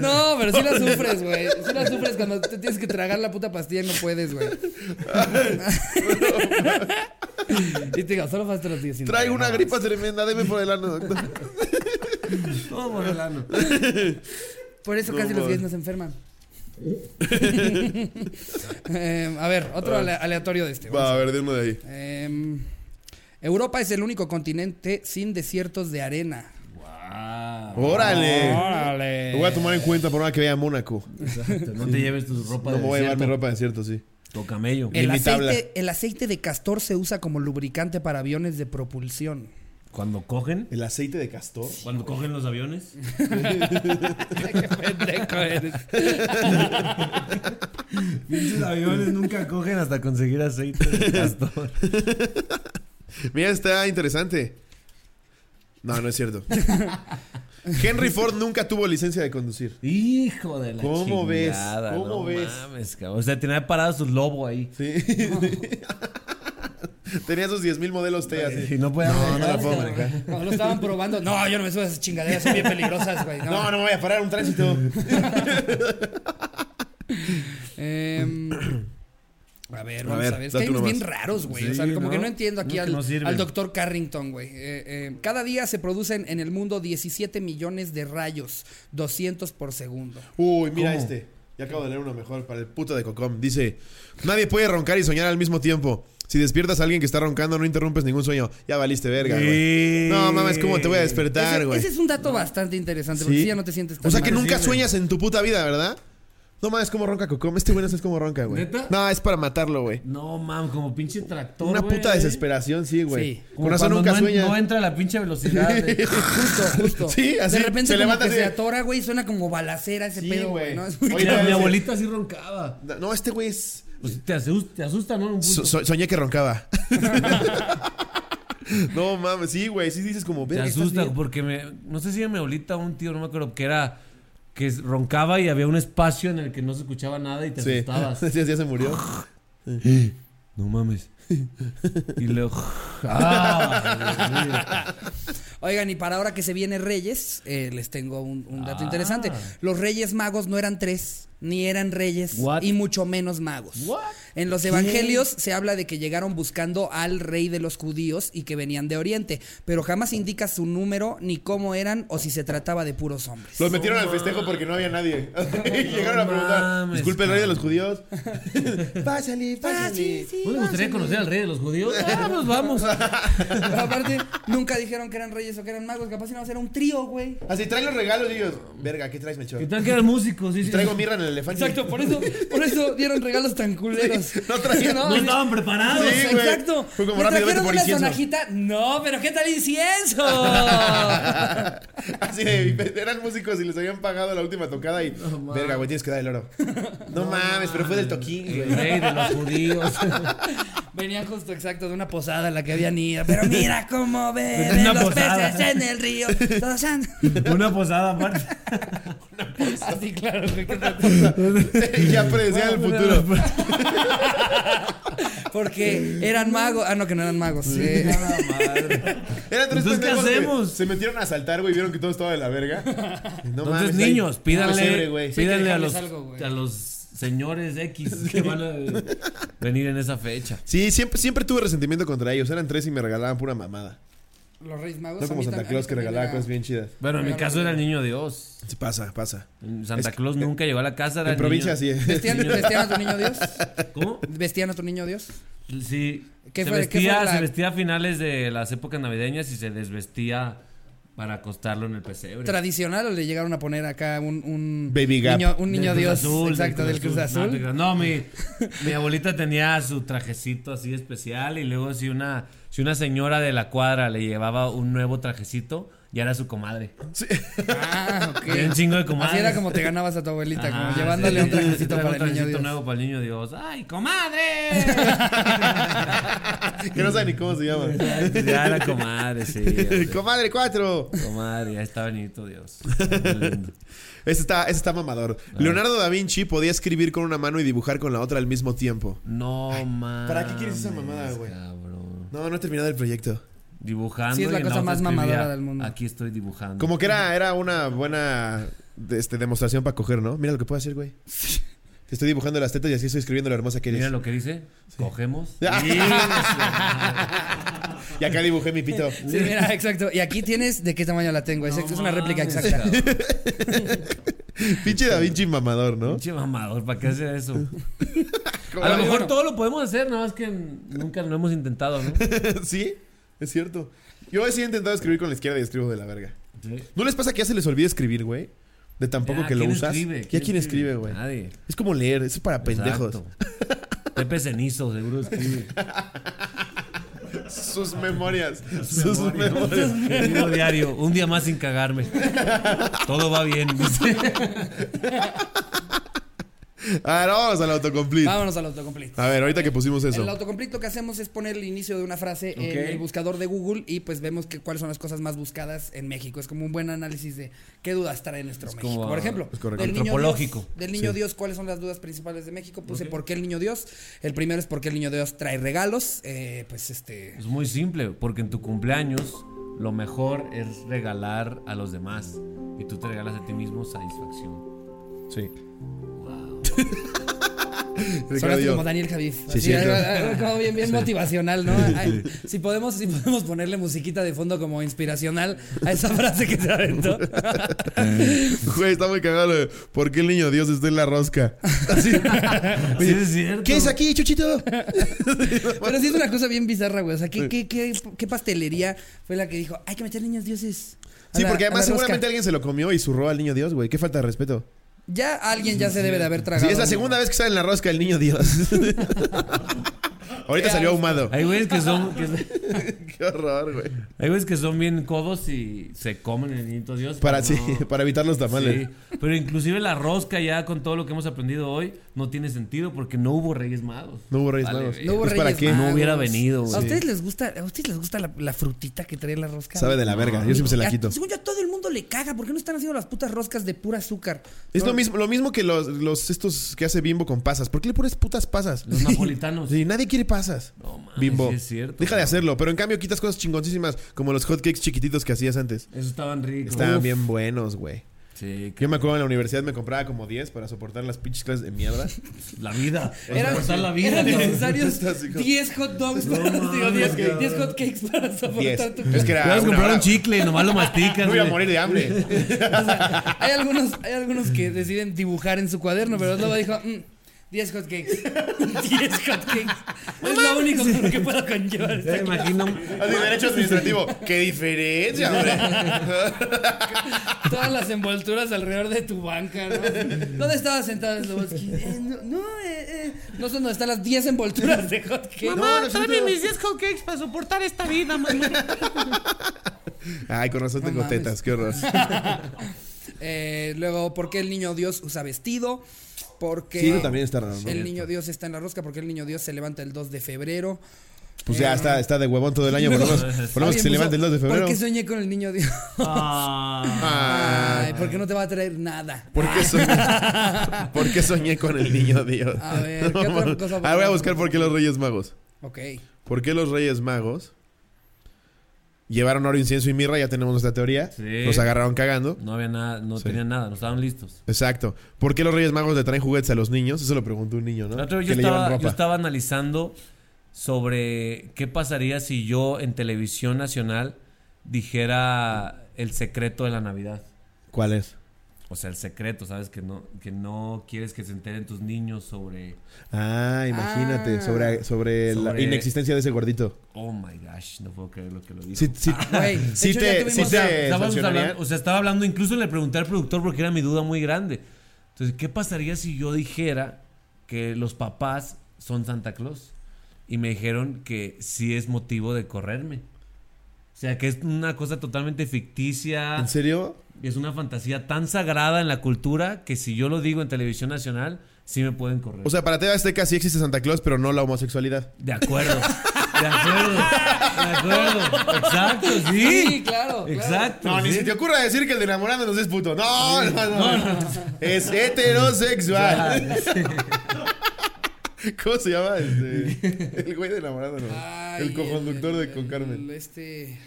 Speaker 1: No, pero sí la sufres, güey. Sí la sufres cuando te tienes que tragar la puta pastilla y no puedes, güey. y te digo, solo pasaste los 19.
Speaker 2: Traigo una gripa tremenda. Deme por el ano, doctor.
Speaker 3: Todo por el ano.
Speaker 1: Por eso casi los gays no se enferman. Eh, a ver, otro ale- aleatorio de este.
Speaker 2: Va, a ver, de uno de ahí.
Speaker 1: Em, Europa es el único continente sin desiertos de arena.
Speaker 2: Oh. ¡Órale!
Speaker 1: Órale.
Speaker 2: Lo voy a tomar en cuenta por una que vea a Mónaco.
Speaker 3: Exacto, No te lleves tu ropa
Speaker 2: No
Speaker 3: de
Speaker 2: me voy a llevar mi
Speaker 3: desierto.
Speaker 2: ropa de cierto, sí.
Speaker 3: Tu camello.
Speaker 1: El
Speaker 2: Ni mi tabla.
Speaker 1: aceite, el aceite de castor se usa como lubricante para aviones de propulsión.
Speaker 3: Cuando cogen.
Speaker 2: ¿El aceite de castor?
Speaker 3: Cuando cogen los aviones.
Speaker 1: Qué pendejo eres.
Speaker 3: Los aviones nunca cogen hasta conseguir aceite. de castor.
Speaker 2: Mira, está interesante. No, no es cierto. Henry Ford nunca tuvo licencia de conducir.
Speaker 3: Hijo de la
Speaker 2: ¿Cómo ves?
Speaker 3: chingada,
Speaker 2: ¿Cómo
Speaker 3: no
Speaker 2: ves?
Speaker 3: mames, cabrón. O sea, tenía parado sus lobo ahí.
Speaker 2: Sí. Tenía esos 10.000 modelos T así.
Speaker 3: Y no podía
Speaker 2: No, no la puedo manejar.
Speaker 1: Cuando lo estaban probando, no, yo no me subo a esas chingaderas, son bien peligrosas, güey. No.
Speaker 2: No, no me voy a parar un tránsito.
Speaker 1: Em, a ver, vamos a ver.
Speaker 2: ver,
Speaker 1: Es que
Speaker 2: date
Speaker 1: hay unos
Speaker 2: uno
Speaker 1: bien
Speaker 2: más.
Speaker 1: raros, güey.
Speaker 3: Sí,
Speaker 1: o sea, como
Speaker 3: ¿no?
Speaker 1: que no entiendo aquí
Speaker 3: No, que
Speaker 1: al,
Speaker 3: no sirven.
Speaker 1: al doctor Carrington, güey. Eh, eh, cada día se producen en el mundo 17 millones de rayos, 200 por segundo.
Speaker 2: Uy, mira
Speaker 3: ¿Cómo?
Speaker 2: este. Ya acabo de leer uno mejor para el puto de Cocom. Dice: Nadie puede roncar y soñar al mismo tiempo. Si despiertas a alguien que está roncando, no interrumpes ningún sueño. Ya valiste verga, güey.
Speaker 3: Sí.
Speaker 2: No mames, ¿cómo te voy a
Speaker 1: Ese,
Speaker 2: despertar, güey?
Speaker 1: ese es un dato bastante interesante, porque
Speaker 2: Sí.
Speaker 1: si ya no te sientes tan
Speaker 2: O sea que
Speaker 1: mal.
Speaker 2: nunca sueñas en tu puta vida, ¿verdad? No mames, cómo ronca Cocom. Este güey no sabes cómo ronca, güey.
Speaker 3: ¿Neta?
Speaker 2: No, es para matarlo, güey.
Speaker 3: No, mam, como pinche tractor.
Speaker 2: Una
Speaker 3: güey.
Speaker 2: puta desesperación, sí, güey.
Speaker 1: Sí.
Speaker 3: Como
Speaker 2: Con eso
Speaker 3: cuando
Speaker 2: nunca
Speaker 3: no,
Speaker 2: sueña.
Speaker 3: No entra a la pinche velocidad. eh. de-
Speaker 1: Justo, justo.
Speaker 2: Sí, así,
Speaker 1: De repente
Speaker 2: se
Speaker 1: como
Speaker 2: levanta
Speaker 1: que
Speaker 2: así
Speaker 1: se
Speaker 2: de-
Speaker 1: atora, güey, suena como balacera ese
Speaker 2: Sí,
Speaker 1: pedo, güey.
Speaker 2: güey.
Speaker 1: ¿no? Es
Speaker 2: Oye,
Speaker 1: muy-
Speaker 3: Mira, mi
Speaker 2: sí.
Speaker 3: abuelita así roncaba.
Speaker 2: No, este güey es.
Speaker 3: Pues te asusta, te asusta ¿no? Un
Speaker 2: so-
Speaker 3: punto.
Speaker 2: so- soñé que roncaba. no mames, sí, güey. Sí dices como,
Speaker 3: te
Speaker 2: verga. ¿estás
Speaker 3: asusta
Speaker 2: bien?".
Speaker 3: porque me... No sé si era mi abuelita o un tío, no me acuerdo, que era... Que roncaba y había un espacio en el que no se escuchaba nada y te
Speaker 2: Sí.
Speaker 3: asustabas. Ah,
Speaker 2: Sí, ya se murió.
Speaker 3: No mames. Y luego... ¡Ah!
Speaker 1: Oigan, y para ahora que se viene Reyes, eh, les tengo un, un dato interesante. Los Reyes Magos no eran tres, ni eran reyes,
Speaker 3: What?
Speaker 1: y mucho menos magos. En los evangelios se habla de que llegaron buscando al rey de los judíos y que venían de Oriente, pero jamás indica su número, ni cómo eran, o si se trataba de puros hombres.
Speaker 2: Los metieron al festejo porque no había nadie. Y Llegaron a preguntar:
Speaker 3: mames,
Speaker 2: Disculpe, el rey de los judíos. pásale, pásale.
Speaker 3: ¿No le gustaría conocer al rey de los judíos? Vamos, vamos.
Speaker 1: Pero aparte, nunca dijeron que eran reyes o que eran magos, capaz si no, era un trío, güey.
Speaker 2: Así traen los regalos y ellos. Verga, ¿qué traes, Mecho?
Speaker 3: ¿Qué tal que eran músicos? Sí, sí.
Speaker 2: Traigo mirra en el el elefante.
Speaker 1: Exacto, por eso, por eso dieron regalos tan culeros.
Speaker 2: no traían-
Speaker 1: No,
Speaker 2: no
Speaker 3: estaban preparados.
Speaker 2: Sí, güey.
Speaker 1: exacto.
Speaker 2: Fue como
Speaker 1: ¿Me
Speaker 2: rápido, vete
Speaker 1: trajeron
Speaker 2: por
Speaker 1: una
Speaker 2: incienso.
Speaker 1: sonajita? No, pero ¿qué tal incienso?
Speaker 2: Así de, eran músicos y les habían pagado la última tocada y. verga, güey, tienes que dar el oro. No, mames, pero fue del toquín, güey.
Speaker 3: Rey de los judíos.
Speaker 1: Venían justo exacto de una posada en la que habían ido. Pero mira cómo beben
Speaker 3: Una
Speaker 1: los
Speaker 3: posada.
Speaker 1: peces en el río. Todos han-
Speaker 3: Una posada aparte.
Speaker 1: Así, claro. güey, que-
Speaker 2: Y ya predecían el futuro.
Speaker 1: Porque eran magos. Ah, no, que no eran magos. eh,
Speaker 2: Eran tres
Speaker 3: Entonces, ¿qué
Speaker 2: pendejos que
Speaker 3: hacemos?
Speaker 2: Se metieron a saltar, güey, vieron que todo estaba de la verga. No
Speaker 3: Entonces,
Speaker 2: ahí-
Speaker 3: niños, pídanle,
Speaker 2: Pesebre, güey.
Speaker 3: pídanle a,
Speaker 1: dejarles
Speaker 3: los,
Speaker 1: algo, güey.
Speaker 3: a los señores X que van a venir en esa fecha.
Speaker 2: Sí, siempre, siempre tuve resentimiento contra ellos. Eran tres y me regalaban pura mamada.
Speaker 1: Los Reyes Magos.
Speaker 2: No
Speaker 1: a
Speaker 2: como
Speaker 1: mí
Speaker 2: Santa
Speaker 1: tam- a
Speaker 2: Claus
Speaker 1: mí
Speaker 2: que
Speaker 1: también
Speaker 2: regalaba
Speaker 1: era-
Speaker 2: cosas bien chidas.
Speaker 3: Bueno, en mi caso era niño Dios.
Speaker 2: Sí, Pasa, pasa.
Speaker 3: Santa Claus nunca llegó a la casa. Era
Speaker 2: En provincia
Speaker 3: niño.
Speaker 2: sí es.
Speaker 1: ¿Vestían, vestían a tu niño Dios?
Speaker 3: ¿Cómo?
Speaker 1: ¿Vestían a tu niño Dios?
Speaker 3: Sí.
Speaker 1: ¿Qué
Speaker 3: se,
Speaker 1: fue- qué
Speaker 3: vestía,
Speaker 1: fue la-
Speaker 3: se vestía a finales de las épocas navideñas y se desvestía para acostarlo en el pesebre.
Speaker 1: ¿Tradicional o le llegaron a poner acá un, un
Speaker 2: Baby Gap.
Speaker 1: niño, un niño
Speaker 3: Del
Speaker 1: Dios?
Speaker 3: Cruz Azul,
Speaker 1: exacto, del Cruz
Speaker 3: No, te
Speaker 1: Azul.
Speaker 3: creas. No, mi, mi abuelita tenía su trajecito así especial y luego si una, si una señora de la cuadra le llevaba un nuevo trajecito, ya era su comadre.
Speaker 1: Ah, ok.
Speaker 3: Era un chingo de comadres.
Speaker 1: Así era como te ganabas a tu abuelita,
Speaker 3: Ah,
Speaker 1: como llevándole
Speaker 3: sí,
Speaker 1: un trajecito
Speaker 3: traigo
Speaker 1: para
Speaker 3: un
Speaker 1: el niño
Speaker 3: trajecito
Speaker 1: Dios.
Speaker 3: nuevo para el niño Dios. ¡Ay, comadre!
Speaker 2: que no saben ni cómo se llama.
Speaker 3: ya era comadre, sí. hombre.
Speaker 2: Comadre 4.
Speaker 3: Comadre, ya estaba el niñito Dios. Qué lindo.
Speaker 2: Ese está, ese está mamador. Leonardo da Vinci podía escribir con una mano y dibujar con la otra al mismo tiempo.
Speaker 3: No mames.
Speaker 2: ¿para qué quieres esa mamada, güey?
Speaker 3: cabrón.
Speaker 2: No, no he terminado el proyecto.
Speaker 3: Dibujando.
Speaker 1: Sí, es la
Speaker 3: y en
Speaker 1: cosa
Speaker 3: otra
Speaker 1: más
Speaker 3: escribía,
Speaker 1: mamadora del mundo.
Speaker 3: Aquí estoy dibujando.
Speaker 2: Como que era, era una buena de- este, demostración para coger, ¿no? Mira lo que puedo hacer, güey. Te estoy dibujando las tetas y así estoy escribiendo lo hermosa que eres.
Speaker 3: Mira lo que dice. Cogemos.
Speaker 2: y acá dibujé mi pito.
Speaker 1: Sí, mira, exacto. Y aquí tienes de qué tamaño la tengo. exacto, es una réplica
Speaker 3: mames,
Speaker 1: exacta.
Speaker 3: cabrón.
Speaker 2: Pinche Da Vinci mamador, ¿no?
Speaker 3: Pinche mamador, ¿para qué hacer eso?
Speaker 2: Como-
Speaker 3: A lo mejor
Speaker 1: bueno.
Speaker 3: todo lo podemos hacer, nada más que nunca lo hemos intentado, ¿no?
Speaker 2: sí, es cierto. Yo sí he intentado escribir con la izquierda y escribo de la verga.
Speaker 3: Sí.
Speaker 2: ¿No les pasa que ya se les olvida escribir, güey? De tampoco
Speaker 3: Ya,
Speaker 2: que lo
Speaker 3: ¿quién
Speaker 2: usas.
Speaker 3: escribe?
Speaker 2: ¿Ya quién escribe, güey?
Speaker 3: Nadie.
Speaker 2: Es como leer, es para pendejos.
Speaker 3: Exacto. Pepe Cenizo, seguro escribe.
Speaker 2: Sus memorias. Sus memorias.
Speaker 3: Escribo diario, un día más sin cagarme. Todo va bien. dice.
Speaker 2: A ver, Ah, vamos al autocomplete.
Speaker 1: Vámonos al autocomplete.
Speaker 2: A ver, ahorita que pusimos eso.
Speaker 1: El autocomplete lo que hacemos es poner el inicio de una frase
Speaker 3: Ok.
Speaker 1: en el buscador de Google y pues vemos que, cuáles son las cosas más buscadas en México. Es como un buen análisis de qué dudas trae nuestro México.
Speaker 3: como,
Speaker 1: Por ejemplo,
Speaker 3: es correcto.
Speaker 1: del niño,
Speaker 3: Antropológico.
Speaker 1: Dios, del niño Dios, cuáles son las dudas principales de México. Puse por qué el niño Dios. El primero es por qué el niño Dios trae regalos. Eh, pues este...
Speaker 3: Es muy simple, porque en tu cumpleaños lo mejor es regalar a los demás y tú te regalas a ti mismo satisfacción.
Speaker 2: Sí. Ricardo,
Speaker 1: Sonaste
Speaker 2: yo.
Speaker 1: como Daniel Javif.
Speaker 2: Sí,
Speaker 1: Así,
Speaker 2: cierto.
Speaker 1: ah, ah, como bien, bien motivacional, ¿no? Ay, si, podemos, si podemos ponerle musiquita de fondo como inspiracional a esa frase que se aventó.
Speaker 2: Güey, está muy cagado. lo de, ¿Por qué el niño Dios está en la rosca? Así.
Speaker 3: Sí, es cierto.
Speaker 2: ¿Qué es aquí, Chuchito?
Speaker 1: Pero sí es una cosa bien bizarra, güey. O sea, ¿qué, qué, qué, qué pastelería fue la que dijo, hay que meter niños dioses? a
Speaker 2: Sí,
Speaker 1: la-
Speaker 2: porque
Speaker 1: a la
Speaker 2: además
Speaker 1: rosca"?
Speaker 2: seguramente alguien se lo comió y zurró al niño Dios, güey. Qué falta de respeto.
Speaker 1: Ya alguien ya se debe de haber tragado.
Speaker 2: Sí, es la
Speaker 1: uno.
Speaker 2: segunda vez que sale en la rosca el niño Dios. Ahorita salió ahumado.
Speaker 3: Hay güeyes que son... que-
Speaker 2: Qué horror, güey.
Speaker 3: hay güeyes que son bien codos y se comen el niñito Dios.
Speaker 2: Para,
Speaker 3: pero
Speaker 2: sí,
Speaker 3: no.
Speaker 2: para evitar los tamales.
Speaker 3: Sí, pero inclusive la rosca ya con todo lo que hemos aprendido hoy no tiene sentido porque no hubo Reyes Magos.
Speaker 2: No hubo reyes
Speaker 3: Vale, eh,
Speaker 2: magos.
Speaker 3: güey.
Speaker 1: No hubo
Speaker 2: Pues, ¿Para
Speaker 1: Reyes
Speaker 2: qué?
Speaker 1: Magos.
Speaker 3: No hubiera venido, güey.
Speaker 1: ¿A ustedes les gusta, a ustedes les gusta la, la frutita que trae la rosca?
Speaker 2: Sabe de la verga. Yo siempre se la
Speaker 1: A-
Speaker 2: quito.
Speaker 1: Según yo, a todo el mundo le caga. ¿Por qué no están haciendo las putas roscas de pura azúcar?
Speaker 2: Es
Speaker 1: No,
Speaker 2: lo mismo, lo mismo que los, los estos que hace Bimbo con pasas. ¿Por qué le pones putas pasas?
Speaker 3: Los napolitanos.
Speaker 2: Sí, nadie quiere pasas.
Speaker 3: No mames,
Speaker 2: Bimbo.
Speaker 3: sí es cierto,
Speaker 2: Deja de
Speaker 3: cabrón.
Speaker 2: hacerlo, pero en cambio quitas cosas chingoncísimas como los hotcakes chiquititos que hacías antes.
Speaker 3: Esos estaban ricos.
Speaker 2: Estaban
Speaker 3: Uf.
Speaker 2: bien buenos, güey.
Speaker 3: Sí, que-
Speaker 2: Yo me acuerdo en la universidad me compraba como 10 para soportar las pinches clases de mierda.
Speaker 3: la vida.
Speaker 1: Eran,
Speaker 3: Soportar la vida.
Speaker 1: eran
Speaker 3: cabrón.
Speaker 1: necesarios
Speaker 2: Está así como-
Speaker 1: 10 hot dogs
Speaker 3: No
Speaker 1: para, digo,
Speaker 3: mames,
Speaker 1: 10,
Speaker 3: cabrón.
Speaker 1: 10 hot cakes para
Speaker 2: 10.
Speaker 1: soportar tu
Speaker 2: Es que era.
Speaker 3: Puedes
Speaker 2: una
Speaker 3: comprar
Speaker 2: hora, güey.
Speaker 3: un chicle, nomás lo masticas.
Speaker 2: Voy a
Speaker 3: güey.
Speaker 2: morir de hambre.
Speaker 1: O sea, hay algunos, hay algunos que deciden dibujar en su cuaderno, pero luego dijo, "Mm, 10 hotcakes. 10 hotcakes. Es lo único con lo que puedo conllevar. este, esta
Speaker 3: Ya me imagino.
Speaker 2: Así, derecho administrativo. ¡Qué diferencia, hombre!
Speaker 1: Todas las envolturas alrededor de tu banca, ¿no? ¿Dónde estaba sentado Slobodsky? Eh, no, no, eh, eh. no sé dónde están las 10 envolturas de hotcakes.
Speaker 2: Mamá, No, tráeme necesito- mis
Speaker 3: 10 hotcakes para soportar esta vida, mamá.
Speaker 2: Ay, con razón tengo
Speaker 1: mames.
Speaker 2: tetas, qué horror.
Speaker 1: Eh, luego, ¿por qué el niño Dios usa vestido? Porque
Speaker 2: Sí, eso también está raro, ¿no?
Speaker 1: el niño Dios está en la rosca, porque el niño Dios se levanta el 2 de febrero.
Speaker 2: Pues ya está, está de huevón todo el año. Por lo
Speaker 1: Luego-
Speaker 2: menos, por lo menos que se
Speaker 1: Alguien
Speaker 2: levante el 2 de
Speaker 1: puso,
Speaker 2: febrero.
Speaker 1: ¿Por qué soñé con el niño Dios?
Speaker 3: Ah.
Speaker 1: Ay, porque no te va a traer nada.
Speaker 2: Ah, ¿Por qué, soñé, ¿Por qué soñé con el niño Dios?
Speaker 1: A ver, ¿qué otra cosa?
Speaker 2: Ah, voy a buscar por qué los Reyes Magos.
Speaker 1: Ok.
Speaker 2: ¿Por qué los Reyes Magos llevaron oro, incienso y mirra? Ya tenemos nuestra teoría.
Speaker 3: Sí.
Speaker 2: Los agarraron cagando.
Speaker 3: No había nada, no
Speaker 2: Sí.
Speaker 3: tenían nada, no estaban listos.
Speaker 2: Exacto. ¿Por qué los Reyes Magos le traen juguetes a los niños? Eso lo preguntó un niño, ¿no?
Speaker 3: La
Speaker 2: Que
Speaker 3: otra vez
Speaker 2: le
Speaker 3: yo
Speaker 2: llevan
Speaker 3: estaba, yo
Speaker 2: ropa.
Speaker 3: estaba analizando sobre qué pasaría si yo en televisión nacional dijera el secreto de la Navidad.
Speaker 2: ¿Cuál es?
Speaker 3: O sea, el secreto, ¿sabes? Que no, que no quieres que se enteren tus niños sobre...
Speaker 2: Ah, imagínate.
Speaker 1: Ah.
Speaker 2: Sobre, sobre la
Speaker 3: Sobre-
Speaker 2: inexistencia de ese gordito.
Speaker 3: Oh, my gosh, no puedo creer lo que lo dijo.
Speaker 2: Sí, sí,
Speaker 1: Ah, Güey, de
Speaker 2: sí
Speaker 1: hecho, ya
Speaker 2: te,
Speaker 1: tuvimos-
Speaker 2: sí
Speaker 1: o sea,
Speaker 2: te
Speaker 3: Estábamos
Speaker 2: sancionarían.
Speaker 3: hablando- o sea, estaba hablando, incluso le pregunté al productor porque era mi duda muy grande. Entonces, ¿qué pasaría si yo dijera que los papás son Santa Claus? Y me dijeron que sí es motivo de correrme. O sea, que es una cosa totalmente ficticia.
Speaker 2: ¿En serio?
Speaker 3: Y es una fantasía tan sagrada en la cultura que si yo lo digo en televisión nacional, sí me pueden correr.
Speaker 2: O sea, para TV Azteca sí existe Santa Claus, pero no la homosexualidad.
Speaker 3: de acuerdo. De acuerdo. De acuerdo. Exacto, sí.
Speaker 1: Sí, claro, claro.
Speaker 3: Exacto.
Speaker 2: No, ni
Speaker 3: sí.
Speaker 2: se te ocurra decir que el de enamorándonos es puto. No, no, no. Es heterosexual. ¿Cómo se llama? Este, el güey de enamorándonos.
Speaker 1: Ay,
Speaker 2: el coconductor
Speaker 1: el-
Speaker 2: de Con
Speaker 1: el-
Speaker 2: Carmen.
Speaker 1: Este.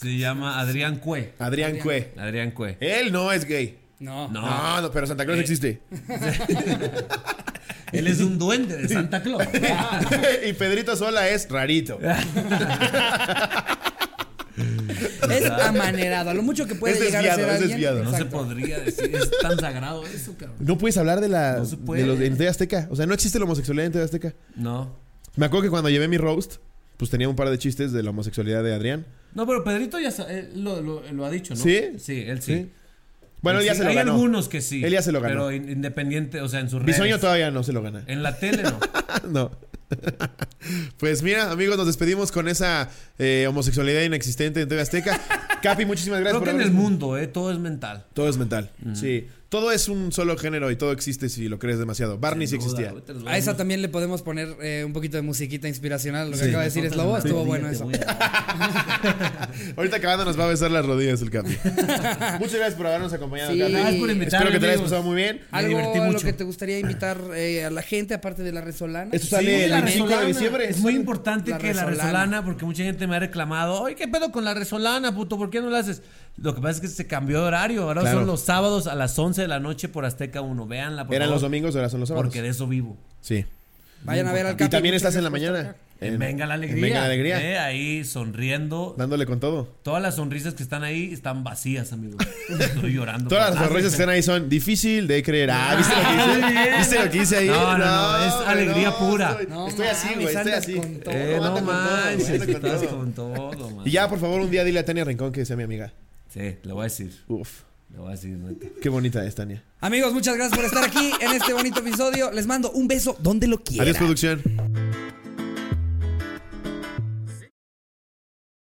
Speaker 3: Se llama Adrián Cue.
Speaker 2: Adrián Cue.
Speaker 3: Adrián Cue.
Speaker 2: Él no es gay.
Speaker 1: No.
Speaker 3: No.
Speaker 2: No, Eh. no, pero Santa Claus existe.
Speaker 3: Él es un duende de Santa Claus.
Speaker 2: y Pedrito Sola es rarito.
Speaker 1: Es amanerado. A lo mucho que puede
Speaker 2: Es
Speaker 1: llegar a ser
Speaker 2: desviado,
Speaker 1: alguien.
Speaker 2: es desviado.
Speaker 3: No se
Speaker 1: Exacto.
Speaker 3: podría decir. Es tan sagrado eso, cabrón.
Speaker 2: No puedes hablar de la
Speaker 3: No se puede.
Speaker 2: de los en TV Azteca. O sea, no existe la homosexualidad en TV Azteca.
Speaker 3: No.
Speaker 2: Me acuerdo que cuando llevé mi roast, pues tenía un par de chistes de la homosexualidad de Adrián.
Speaker 3: No, pero Pedrito ya sa- él lo, lo- lo ha dicho, ¿no?
Speaker 2: ¿Sí?
Speaker 3: Sí, él sí.
Speaker 2: Sí. Bueno,
Speaker 3: Él
Speaker 2: él ya
Speaker 3: sí.
Speaker 2: se lo
Speaker 3: Hay
Speaker 2: ganó.
Speaker 3: algunos que sí.
Speaker 2: Él ya se lo ganó.
Speaker 3: Pero in- independiente, o sea, en sus redes.
Speaker 2: Bisoño todavía no se lo gana.
Speaker 3: En la tele, ¿no?
Speaker 2: no. pues mira, amigos, nos despedimos con esa eh, homosexualidad inexistente en TV Azteca. Capi, muchísimas gracias
Speaker 3: Creo que en
Speaker 2: haber-
Speaker 3: el mundo, ¿eh? Todo es mental.
Speaker 2: Todo es mental. Sí. Todo es un solo género y todo existe si lo crees demasiado. Barney sí existía.
Speaker 1: A esa también le podemos poner eh, un poquito de musiquita inspiracional. Lo que
Speaker 2: Sí.
Speaker 1: acaba de decir es lobo. Estuvo bueno eso.
Speaker 2: Ahorita acabando nos va a besar las rodillas el Capi. Muchas gracias por habernos acompañado,
Speaker 1: Sí.
Speaker 2: Capi.
Speaker 1: Gracias por
Speaker 2: Espero que te hayas pasado muy bien.
Speaker 3: Me
Speaker 1: Algo
Speaker 3: divertí
Speaker 1: a lo
Speaker 3: mucho.
Speaker 1: que te gustaría invitar eh, a la gente, aparte de la resolana.
Speaker 2: Esto sale el
Speaker 3: la
Speaker 2: 25 de
Speaker 3: resolana.
Speaker 2: diciembre.
Speaker 3: Es muy importante
Speaker 1: La
Speaker 3: que la
Speaker 1: resolana.
Speaker 3: resolana, porque mucha gente me ha reclamado, oye, ¿qué pedo con la resolana, puto? ¿Por qué no la haces? Lo que pasa es que se cambió de horario, ahora
Speaker 2: Claro.
Speaker 3: son los sábados a las 11 de la noche por Azteca 1. Véanla, por
Speaker 2: Eran
Speaker 3: favor,
Speaker 2: los domingos, ahora son los sábados.
Speaker 3: Porque de eso vivo.
Speaker 2: Sí.
Speaker 1: Vayan a ver al
Speaker 2: Y
Speaker 1: Capi.
Speaker 2: también
Speaker 1: muchas
Speaker 2: estás en la
Speaker 1: gracias por estar
Speaker 2: mañana.
Speaker 1: acá.
Speaker 2: En-
Speaker 3: Venga la
Speaker 2: en
Speaker 3: alegría.
Speaker 2: Venga la alegría.
Speaker 3: Eh, ahí sonriendo.
Speaker 2: Dándole con todo.
Speaker 3: Todas las sonrisas que están ahí están vacías, amigos. Estoy llorando.
Speaker 2: Todas las
Speaker 3: Ah,
Speaker 2: sonrisas que están ahí son difícil de creer. Ah, ¿viste lo que
Speaker 3: Muy
Speaker 2: hice?
Speaker 3: bien.
Speaker 2: ¿Viste lo que hice ahí?
Speaker 3: No, no, no, es
Speaker 2: güey,
Speaker 3: alegría pura.
Speaker 2: Estoy,
Speaker 1: No
Speaker 2: estoy así,
Speaker 1: mames,
Speaker 2: güey. Estoy
Speaker 1: andas
Speaker 2: así.
Speaker 1: con todo.
Speaker 3: Eh,
Speaker 2: Ando
Speaker 3: no
Speaker 2: con todo,
Speaker 3: manches,
Speaker 2: ando con
Speaker 3: estás
Speaker 2: todo.
Speaker 3: con todo, man.
Speaker 2: Y ya, por favor, un día dile a Tania Rincón que sea mi amiga.
Speaker 3: Sí, le voy a decir.
Speaker 2: Uf,
Speaker 3: Le voy a decir, neta.
Speaker 2: qué bonita es Tania.
Speaker 1: Amigos, muchas gracias por estar aquí en este bonito episodio. Les mando un beso donde lo quieran.
Speaker 2: Adiós, producción.